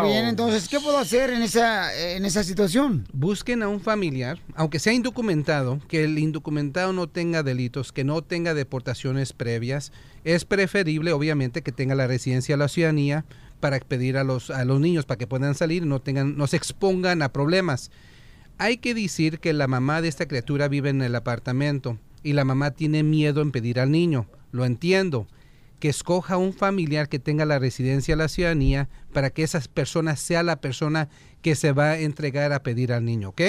Speaker 2: Muy bien, entonces, ¿qué puedo hacer en esa, en esa situación?
Speaker 20: Busquen a un familiar, aunque sea indocumentado, que el indocumentado no tenga delitos, que no tenga deportaciones previas. Es preferible, obviamente, que tenga la residencia o la ciudadanía para pedir a los, a los niños para que puedan salir y no, tengan, no se expongan a problemas. Hay que decir que la mamá de esta criatura vive en el apartamento y la mamá tiene miedo en pedir al niño. Lo entiendo. Que escoja un familiar que tenga la residencia, la ciudadanía, para que esa persona sea la persona que se va a entregar a pedir al niño, ¿ok?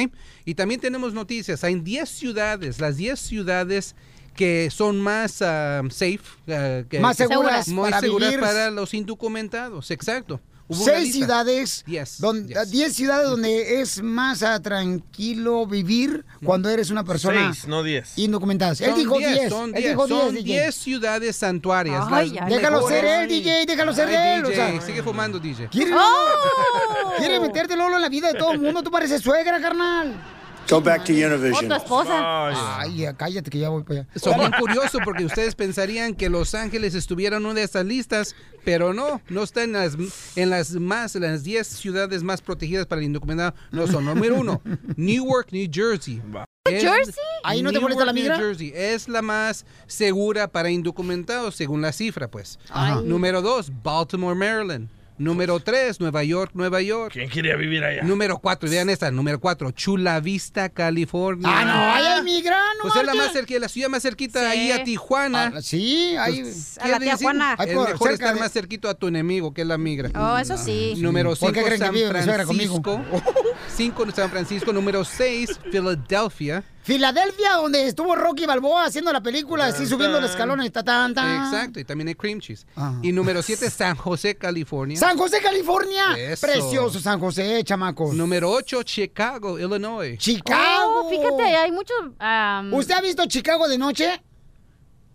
Speaker 20: Y también tenemos noticias. Hay 10 ciudades, las 10 ciudades que son más ah, safe, ah, que-
Speaker 2: Más
Speaker 20: que-
Speaker 2: seguras
Speaker 20: muy
Speaker 2: para
Speaker 20: seguras
Speaker 2: vivir.
Speaker 20: para los indocumentados, exacto. Hubo una
Speaker 2: seis
Speaker 20: lista.
Speaker 2: ciudades,
Speaker 20: Yes,
Speaker 2: don-
Speaker 20: yes.
Speaker 2: diez ciudades donde es más ah, tranquilo vivir cuando eres una persona
Speaker 4: Seis, no diez.
Speaker 2: indocumentada. Él
Speaker 20: Son
Speaker 2: dijo
Speaker 20: 10,
Speaker 2: diez,
Speaker 20: son
Speaker 2: él
Speaker 20: 10,
Speaker 2: dijo
Speaker 20: son
Speaker 2: 10, DJ.
Speaker 20: 10 ciudades santuarias.
Speaker 2: Ay,
Speaker 20: las
Speaker 2: ay, déjalo
Speaker 20: mejores.
Speaker 2: ser él, DJ, déjalo ser
Speaker 20: Ay,
Speaker 2: él, o
Speaker 20: DJ,
Speaker 2: sea.
Speaker 20: sigue fumando, DJ.
Speaker 2: ¿Quieres,
Speaker 20: ¡Oh!
Speaker 2: ¿Quieres meterte Lolo en la vida de todo el mundo? Tú pareces suegra, carnal.
Speaker 7: Go back to
Speaker 2: O tu
Speaker 7: Univision.
Speaker 2: esposa. Ay, ya, cállate que ya voy para allá.
Speaker 20: Son bien curiosos porque ustedes pensarían que Los Ángeles estuviera en una de estas listas, pero no, no está en las, en las más, en las 10 ciudades más protegidas para el indocumentado. No son. Número uno, Newark, New Jersey. Es-
Speaker 2: ¿Jersey? ¿Ahí no te molesta la
Speaker 20: Newark,
Speaker 2: migra?
Speaker 20: New Jersey es la más segura para indocumentados, según la cifra, pues.
Speaker 4: Ajá.
Speaker 20: Número dos, Baltimore, Maryland. Número tres, Nueva York, Nueva York.
Speaker 4: ¿Quién quería vivir allá?
Speaker 20: Número cuatro, y vean esta, número cuatro, Chula Vista, California.
Speaker 2: Ah, no, ahí hay migrano,
Speaker 20: Pues es la más cerquita, la ciudad más cerquita ahí a Tijuana.
Speaker 2: Ah, sí, ahí.
Speaker 20: Pues,
Speaker 3: A la
Speaker 20: ¿qué decir?
Speaker 3: Tijuana. Ahí
Speaker 20: Es
Speaker 3: por
Speaker 20: mejor
Speaker 3: cerca
Speaker 20: estar
Speaker 3: de-
Speaker 20: más cerquito a tu enemigo que es la migra. Ah,
Speaker 3: Oh, eso sí.
Speaker 20: Número
Speaker 2: ¿Por
Speaker 20: 5,
Speaker 2: qué creen que
Speaker 20: San
Speaker 2: vive mi suegra conmigo?
Speaker 20: Francisco. 5, San Francisco. Número 6, Philadelphia.
Speaker 2: Filadelfia, donde estuvo Rocky Balboa haciendo la película, así
Speaker 20: Tan,
Speaker 2: subiendo los
Speaker 20: tan.
Speaker 2: escalones. Ta, tan, tan.
Speaker 20: Exacto, y también hay cream cheese. Y número 7, San José, California.
Speaker 2: Ah. San José, California.
Speaker 20: Eso.
Speaker 2: Precioso San José, chamacos.
Speaker 20: Número 8, Chicago, Illinois.
Speaker 2: Chicago.
Speaker 3: Oh, fíjate, hay muchos. am,
Speaker 2: ¿Usted ha visto Chicago de noche?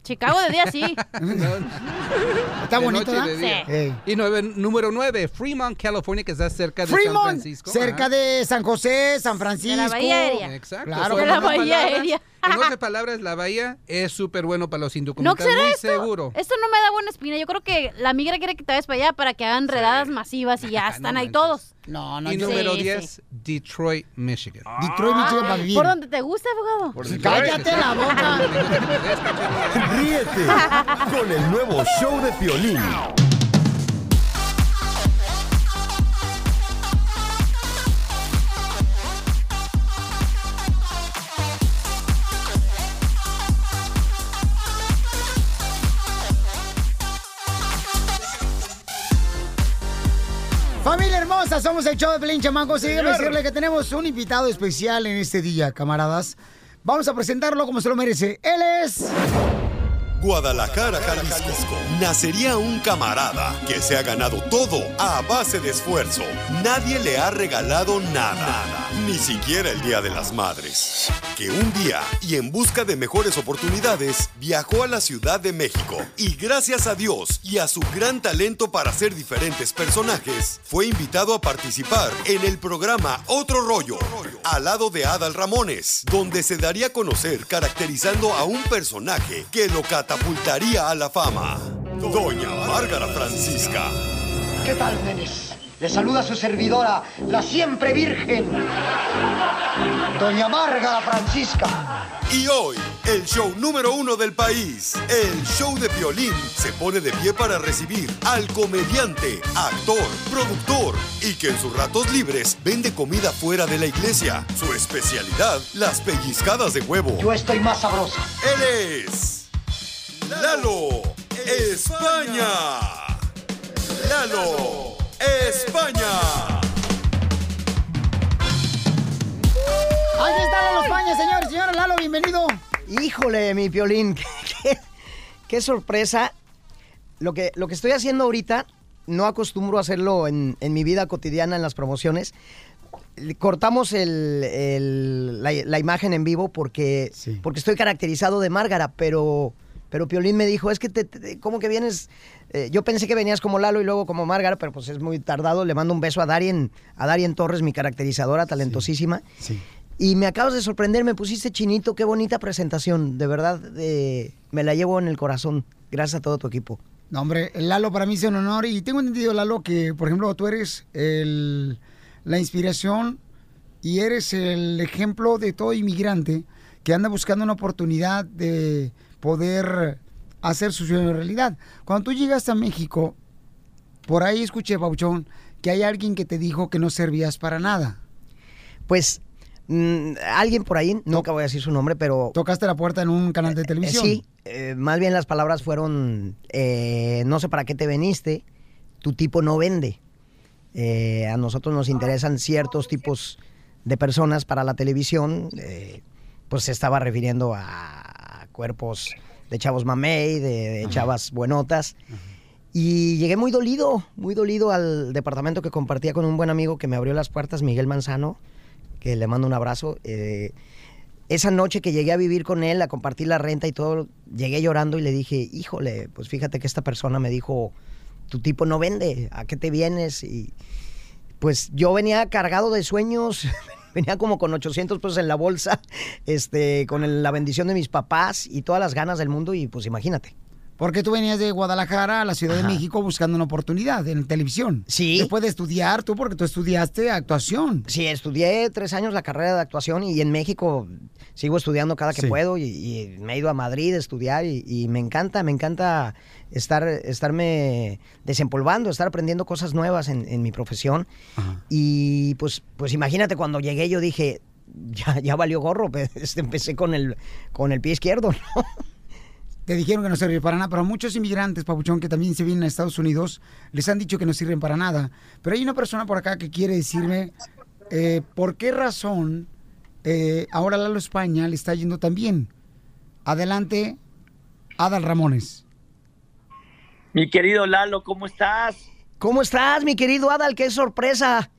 Speaker 3: Chicago de día sí.
Speaker 2: Está
Speaker 20: De
Speaker 2: bonito,
Speaker 20: noche y
Speaker 2: ¿verdad?
Speaker 20: de día.
Speaker 2: Sí. Ey.
Speaker 20: Y nueve- número 9, Fremont, California, que está cerca de San
Speaker 2: Fremont,
Speaker 20: Francisco.
Speaker 2: cerca
Speaker 20: Ajá.
Speaker 2: de San José, San Francisco.
Speaker 20: Exacto.
Speaker 2: Claro.
Speaker 20: So, en otras palabras- En otras palabras, la bahía es súper bueno para los
Speaker 3: ¿No
Speaker 20: indocumentados.
Speaker 3: será
Speaker 20: muy
Speaker 3: esto?
Speaker 20: seguro.
Speaker 3: Esto no me da buena espina. Yo creo que la migra quiere que te vayas para allá para que hagan redadas masivas y ya están ahí todos.
Speaker 2: No,
Speaker 20: y
Speaker 3: sí,
Speaker 20: número
Speaker 3: sí.
Speaker 20: 10, Detroit, Michigan.
Speaker 2: Detroit, Michigan, para vivir.
Speaker 3: Ah, Por donde te gusta, abogado.
Speaker 2: Cállate la boca.
Speaker 15: Ríete con el nuevo show de Piolín.
Speaker 2: Familia hermosa, somos el show de Pelín Chamacos. Y déjame
Speaker 21: Señor.
Speaker 2: decirle que tenemos un invitado especial en este día, camaradas. Vamos a presentarlo como se lo merece. Él es.
Speaker 9: Guadalajara, Jalisco. Nacería un camarada que se ha ganado todo a base de esfuerzo. Nadie le ha regalado nada, ni siquiera el Día de las Madres. Que un día, y en busca de mejores oportunidades, viajó a la Ciudad de México. Y gracias a Dios y a su gran talento para hacer diferentes personajes, fue invitado a participar en el programa Otro Rollo, al lado de Adal Ramones, donde se daría a conocer caracterizando a un personaje que lo catapultaría a la fama. Doña Márgara Francisca.
Speaker 22: ¿Qué tal, nenes? Les saluda su servidora, la siempre virgen, doña Márgara Francisca.
Speaker 9: Y hoy, el show número uno del país, el show de violín, se pone de pie para recibir al comediante, actor, productor y que en sus ratos libres vende comida fuera de la iglesia. Su especialidad, las pellizcadas de huevo.
Speaker 22: Yo estoy más sabrosa.
Speaker 9: Él es Lalo España. Lalo España.
Speaker 2: Ahí está Lalo España, señor. Señor Lalo, bienvenido.
Speaker 7: Híjole, mi violín, qué, qué sorpresa. Lo que, lo que estoy haciendo ahorita, no acostumbro a hacerlo en, en mi vida cotidiana, en las promociones. Cortamos el- el- la, la imagen en vivo porque, porque estoy caracterizado de Márgara, pero, pero Piolín me dijo, es que te, te- ¿cómo que vienes? Eh, yo pensé que venías como Lalo y luego como Márgara, pero pues es muy tardado. Le mando un beso a Darien, a Darien Torres, mi caracterizadora talentosísima. Y me acabas de sorprender, me pusiste chinito, qué bonita presentación. De verdad, eh, me la llevo en el corazón. Gracias a todo tu equipo.
Speaker 2: No, hombre, Lalo para mí es un honor. Y tengo entendido, Lalo, que, por ejemplo, tú eres el- la inspiración y eres el ejemplo de todo inmigrante que anda buscando una oportunidad de poder hacer su sueño realidad. Cuando tú llegaste a México, por ahí escuché, Pauchón, que hay alguien que te dijo que no servías para nada.
Speaker 7: Pues, mm, alguien por ahí, nunca voy a decir su nombre, pero... eh,
Speaker 2: Tocaste la puerta en un canal de televisión.
Speaker 7: Sí, eh, más bien las palabras fueron, eh, no sé para qué te veniste, tu tipo no vende. Eh, a nosotros nos interesan ciertos tipos de personas para la televisión. eh, pues se estaba refiriendo a cuerpos de chavos mamey, de, de chavas buenotas. Y llegué muy dolido, muy dolido al departamento que compartía con un buen amigo que me abrió las puertas, Miguel Manzano, que le mando un abrazo. Eh, esa noche que llegué a vivir con él, a compartir la renta y todo, llegué llorando y le dije, híjole, pues fíjate que esta persona me dijo, tu tipo no vende, ¿a qué te vienes? Y pues yo venía cargado de sueños, venía como con 800 pesos en la bolsa, este, con el- la bendición de mis papás y todas las ganas del mundo y pues imagínate.
Speaker 2: Porque tú venías de Guadalajara a la Ciudad
Speaker 7: Ajá.
Speaker 2: de México buscando una oportunidad en televisión.
Speaker 7: Sí.
Speaker 2: Después de estudiar tú, porque tú estudiaste actuación.
Speaker 7: Sí, estudié tres años la carrera de actuación y en México sigo estudiando cada que
Speaker 2: Sí.
Speaker 7: puedo y, y me he ido a Madrid a estudiar y, y me encanta, me encanta estar, estarme desempolvando, estar aprendiendo cosas nuevas en, en mi profesión. Y pues, pues imagínate, cuando llegué yo dije, ya, ya valió gorro, pues, este, empecé con el, con el pie izquierdo. ¿no?
Speaker 2: Te dijeron que no sirve para nada, pero a muchos inmigrantes, Papuchón, que también se vienen a Estados Unidos, les han dicho que no sirven para nada. Pero hay una persona por acá que quiere decirme eh, por qué razón eh, ahora Lalo España le está yendo tan bien. Adelante, Adal Ramones.
Speaker 1: Mi querido Lalo, ¿cómo estás?
Speaker 7: ¿Cómo estás, mi querido Adal? ¡Qué sorpresa!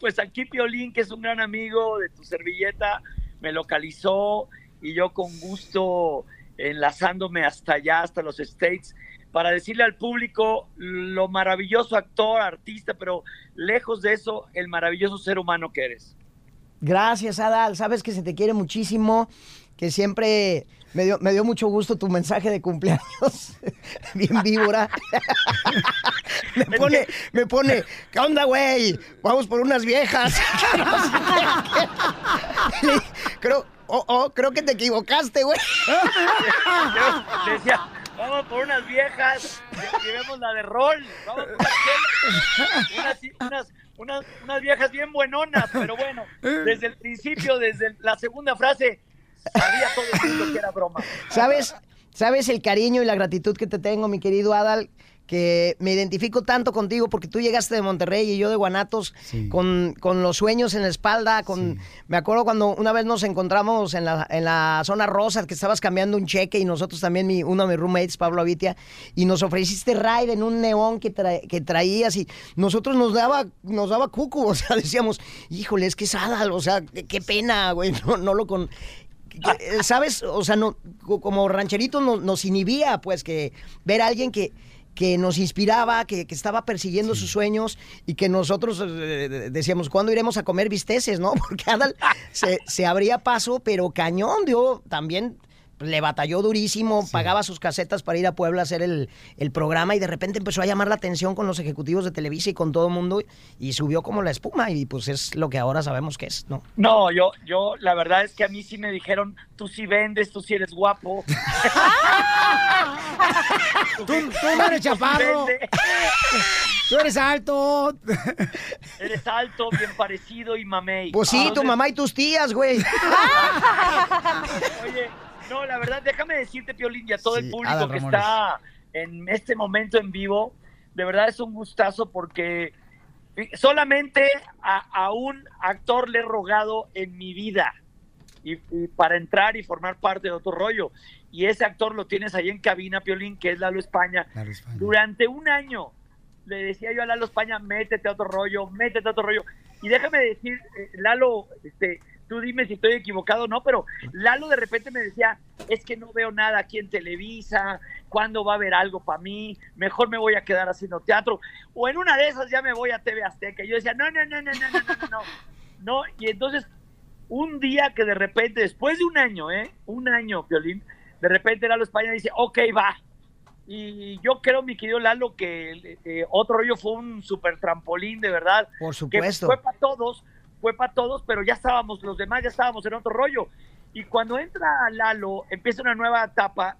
Speaker 1: pues aquí Piolín, que es un gran amigo de tu servilleta, me localizó y yo con gusto enlazándome hasta allá, hasta los States, para decirle al público lo maravilloso actor, artista, pero lejos de eso, el maravilloso ser humano que eres.
Speaker 7: Gracias, Adal. Sabes que se te quiere muchísimo, que siempre me dio, me dio mucho gusto tu mensaje de cumpleaños. Bien víbora. me pone, me pone, ¿qué onda, güey? Vamos por unas viejas. creo, oh, oh, creo que te equivocaste, güey.
Speaker 1: Yo decía, vamos por unas viejas, llevemos la de rol, vamos por unas, chelas, unas, unas, unas- unas viejas bien buenonas, pero bueno, desde el principio, desde la segunda frase, sabía todo el mundo que era broma.
Speaker 7: ¿Sabes? ¿Sabes el cariño y la gratitud que te tengo, mi querido Adal? Que me identifico tanto contigo porque tú llegaste de Monterrey y yo de Guanatos con, con los sueños en la espalda. Con, Me acuerdo cuando una vez nos encontramos en la, en la zona rosa que estabas cambiando un cheque y nosotros también, mi, uno de mis roommates, Pablo Avitia, y nos ofreciste ride en un neón que, tra- que traías y nosotros nos daba, nos daba cucu, o sea, decíamos, híjole, es que es Adal, o sea, qué, qué pena, güey, no, no lo con... Eh, ¿sabes? O sea, no, co- como rancherito no- nos inhibía, pues, que ver a alguien que, que nos inspiraba, que, que estaba persiguiendo sus sueños y que nosotros eh, decíamos, ¿cuándo iremos a comer bisteces, no? Porque Adal se, se abría paso, pero cañón, dio también... Le batalló durísimo, pagaba sus casetas para ir a Puebla a hacer el, el programa y de repente empezó a llamar la atención con los ejecutivos de Televisa y con todo el mundo y subió como la espuma y pues es lo que ahora sabemos que es, ¿no?
Speaker 1: No, yo, yo, la verdad es que a mí sí me dijeron, tú sí vendes, tú sí eres guapo.
Speaker 2: Ah. Tú, tú no eres chaparro. Tú eres alto.
Speaker 1: Eres alto, bien parecido y mamey.
Speaker 7: Pues sí, tu
Speaker 1: Entonces,
Speaker 7: mamá y tus tías, güey.
Speaker 1: Oye, no, la verdad, déjame decirte, Piolín, y a todo el público
Speaker 7: Adal
Speaker 1: que
Speaker 7: Ramones.
Speaker 1: está en este momento en vivo, de verdad es un gustazo porque eh, solamente a, a un actor le he rogado en mi vida y, y para entrar y formar parte de otro rollo. Y ese actor lo tienes ahí en cabina, Piolín, que es Lalo España. Durante un año le decía yo a Lalo España, métete a otro rollo, métete a otro rollo. Y déjame decir, eh, Lalo, este, tú dime si estoy equivocado o no, pero Lalo de repente me decía, es que no veo nada aquí en Televisa, ¿cuándo va a haber algo para mí? Mejor me voy a quedar haciendo teatro. O en una de esas ya me voy a TV Azteca. Y yo decía, no, no, no, no, no, no, no, no, no. No, y entonces un día que de repente, después de un año, ¿eh? Un año, Violín, de repente Lalo España dice, ok, va. Y yo creo, mi querido Lalo, que eh, Otro Rollo fue un super trampolín, de verdad.
Speaker 7: Por
Speaker 1: Que
Speaker 7: supuesto.
Speaker 1: fue para todos, fue para todos, pero ya estábamos, los demás ya estábamos en Otro Rollo. Y cuando entra Lalo, empieza una nueva etapa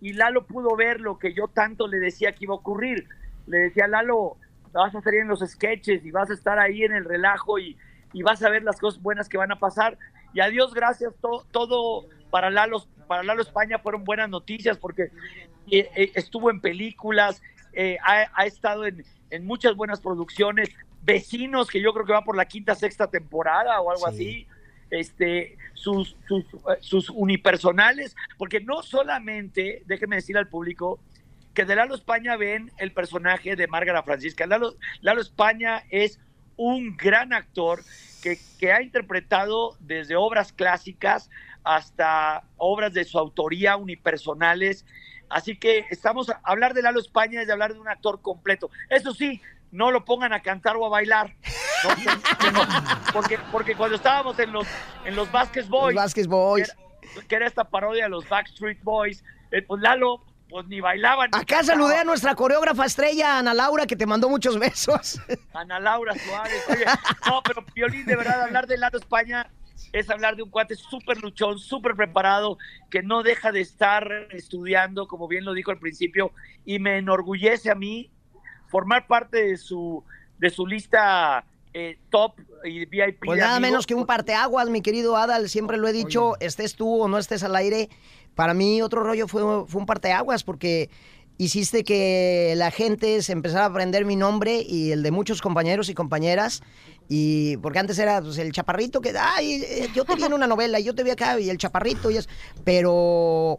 Speaker 1: y Lalo pudo ver lo que yo tanto le decía que iba a ocurrir. Le decía, Lalo, vas a salir en los sketches y vas a estar ahí en el relajo y, y vas a ver las cosas buenas que van a pasar. Y a Dios gracias, to- todo para Lalo, para Lalo España fueron buenas noticias porque eh, eh, estuvo en películas, eh, ha, ha estado en, en muchas buenas producciones, vecinos que yo creo que va por la quinta, sexta temporada o algo así este, sus, sus, sus unipersonales, porque no solamente, déjenme decir al público, que de Lalo España ven el personaje de Márgara Francisca. Lalo, Lalo España es un gran actor que, que ha interpretado desde obras clásicas hasta obras de su autoría unipersonales. Así que estamos a hablar de Lalo España es de hablar de un actor completo. Eso sí, no lo pongan a cantar o a bailar. No, que no, porque, porque cuando estábamos en los, en los Vázquez Boys,
Speaker 7: Los Vázquez Boys.
Speaker 1: Que, era, Pues que era esta parodia de los Backstreet Boys, eh, pues Lalo, pues ni bailaban.
Speaker 7: Acá saludé a nuestra coreógrafa estrella, Ana Laura, que te mandó muchos besos.
Speaker 1: Ana Laura Suárez. Oye, no, pero Piolín, de verdad, hablar de Lalo España es hablar de un cuate súper luchón, súper preparado, que no deja de estar estudiando, como bien lo dijo al principio, y me enorgullece a mí formar parte de su, de su lista eh, top y VIP.
Speaker 7: Pues
Speaker 1: de
Speaker 7: nada
Speaker 1: amigos.
Speaker 7: menos que un parteaguas, mi querido Adal, siempre lo he dicho, estés tú o no estés al aire. Para mí otro rollo fue, fue un parteaguas porque hiciste que la gente se empezara a aprender mi nombre y el de muchos compañeros y compañeras. Y porque antes era pues, el chaparrito que, ay, eh, yo te vi en una novela y yo te vi acá y el chaparrito y es... Pero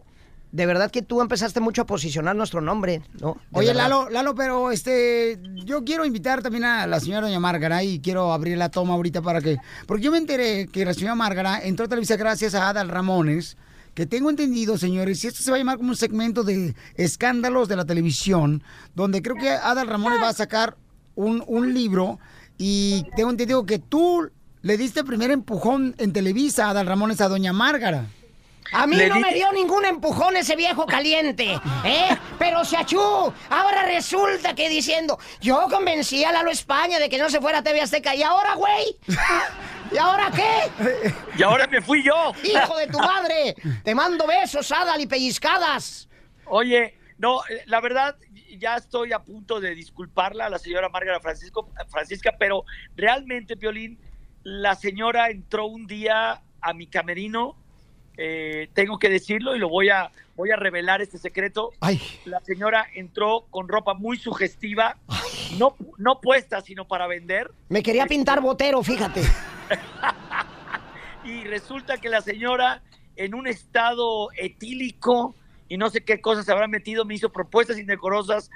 Speaker 7: de verdad que tú empezaste mucho a posicionar nuestro nombre, ¿no? De
Speaker 2: Oye,
Speaker 7: verdad.
Speaker 2: Lalo, Lalo, pero este, yo quiero invitar también a la señora doña Márgara y quiero abrir la toma ahorita para que, porque yo me enteré que la señora Márgara entró a Televisa gracias a Adal Ramones, que tengo entendido, señores, y esto se va a llamar como un segmento de escándalos de la televisión, donde creo que Adal Ramones va a sacar un, un libro y tengo entendido que tú le diste el primer empujón en Televisa a Adal Ramones a doña Márgara.
Speaker 7: A mí
Speaker 2: Le
Speaker 7: no
Speaker 2: di-
Speaker 7: me dio ningún empujón ese viejo caliente, ¿eh? Pero Siachú, ahora resulta que diciendo, yo convencí a Lalo España de que no se fuera a TV Azteca, ¿y ahora, güey? ¿Y ahora qué?
Speaker 1: Y ahora me fui yo.
Speaker 7: ¡Hijo de tu madre! Te mando besos, Adal, y pellizcadas.
Speaker 1: Oye, no, eh, la verdad, ya estoy a punto de disculparla a la señora Márgara Francisco, eh, Francisca, pero realmente, Piolín, la señora entró un día a mi camerino, eh, tengo que decirlo y lo voy a, voy a revelar este secreto. La señora entró con ropa muy sugestiva, no, no puesta, sino para vender.
Speaker 7: Me quería pintar botero, fíjate.
Speaker 1: y resulta que la señora en un estado etílico y no sé qué cosas se habrá metido, me hizo propuestas indecorosas,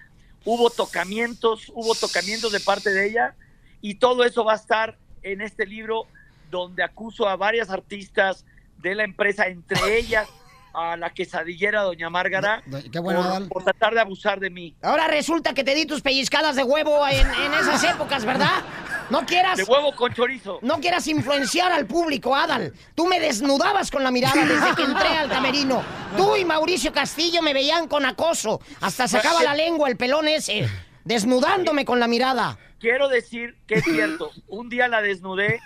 Speaker 1: hubo tocamientos, hubo tocamientos de parte de ella y todo eso va a estar en este libro donde acuso a varias artistas de la empresa, entre ellas a la quesadillera doña Márgara,
Speaker 2: qué bueno,
Speaker 1: por-
Speaker 2: Adal.
Speaker 1: por tratar de abusar de mí.
Speaker 7: Ahora resulta que te di tus pellizcadas de huevo en, en esas épocas, ¿verdad? No quieras...
Speaker 1: De huevo con chorizo.
Speaker 7: No quieras influenciar al público, Adal. Tú me desnudabas con la mirada desde que entré al camerino. Tú y Mauricio Castillo me veían con acoso. Hasta sacaba la lengua el pelón ese, desnudándome con la mirada.
Speaker 1: Quiero decir que es cierto, un día la desnudé,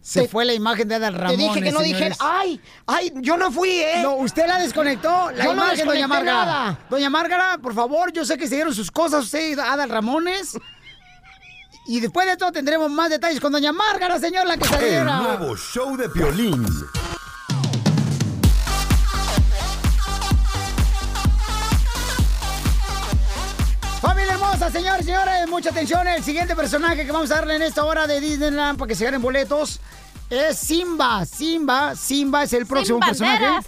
Speaker 2: Se fue la imagen de Adal
Speaker 7: Te
Speaker 2: Ramones.
Speaker 7: dije que no dije,
Speaker 2: señores.
Speaker 7: ay, ay, yo no fui, ¿eh?
Speaker 2: No, usted la desconectó, la
Speaker 7: Yo no
Speaker 2: imagen, doña
Speaker 7: desconecté
Speaker 2: Márgara.
Speaker 7: nada.
Speaker 2: Doña Márgara, por favor, yo sé que se dieron sus cosas usted y Adal Ramones. Y después de todo tendremos más detalles con doña Márgara, señor, la que
Speaker 9: El
Speaker 2: saliera.
Speaker 9: nuevo show de Piolín.
Speaker 2: Familia hermosa, señores, señores, mucha atención. El siguiente personaje que vamos a darle en esta hora de Disneyland para que se ganen boletos es Simba. Simba, Simba es el próximo personaje.
Speaker 4: banderas.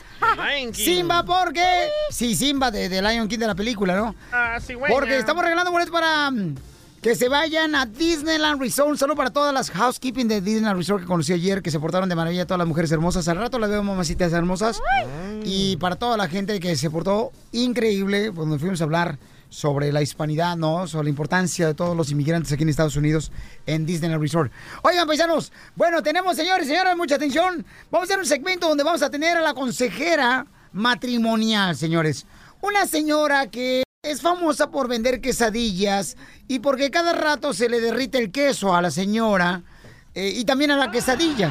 Speaker 4: Lion King.
Speaker 2: Simba, porque. Sí, Simba de, de Lion King de la película, ¿no?
Speaker 4: Ah,
Speaker 2: Porque estamos regalando boletos para mm, que se vayan a Disneyland Resort. Solo para todas las housekeeping de Disneyland Resort que conocí ayer, que se portaron de maravilla todas las mujeres hermosas. Al rato las veo mamacitas hermosas. Y para toda la gente que se portó increíble, cuando fuimos a hablar sobre la hispanidad, ¿no? Sobre la importancia de todos los inmigrantes aquí en Estados Unidos en Disneyland Resort. Oigan, paisanos, bueno, tenemos, señores y señoras, mucha atención. Vamos a hacer un segmento donde vamos a tener a la consejera matrimonial, señores. Una señora que es famosa por vender quesadillas y porque cada rato se le derrite el queso a la señora eh, y también a la quesadilla,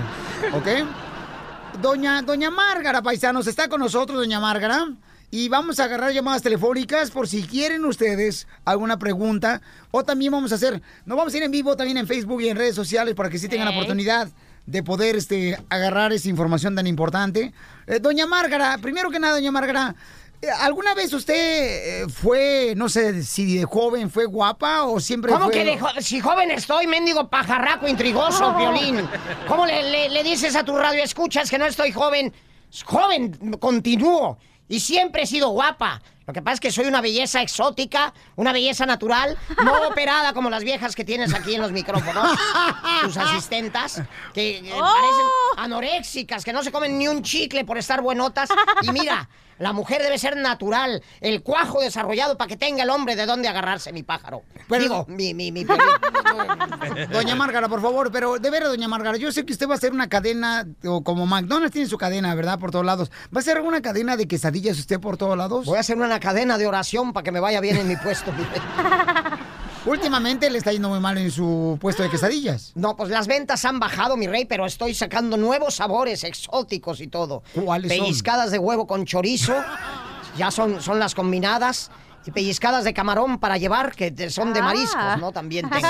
Speaker 2: ¿ok? Doña, doña Márgara, paisanos, está con nosotros, doña Márgara. Y vamos a agarrar llamadas telefónicas por si quieren ustedes alguna pregunta. O también vamos a hacer, nos vamos a ir en vivo también en Facebook y en redes sociales para que sí tengan la
Speaker 23: Ey.
Speaker 2: oportunidad de poder este, agarrar esa información tan importante. Eh, doña Márgara, primero que nada, doña Márgara, eh, ¿alguna vez usted eh, fue, no sé, si de joven fue guapa o siempre
Speaker 7: ¿Cómo
Speaker 2: fue-
Speaker 7: que de jo- si joven estoy, mendigo pajarraco intrigoso, violín? ¿Cómo le, le- le dices a tu radio escuchas que no estoy joven? Joven, continúo. y siempre he sido guapa. Lo que pasa es que soy una belleza exótica, una belleza natural, no operada como las viejas que tienes aquí en los micrófonos, tus asistentas, que eh, parecen anoréxicas, que no se comen ni un chicle por estar buenotas. Y mira, la mujer debe ser natural, el cuajo desarrollado para que tenga el hombre de dónde agarrarse, mi pájaro. Digo, mi, mi, mi piolín.
Speaker 2: Doña Márgara, por favor, pero de veras, doña Márgara, yo sé que usted va a hacer una cadena, o como McDonald's tiene su cadena, ¿verdad? Por todos lados. ¿Va a hacer una cadena de quesadillas usted por todos lados? Voy
Speaker 7: a hacer una cadena de oración para que me vaya bien en mi puesto.
Speaker 2: Últimamente le está yendo muy mal en su puesto de quesadillas.
Speaker 7: No, pues las ventas han bajado, mi rey, pero estoy sacando nuevos sabores exóticos y todo.
Speaker 2: ¿Cuáles son?
Speaker 7: Pellizcadas de huevo con chorizo, ya son, son las combinadas. Y pellizcadas de camarón para llevar, que te- son Mm, de
Speaker 2: Ah.
Speaker 7: mariscos, ¿no? También tengo.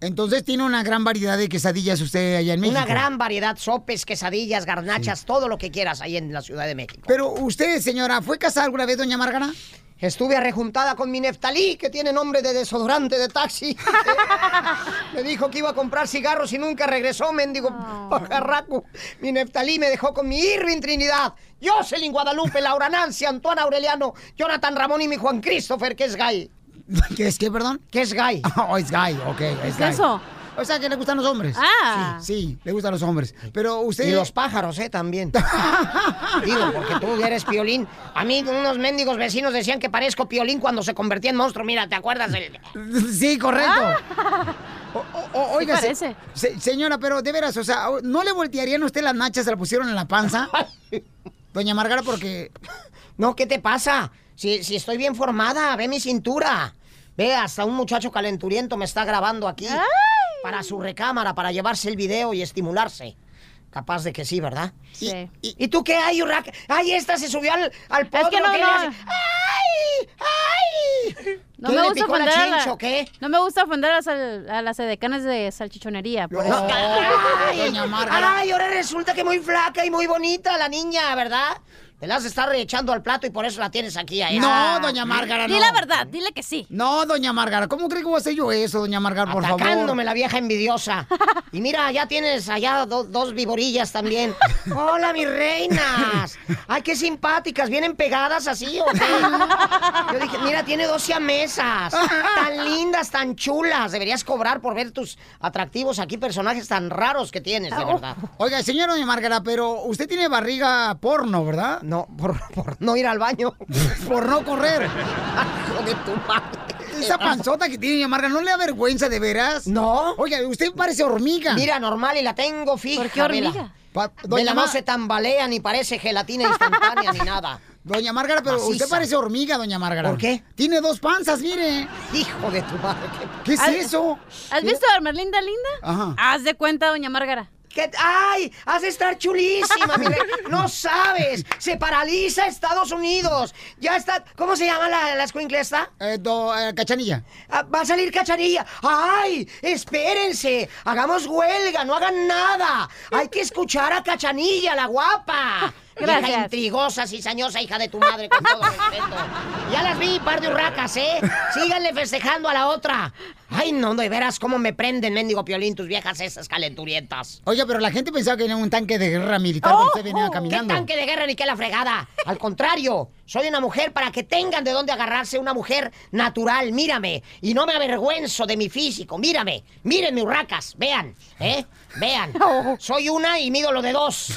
Speaker 2: Entonces tiene una gran variedad de quesadillas usted allá en México.
Speaker 7: Una gran variedad, sopes, quesadillas, garnachas, todo lo que quieras ahí en la Ciudad de México.
Speaker 2: Pero usted, señora, ¿fue casada alguna vez, doña Márgara?
Speaker 7: Estuve arrejuntada con mi Neftalí, que tiene nombre de desodorante de taxi. Eh, me dijo que iba a comprar cigarros y nunca regresó, mendigo pajarraco. Mi Neftalí me dejó con mi Irving Trinidad, Jocelyn Guadalupe, Laura Nancy, Antoine Aureliano, Jonathan Ramón y mi Juan Christopher, que es gay.
Speaker 2: ¿Qué es qué, perdón?
Speaker 7: ¿Qué es gay?
Speaker 2: Oh, es gay, ok.
Speaker 7: ¿Qué
Speaker 2: Es
Speaker 7: es
Speaker 2: gay.
Speaker 7: eso?
Speaker 2: O sea, que le gustan los hombres.
Speaker 7: Ah.
Speaker 2: Sí, sí, le gustan los hombres. Pero usted...
Speaker 7: Y los pájaros, ¿eh? También. Digo, porque tú eres piolín. A mí unos mendigos vecinos decían que parezco piolín cuando se convertía en monstruo. Mira, ¿te acuerdas del...? Ah.
Speaker 2: Sí, correcto. O- o- oiga,
Speaker 7: Sí
Speaker 2: se- se- señora, pero de veras, o sea, o- ¿no le voltearían a usted las nachas, se la pusieron en la panza? Doña Margara, porque...
Speaker 7: No, ¿qué te pasa? Si, si estoy bien formada, ve mi cintura. Ve, hasta un muchacho calenturiento me está grabando aquí. Para su recámara, para llevarse el video y estimularse. Capaz de que sí, ¿verdad?
Speaker 15: Sí.
Speaker 7: ¿Y, y tú qué hay, Urraca? ¡Ay, esta se subió al, al podio!
Speaker 15: que no,
Speaker 7: ¿qué le
Speaker 15: no.
Speaker 7: hace? ¡Ay! ¡Ay!
Speaker 3: No
Speaker 7: ¿Qué
Speaker 3: me
Speaker 7: le
Speaker 3: gusta
Speaker 7: picó la
Speaker 3: ofender a,
Speaker 7: chincha
Speaker 3: la-
Speaker 7: o qué?
Speaker 3: no me gusta ofender a, sal- a las edecanes de salchichonería. por eso.
Speaker 7: ¡Ay! Ay, ahora resulta que muy flaca y muy bonita la niña, ¿verdad? Te la has estado echando al plato y por eso la tienes aquí. a esa.
Speaker 2: No, doña Márgara, no.
Speaker 7: ah. Di la
Speaker 2: verdad, dile que sí. No, doña Márgara, ¿cómo cree que voy a hacer yo eso, doña Márgara, por
Speaker 7: Atacándome
Speaker 2: favor?
Speaker 7: la vieja envidiosa. Y mira, ya tienes allá do- dos viborillas también. Hola, mis reinas. Ay, qué simpáticas. ¿Vienen pegadas así o qué? Yo dije, mira, tiene dos siamesas. Tan lindas, tan chulas. Deberías cobrar por ver tus atractivos aquí personajes tan raros que tienes, de verdad.
Speaker 2: Ah, oh. Oiga, señora doña Márgara, pero usted tiene barriga porno, ¿verdad?
Speaker 7: No, por, por no ir al baño.
Speaker 2: por no correr.
Speaker 7: Hijo de tu madre.
Speaker 2: Esa panzota que tiene doña Márgara, ¿no le da vergüenza de veras?
Speaker 7: Eh, ah. No.
Speaker 2: Oiga, usted parece hormiga.
Speaker 7: Mira, normal y la tengo fija.
Speaker 2: ¿Por qué hormiga?
Speaker 7: vela.
Speaker 2: Pa-
Speaker 7: Vela,
Speaker 2: doña
Speaker 7: no
Speaker 2: Ma-
Speaker 7: se tambalea ni parece gelatina instantánea ni nada.
Speaker 2: Doña Márgara, pero
Speaker 7: Maciza.
Speaker 2: usted parece hormiga, doña Márgara.
Speaker 7: ¿Por qué?
Speaker 2: Tiene dos panzas, mire.
Speaker 7: Hijo de tu madre.
Speaker 2: ¿Qué es
Speaker 3: ¿Has-
Speaker 2: eso?
Speaker 3: ¿Has
Speaker 2: Mira.
Speaker 3: visto a Merlinda Linda?
Speaker 2: Ajá.
Speaker 3: Haz de cuenta, doña Márgara.
Speaker 7: ¿Qué? ¡Ay! Has de estar chulísima, mi rey. No sabes. Se paraliza Estados Unidos. Ya está. ¿Cómo se llama la, la escuincle esta?
Speaker 2: cachanilla.
Speaker 7: va a salir cachanilla. ¡Ay! Espérense. Hagamos huelga. No hagan nada. Hay que escuchar a cachanilla, la guapa. Vieja
Speaker 15: Gracias.
Speaker 7: intrigosa, cizañosa, hija de tu madre, con todo respeto. Ya las vi, par de urracas, ¿eh? Síganle festejando a la otra. Ay, no, de veras, cómo me prenden, mendigo piolín, tus viejas esas calenturientas.
Speaker 2: Oye, pero la gente pensaba que era un tanque de guerra militar cuando usted venía caminando.
Speaker 7: ¡Oh! ¿Qué tanque de guerra ni qué la fregada? Al contrario, soy una mujer para que tengan de dónde agarrarse, una mujer natural, mírame. Y no me avergüenzo de mi físico, mírame. Miren mis urracas, vean, ¿eh? Vean.
Speaker 2: Oh.
Speaker 7: Soy una y mido lo de dos.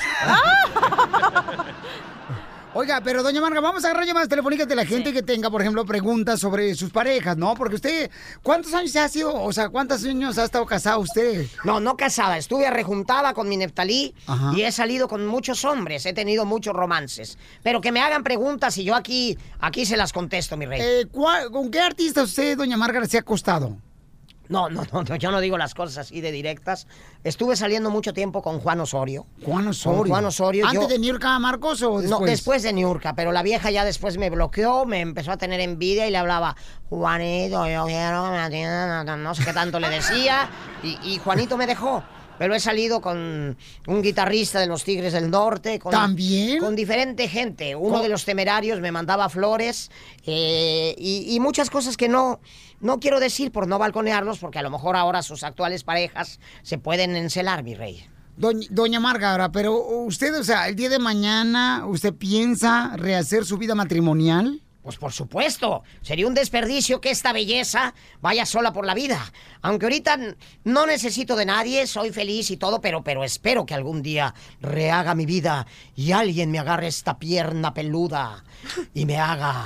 Speaker 2: Oiga, pero doña Marga, vamos a agarrar llamadas telefónicas de la gente que tenga, por ejemplo, preguntas sobre sus parejas, ¿no? Porque usted, ¿cuántos años ha sido? O sea, ¿cuántos años ha estado casado usted?
Speaker 7: No, no casada, estuve rejuntada con mi Neftalí
Speaker 2: Ajá.
Speaker 7: y he salido con muchos hombres, he tenido muchos romances. Pero que me hagan preguntas y yo aquí, aquí se las contesto, mi rey.
Speaker 2: Eh, ¿cuál- ¿Con qué artista usted, doña Marga, se ha acostado?
Speaker 7: No, no, no, no, yo no digo las cosas así de directas. Estuve saliendo mucho tiempo con Juan Osorio.
Speaker 2: Juan Osorio.
Speaker 7: Con Juan Osorio.
Speaker 2: ¿Antes
Speaker 7: yo-
Speaker 2: de Niurka Marcos o después?
Speaker 7: No, después de Niurka, pero la vieja ya después me bloqueó, me empezó a tener envidia y le hablaba, Juanito, yo quiero, que me atiendan", no, sé qué tanto le decía, y, y Juanito me dejó. Pero he salido con un guitarrista de los Tigres del Norte. Con,
Speaker 2: ¿También?
Speaker 7: Con diferente gente. Uno de los temerarios me mandaba flores eh, y, y muchas cosas que no, no quiero decir por no balconearlos, porque a lo mejor ahora sus actuales parejas se pueden encelar, mi rey.
Speaker 2: Doña, doña Márgara, pero usted, o sea, el día de mañana, ¿usted piensa rehacer su vida matrimonial?
Speaker 7: Pues por supuesto, sería un desperdicio que esta belleza vaya sola por la vida. Aunque ahorita n- no necesito de nadie, soy feliz y todo, pero, pero espero que algún día rehaga mi vida y alguien me agarre esta pierna peluda y me haga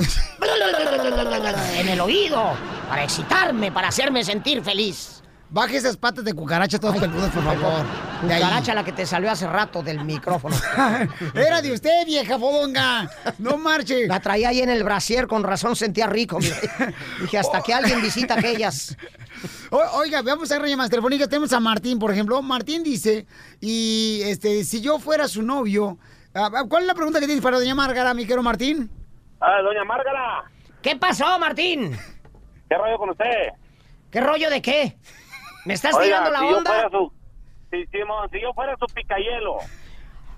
Speaker 7: en el oído para excitarme, para hacerme sentir feliz.
Speaker 2: Baje esas patas de cucaracha todas peludas, por favor. De ahí.
Speaker 7: Cucaracha la que te salió hace rato del micrófono.
Speaker 2: Era de usted, vieja bodonga. No marche.
Speaker 7: La traía ahí en el brasier, con razón sentía rico. mira. Dije, hasta que alguien visita aquellas.
Speaker 2: O- oiga, veamos a llamadas telefónicas. Tenemos a Martín, por ejemplo. Martín dice, y este, si yo fuera su novio, ah, ah, ¿cuál es la pregunta que tienes para doña Márgara, mi querido Martín?
Speaker 11: Ah, doña Márgara.
Speaker 7: ¿Qué pasó, Martín?
Speaker 11: ¿Qué rollo con usted?
Speaker 7: ¿Qué rollo de qué? ¿Me estás
Speaker 11: Eh. Oiga,
Speaker 7: tirando la
Speaker 11: si
Speaker 7: onda?
Speaker 11: Yo fuera su, si, Simón, si yo fuera su picayelo.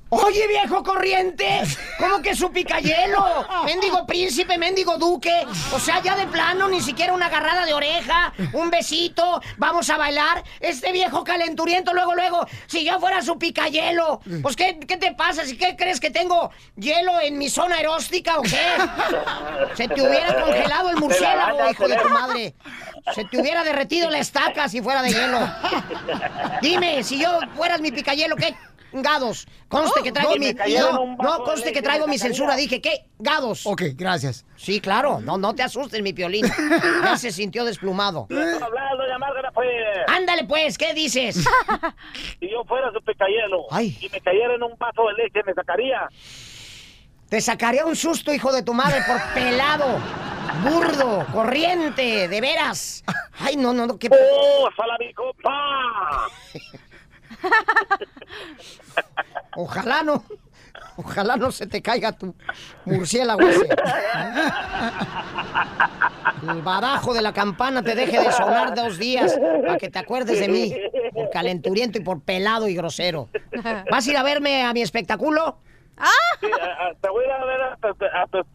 Speaker 7: Oye, viejo corriente, ¿cómo que su picayelo? Mendigo príncipe, mendigo duque. O sea, ya de plano, ni siquiera una agarrada de oreja, un besito, vamos a bailar. Este viejo calenturiento, luego, luego, si yo fuera su picayelo, pues ¿qué, qué te pasa? ¿Si qué crees que tengo hielo en mi zona eróstica o qué? Se te hubiera congelado el
Speaker 11: Te la
Speaker 7: murciélago,
Speaker 11: bañas,
Speaker 7: hijo de
Speaker 11: te
Speaker 7: tu
Speaker 11: la-
Speaker 7: madre. Se te hubiera derretido la estaca si fuera de hielo. Dime, si yo fueras mi picayelo, ¿qué? Gados, conste que traigo
Speaker 2: no,
Speaker 7: mi.
Speaker 2: Oh, me cayeron
Speaker 7: No,
Speaker 2: un eh, vaso
Speaker 7: no,
Speaker 2: de
Speaker 7: conste que
Speaker 2: leche
Speaker 7: traigo
Speaker 2: en
Speaker 7: mi
Speaker 2: la
Speaker 7: censura.
Speaker 2: cadera.
Speaker 7: Dije, ¿qué? Gados.
Speaker 2: Ok, gracias.
Speaker 7: Sí, claro. No, no te asustes, mi piolín. Ya se sintió desplumado.
Speaker 11: Hablar, doña Márgara, pues.
Speaker 7: Ándale, pues, ¿qué dices?
Speaker 11: Si yo fuera su picayelo
Speaker 7: Ay.
Speaker 11: y me cayera en un vaso de leche, me sacaría.
Speaker 7: Te sacaría un susto, hijo de tu madre, por pelado, burdo, corriente, de veras. Ay, no, no, no, qué.
Speaker 11: ¡Oh, salamicopa!
Speaker 7: Ojalá no. Ojalá no se te caiga tu murciélago ese. El badajo de la campana te deje de sonar dos días para que te acuerdes de mí. Por calenturiento y por pelado y grosero.
Speaker 3: Ah.
Speaker 7: ¿Vas a ir a verme a mi espectáculo?
Speaker 11: Sí, a- a- te voy a ir a ver a tu- a tu-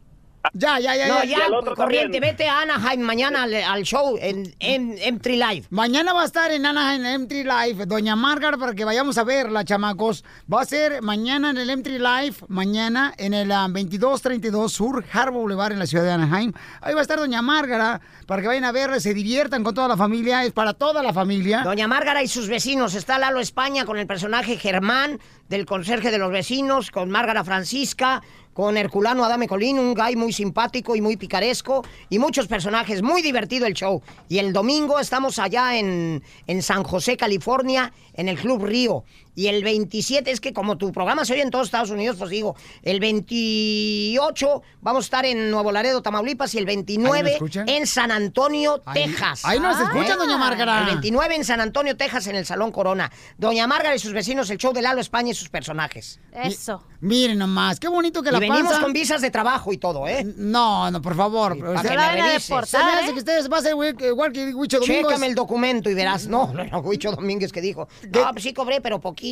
Speaker 2: Ya, ya, ya.
Speaker 7: No,
Speaker 11: ya, y
Speaker 7: ya,
Speaker 11: al otro
Speaker 7: corriente,
Speaker 11: también.
Speaker 7: vete a Anaheim mañana al, al show eh, en, en M3 Live.
Speaker 2: Mañana va a estar en Anaheim M3 Live, doña Márgara, para que vayamos a verla, chamacos. Va a ser mañana en el M3 Live, mañana en el ah, 2232 Sur Harbor Boulevard en la ciudad de Anaheim. Ahí va a estar doña Márgara, para que vayan a verla, se diviertan con toda la familia, es para toda la familia.
Speaker 7: Doña Márgara y sus vecinos. Está Lalo España con el personaje Germán del conserje de los vecinos, con Márgara Francisca, con Herculano Adame Colín, un guy muy simpático y muy picaresco, y muchos personajes. Muy divertido el show. Y el domingo estamos allá en, en San José, California, en el Club Río. Y el 27, es que como tu programa se oye en todos Estados Unidos, pues digo, el 28 vamos a estar en Nuevo Laredo, Tamaulipas, y el 29
Speaker 2: escuchan?
Speaker 7: en San Antonio, Texas.
Speaker 2: ahí nos escuchan,
Speaker 7: ¿Eh?
Speaker 2: doña Márgara.
Speaker 7: El 29 en San Antonio, Texas, en el Salón Corona. Doña Márgara y sus vecinos, el show de Lalo España y sus personajes.
Speaker 3: Eso.
Speaker 2: Miren nomás, qué bonito que
Speaker 7: Y
Speaker 2: la
Speaker 7: venimos
Speaker 2: pasan.
Speaker 7: con visas de trabajo y todo, ¿eh?
Speaker 2: No, no, por favor.
Speaker 7: pa'
Speaker 2: usted-
Speaker 7: que me
Speaker 2: Se me
Speaker 7: revises.
Speaker 2: hace
Speaker 7: ¿eh?
Speaker 2: que ustedes va a ser igual que- igual que Huicho Domingos.
Speaker 7: Chécame el documento y verás. No, no era Huicho Domínguez que dijo. No, pues sí cobré, pero poquito.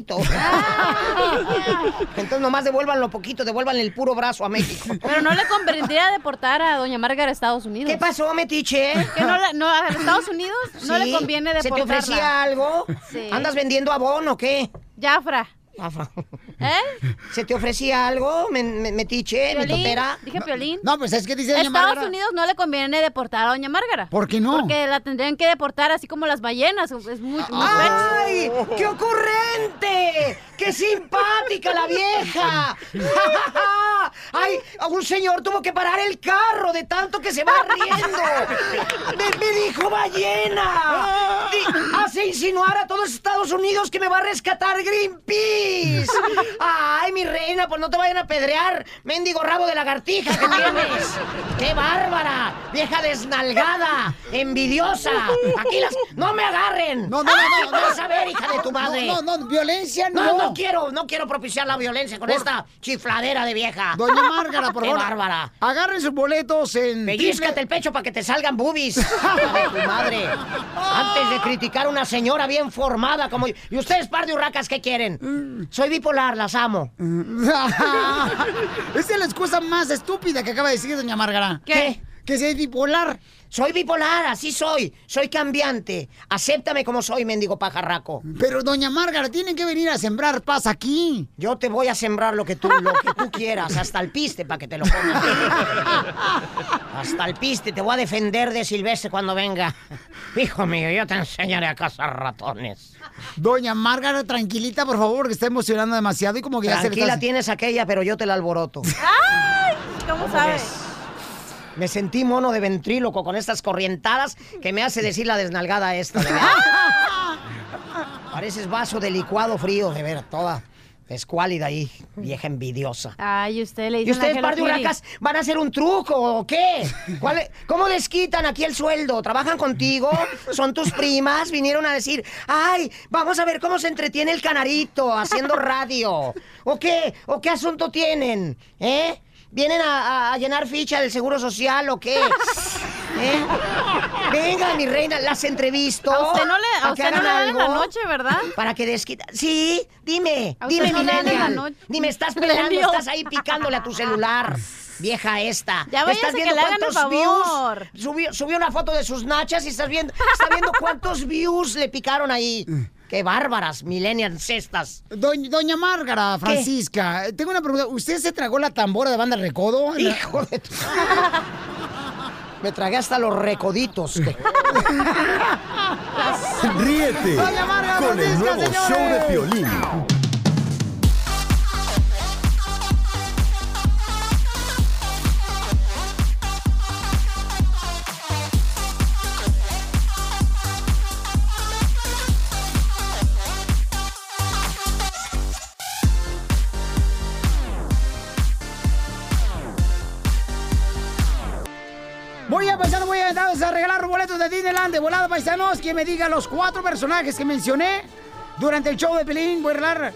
Speaker 7: Entonces nomás devuélvanlo poquito, devuélvanle el puro brazo a México.
Speaker 3: Pero no le convendría deportar a doña Márgara a Estados Unidos. ¿Qué
Speaker 7: pasó, metiche?
Speaker 3: Que no, la- no, a Estados Unidos no
Speaker 7: Sí,
Speaker 3: le conviene
Speaker 7: ¿Se
Speaker 3: deportarla.
Speaker 7: te ofrecía algo?
Speaker 3: Sí.
Speaker 7: ¿Andas vendiendo abón o qué?
Speaker 3: Jafra. ¿Eh?
Speaker 7: Afra. ¿Se te ofrecía algo, me- me- metiche,
Speaker 3: Piolín,
Speaker 7: mitotera?
Speaker 3: Dije Piolín.
Speaker 2: No, pues es que dice
Speaker 7: doña
Speaker 3: Estados
Speaker 7: Márgara.
Speaker 3: Unidos no le conviene deportar a doña Márgara.
Speaker 2: ¿Por qué no?
Speaker 3: Porque la tendrían que deportar así como las ballenas. Es muy... muy
Speaker 2: Ah.
Speaker 7: ¡Ay! ¡Qué ocurrente! ¡Qué simpática la vieja! ¡Ay! Un señor tuvo que parar el carro de tanto que se va riendo. ¡Me, me dijo ballena! Di- ¡Hace insinuar a todos Estados Unidos que me va a rescatar Greenpeace! ¡Ay, mi reina! Pues no te vayan a pedrear, mendigo rabo de lagartija que tienes. ¡Qué bárbara! ¡Vieja desnalgada! ¡Envidiosa! ¡Aquí las... ¡No me agarren!
Speaker 2: No, no, no, no, no.
Speaker 7: Vas a ver, hija de tu madre.
Speaker 2: No, no, no, violencia no.
Speaker 7: No, no quiero, no quiero propiciar la violencia con esta chifladera de vieja.
Speaker 2: Doña Márgara,
Speaker 7: Ah.
Speaker 2: por
Speaker 7: Qué
Speaker 2: favor.
Speaker 7: bárbara.
Speaker 2: Agarren sus boletos eh, en.
Speaker 7: Pellízcate el pecho para que te salgan boobies. Hija de tu madre. Antes de criticar a una señora bien formada como yo. ¿Y ustedes, par de hurracas, qué
Speaker 2: Mm.
Speaker 7: quieren? Soy bipolar, las amo.
Speaker 2: Esa es la excusa más estúpida que acaba de decir doña Márgara.
Speaker 7: ¿Qué?
Speaker 2: que seas bipolar.
Speaker 7: Soy bipolar, así soy. Soy cambiante. Acéptame como soy, mendigo pajarraco.
Speaker 2: Pero doña Márgara tiene que venir a sembrar paz aquí.
Speaker 7: Yo te voy a sembrar lo que tú, lo que tú quieras, hasta el piste para que te lo comas. hasta el piste, te voy a defender de Silvestre cuando venga. Hijo mío, yo te enseñaré a cazar ratones.
Speaker 2: Doña Márgara, tranquilita, por favor, que está emocionando demasiado y como que ya se le
Speaker 7: Tranquila
Speaker 2: está...
Speaker 7: tienes aquella, pero yo te la alboroto.
Speaker 3: ¡Ay! ¿Cómo, sabes?
Speaker 7: ves? Me sentí mono de ventríloco con estas corrientadas que me hace decir la desnalgada esta. de verdad. Pareces vaso de licuado frío, de ver, toda escuálida ahí, vieja envidiosa.
Speaker 3: Ay, usted le dice.
Speaker 7: ¿Y ustedes, par de huracas, van a hacer un truco o qué? ¿Cuál es- ¿Cómo desquitan aquí el sueldo? ¿Trabajan contigo? ¿Son tus primas? Vinieron a decir, ay, vamos a ver cómo se entretiene el canarito haciendo radio. ¿O qué? ¿O qué asunto tienen? ¿Eh? ¿Vienen a, a- a llenar ficha del Seguro Social o qué? ¿Eh? Venga, mi reina, las entrevisto.
Speaker 3: A usted no le- a
Speaker 7: para que
Speaker 3: usted no
Speaker 7: hagan
Speaker 3: le dan en la
Speaker 7: algo,
Speaker 3: noche, ¿verdad?
Speaker 7: Para que desquita. Sí, dime,
Speaker 3: A usted
Speaker 7: dime,
Speaker 3: no le dan en la
Speaker 7: millennial.
Speaker 3: noche.
Speaker 7: Dime, estás peleando,
Speaker 3: Millennial.
Speaker 7: estás ahí picándole a tu celular. Vieja esta.
Speaker 3: Ya váyase
Speaker 7: ¿Estás
Speaker 3: que
Speaker 7: viendo
Speaker 3: le hagan el
Speaker 7: cuántos
Speaker 3: favor.
Speaker 7: views? Subió, subió una foto de sus nachas y estás viendo, está viendo cuántos views le picaron ahí. Qué bárbaras, millennials estas.
Speaker 2: Doña, doña Márgara, Francisca, tengo una pregunta. ¿Usted se tragó la tambora de banda Recodo?
Speaker 7: Hijo de tu... Me tragué hasta los recoditos.
Speaker 6: Ríete
Speaker 15: Doña Mara,
Speaker 6: con el
Speaker 15: Francisca,
Speaker 6: nuevo show de
Speaker 15: señores.
Speaker 6: Piolín.
Speaker 2: Voy a paisano, voy a, dar- a regalar boletos de Disneyland de volada, paisanos. Que me digan los cuatro personajes que mencioné durante el show de Pelín. Voy a regalar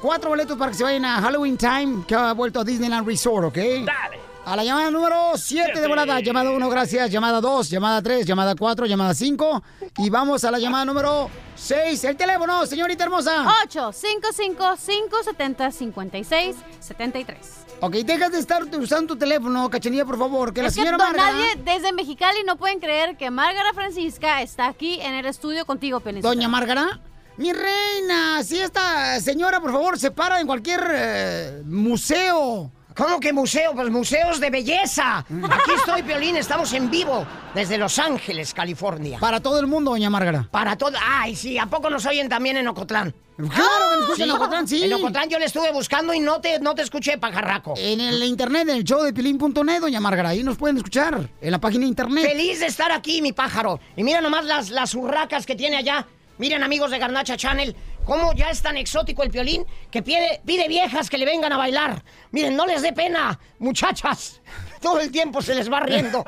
Speaker 2: cuatro boletos para que se vayan a Halloween Time, que ha vuelto a Disneyland Resort, ¿ok? Dale. A la llamada número 7 de volada. Llamada 1, gracias. Llamada 2, llamada 3, llamada 4, llamada 5. Y vamos a la llamada número 6. El teléfono, señorita hermosa.
Speaker 3: 8 55 570 56 73.
Speaker 2: Ok, dejas de estar usando tu teléfono, cachanilla, por favor. Que la
Speaker 3: es que
Speaker 2: señora
Speaker 3: don
Speaker 2: Márgara-
Speaker 3: nadie desde Mexicali no pueden creer que Márgara Francisca está aquí en el estudio contigo, Pelín.
Speaker 2: Doña Márgara, mi reina, si esta señora, por favor, se para en cualquier eh, museo.
Speaker 7: ¿Cómo que museo? Pues museos de belleza. Aquí estoy, Violín, estamos en vivo desde Los Ángeles, California.
Speaker 2: Para todo el mundo, doña Márgara.
Speaker 7: Para todo. Ay, sí, ¿a poco nos oyen también en Ocotlán? Ah,
Speaker 2: Claro que nos escuchan en Ocotlán, sí.
Speaker 7: En Ocotlán yo le estuve buscando y no te, no te escuché, pajarraco.
Speaker 2: En el internet, en el show de pilín.net, doña Márgara, ahí nos pueden escuchar, en la página de internet.
Speaker 7: Feliz de estar aquí, mi pájaro. Y mira nomás las, las urracas que tiene allá. Miren, amigos de Garnacha Channel, cómo ya es tan exótico el violín que pide, pide viejas que le vengan a bailar. Miren, no les dé pena, muchachas. Todo el tiempo se les va riendo.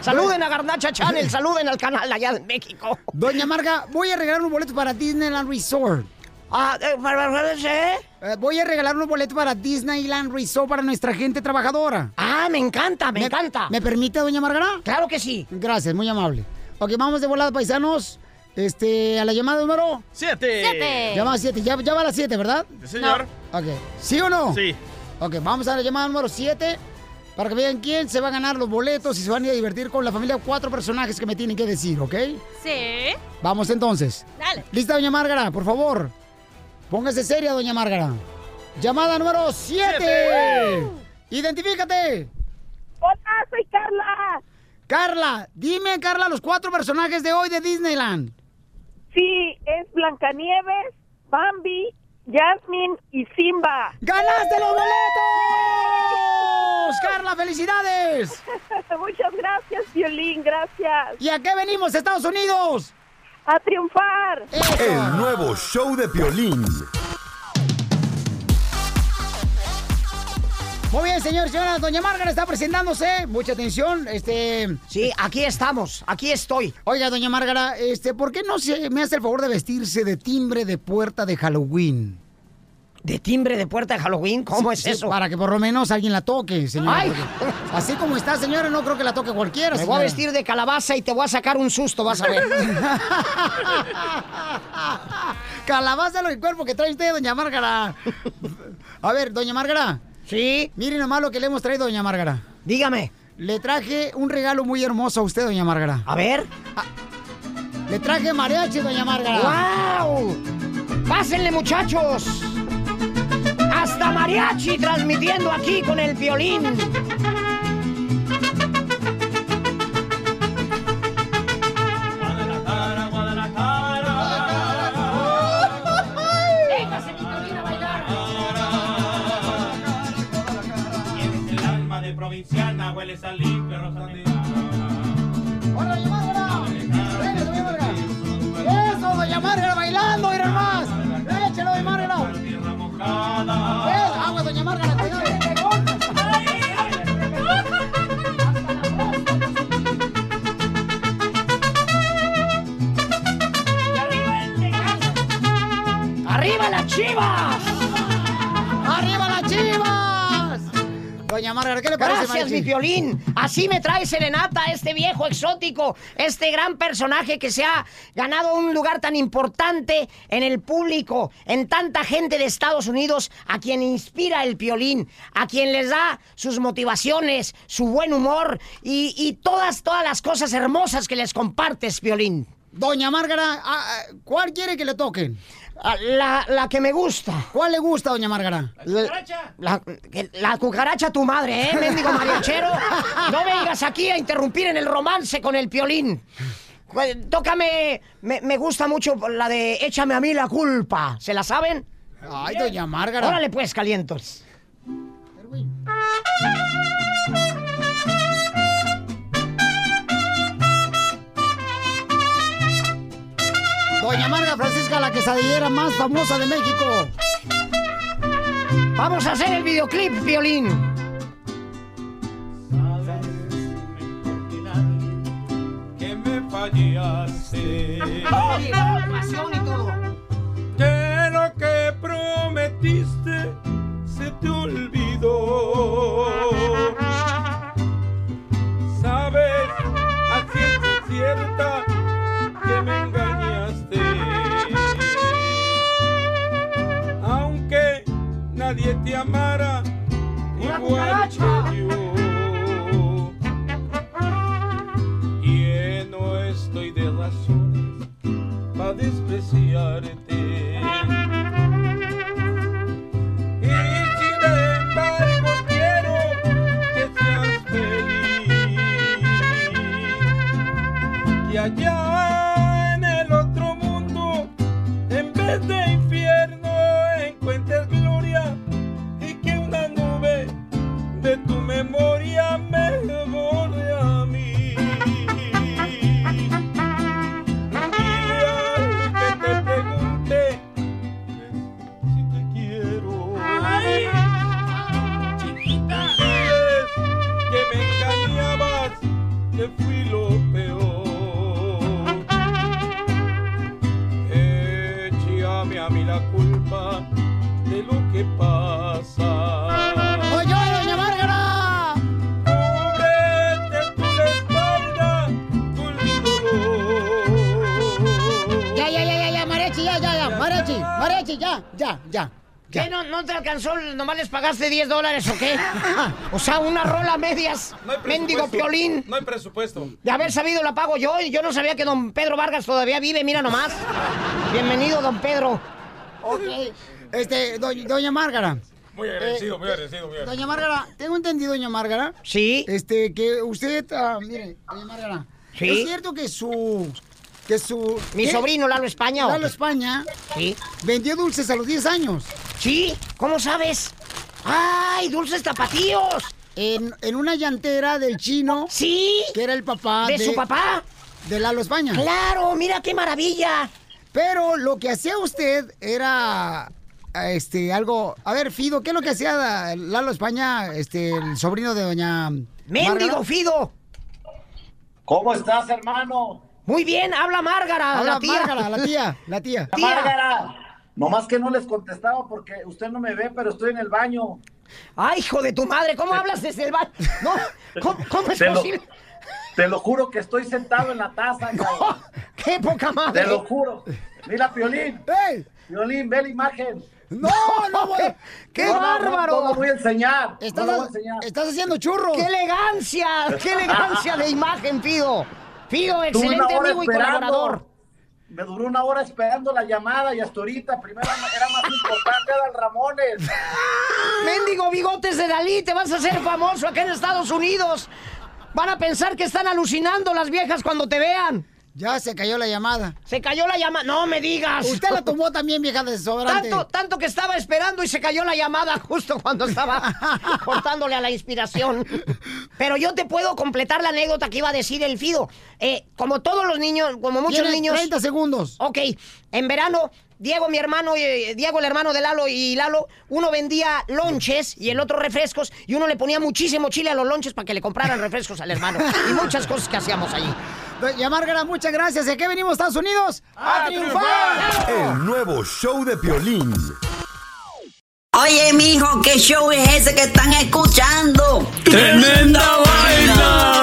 Speaker 7: saluden a Garnacha Channel, saluden al canal allá de México.
Speaker 2: Doña Marga, voy a regalar unos boletos para Disneyland Resort. Eh,
Speaker 7: Ah,
Speaker 2: voy a regalar unos boletos para Disneyland Resort para nuestra gente trabajadora.
Speaker 7: Ah, me encanta, me, encanta.
Speaker 2: ¿Me permite, doña Margarita?
Speaker 7: Claro que sí.
Speaker 2: Gracias, muy amable. Ok, vamos de volada, paisanos. Este, a la llamada número
Speaker 4: ¡Siete!
Speaker 2: Llamada 7, ya, ya va la 7, ¿verdad?
Speaker 4: Sí, señor.
Speaker 2: Ok. ¿Sí o no?
Speaker 4: Sí.
Speaker 2: Ok, vamos a la llamada número 7 para que vean quién se va a ganar los boletos y se van a ir a divertir con la familia. Cuatro personajes que me tienen que decir, ¿ok?
Speaker 3: Sí.
Speaker 2: Vamos entonces.
Speaker 3: Dale.
Speaker 2: ¿Lista, doña Márgara? Por favor. Póngase seria, doña Márgara. Llamada número 7. Identifícate.
Speaker 13: Hola, soy Carla.
Speaker 2: Carla, dime, Carla, los cuatro personajes de hoy de Disneyland.
Speaker 13: Sí, es Blancanieves, Bambi, Jasmine y Simba.
Speaker 2: ¡Ganaste los boletos! ¡Carla, felicidades!
Speaker 13: Muchas gracias, Violín, gracias.
Speaker 2: ¿Y a qué venimos, Estados Unidos?
Speaker 13: A triunfar.
Speaker 6: El nuevo show de Piolín.
Speaker 2: Muy bien, señor, señora, doña Márgara está presentándose. Mucha atención, este...
Speaker 7: Sí, aquí estamos, aquí estoy.
Speaker 2: Oiga, doña Márgara, este, ¿por qué no se me hace el favor de vestirse de timbre de puerta de Halloween?
Speaker 7: ¿De timbre de puerta de Halloween? ¿Cómo es eso?
Speaker 2: Para que por lo menos alguien la toque, señora.
Speaker 7: Ay.
Speaker 2: porque Así como está, señora, no creo que la toque cualquiera,
Speaker 7: Me voy a
Speaker 2: señora.
Speaker 7: vestir de calabaza y te voy a sacar un susto, vas a ver.
Speaker 2: Calabaza el cuerpo que trae usted, doña Márgara. A ver, doña Márgara.
Speaker 7: Sí.
Speaker 2: Miren nomás lo que le hemos traído, doña Márgara.
Speaker 7: Dígame.
Speaker 2: Le traje un regalo muy hermoso a usted, doña Márgara. Ah.
Speaker 7: A ver.
Speaker 2: Le traje mariachi, doña Márgara.
Speaker 7: ¡Wow! ¡Pásenle, muchachos! Hasta mariachi transmitiendo aquí con el violín.
Speaker 15: Provinciana huele a limpio, rosa
Speaker 2: ¡Eso, doña Márgara bailando, mira más! ¡Échalo, doña Márgara! ¡Eso, agua, doña Márgara! cuidado.
Speaker 7: ¡Arriba las chivas!
Speaker 2: ¡Arriba las chivas! Doña Márgara, ¿qué le parece,
Speaker 7: Gracias,
Speaker 2: mariachi?
Speaker 7: mi violín. Así me trae serenata este viejo exótico, este gran personaje que se ha ganado un lugar tan importante en el público, en tanta gente de Estados Unidos, a quien inspira el violín, a quien les da sus motivaciones, su buen humor y, y todas, todas las cosas hermosas que les compartes, violín.
Speaker 2: Doña Márgara, ah, ¿cuál quiere que le toquen?
Speaker 7: Ah, La, la que me gusta.
Speaker 2: ¿Cuál le gusta, doña Márgara?
Speaker 7: La cucaracha. La, la cucaracha tu madre, ¿eh, mendigo mariachero? No vengas aquí a interrumpir en el romance con el piolín. Pues, Tócame, me, me gusta mucho la de Échame a mí la culpa. ¿Se la saben?
Speaker 2: Ay, doña Márgara.
Speaker 7: Órale pues, calientos.
Speaker 2: Doña Márgara Francisca, la quesadillera más famosa de México.
Speaker 7: Vamos a hacer el videoclip, violín.
Speaker 15: que me fallaste.
Speaker 7: pasión y todo.
Speaker 15: Que lo que prometiste se te olvidó. Sabes a ciencia cierta que me engañaste. Aunque nadie te amara, igual que yo. Lleno estoy de razones para despreciarte. Y sin embargo quiero que seas feliz. Que allá en el otro mundo, en vez de infierno, encuentres gloria y que una nube de tu memoria me borre a mí. Y al que te pregunte si te quiero. Chiquita. que me engañabas, que fui lo peor. Échame a mí la culpa de lo que pasa.
Speaker 2: ¡Oye, Pues doña Márgara!
Speaker 15: Cúbrete tú la espalda con mi dolor.
Speaker 2: Ya, ya, ya, ya, ya, mariachi, ya, ya, ya, mariachi, mariachi, ya, ya, ya.
Speaker 7: ¿Qué? ¿No, no te alcanzó? ¿Nomás les pagaste 10 dólares o qué? O sea, una rola a medias.
Speaker 4: No hay presupuesto.
Speaker 7: Mendigo piolín.
Speaker 4: No hay presupuesto.
Speaker 7: De haber sabido la pago yo y yo no sabía que don Pedro Vargas todavía vive, mira nomás. Bienvenido, don Pedro.
Speaker 2: Ok. Este, do- doña Márgara.
Speaker 4: Muy
Speaker 7: Eh,
Speaker 4: agradecido, muy agradecido, muy
Speaker 2: Doña Márgara, tengo entendido, doña Márgara.
Speaker 7: Sí.
Speaker 2: Este, que usted, ah, mire, doña Márgara.
Speaker 7: Sí.
Speaker 2: Es cierto que su. Que su.
Speaker 7: Mi
Speaker 2: ¿qué?
Speaker 7: sobrino, Lalo España. ¿o
Speaker 2: Lalo
Speaker 7: qué?
Speaker 2: España.
Speaker 7: Sí.
Speaker 2: Vendió dulces a los 10 años.
Speaker 7: Sí. ¿Cómo sabes? ¡Ay, dulces tapatíos!
Speaker 2: En, en una llantera del chino.
Speaker 7: Sí.
Speaker 2: Que era el papá.
Speaker 7: ¿De su papá?
Speaker 2: De Lalo España.
Speaker 7: Claro, mira qué maravilla.
Speaker 2: Pero lo que hacía usted era ah, este algo, a ver, Fido, ¿qué es lo que hacía Lalo España, este el sobrino de doña
Speaker 7: ¡Mendigo Fido!
Speaker 18: ¿Cómo estás, hermano?
Speaker 7: Muy bien, habla Márgara,
Speaker 2: Habla
Speaker 7: la tía.
Speaker 2: Márgara, la tía, la tía.
Speaker 18: Márgara. Nomás que no les contestaba porque usted no me ve, pero estoy en el baño. Eh.
Speaker 7: ¡Ay, hijo de tu madre! ¿Cómo hablas desde el baño? No, ¿cómo, cómo es
Speaker 18: Te lo-
Speaker 7: posible?
Speaker 18: Te lo juro que estoy sentado en la taza, cabrón.
Speaker 7: ¡Qué poca madre!
Speaker 18: Te lo juro. Mira, Piolín.
Speaker 2: ¡Ey!
Speaker 18: Piolín, ve la imagen.
Speaker 2: ¡No, no voy!
Speaker 7: ¡Qué bárbaro!
Speaker 2: No, no, no voy a enseñar.
Speaker 7: Estás,
Speaker 2: No lo voy a enseñar. estás haciendo churros.
Speaker 7: ¡Qué elegancia! ¡Qué elegancia de imagen, Fido! Fido,
Speaker 2: Tuve una
Speaker 7: excelente
Speaker 2: hora
Speaker 7: amigo y
Speaker 2: esperando.
Speaker 7: colaborador.
Speaker 2: Me duró una hora esperando la llamada y hasta ahorita, primero era más importante era el Ramones.
Speaker 7: Méndigo Ah. bigotes de Dalí, te vas a hacer famoso acá en Estados Unidos. Van a pensar que están alucinando las viejas cuando te vean.
Speaker 2: Ya se cayó la llamada.
Speaker 7: Se cayó la llamada. No me digas.
Speaker 2: Usted la tomó también, vieja desodorante.
Speaker 7: Tanto, tanto que estaba esperando y se cayó la llamada justo cuando estaba cortándole a la inspiración. Pero yo te puedo completar la anécdota que iba a decir el Fido. Eh, como todos los niños, como muchos
Speaker 2: Tienes
Speaker 7: niños.
Speaker 2: 30 segundos.
Speaker 7: Ok, en verano, Diego, mi hermano, eh, Diego, el hermano de Lalo y Lalo, uno vendía lonches y el otro refrescos, y uno le ponía muchísimo chile a los lonches para que le compraran refrescos al hermano. Y muchas cosas que hacíamos ahí.
Speaker 2: Ya, Márgara, muchas gracias. ¿De qué venimos, Estados Unidos? ¡A, triunfar!
Speaker 9: El nuevo show de Piolín.
Speaker 14: Oye, mijo, ¿qué show es ese que están escuchando?
Speaker 15: ¡Tremenda
Speaker 14: vaina!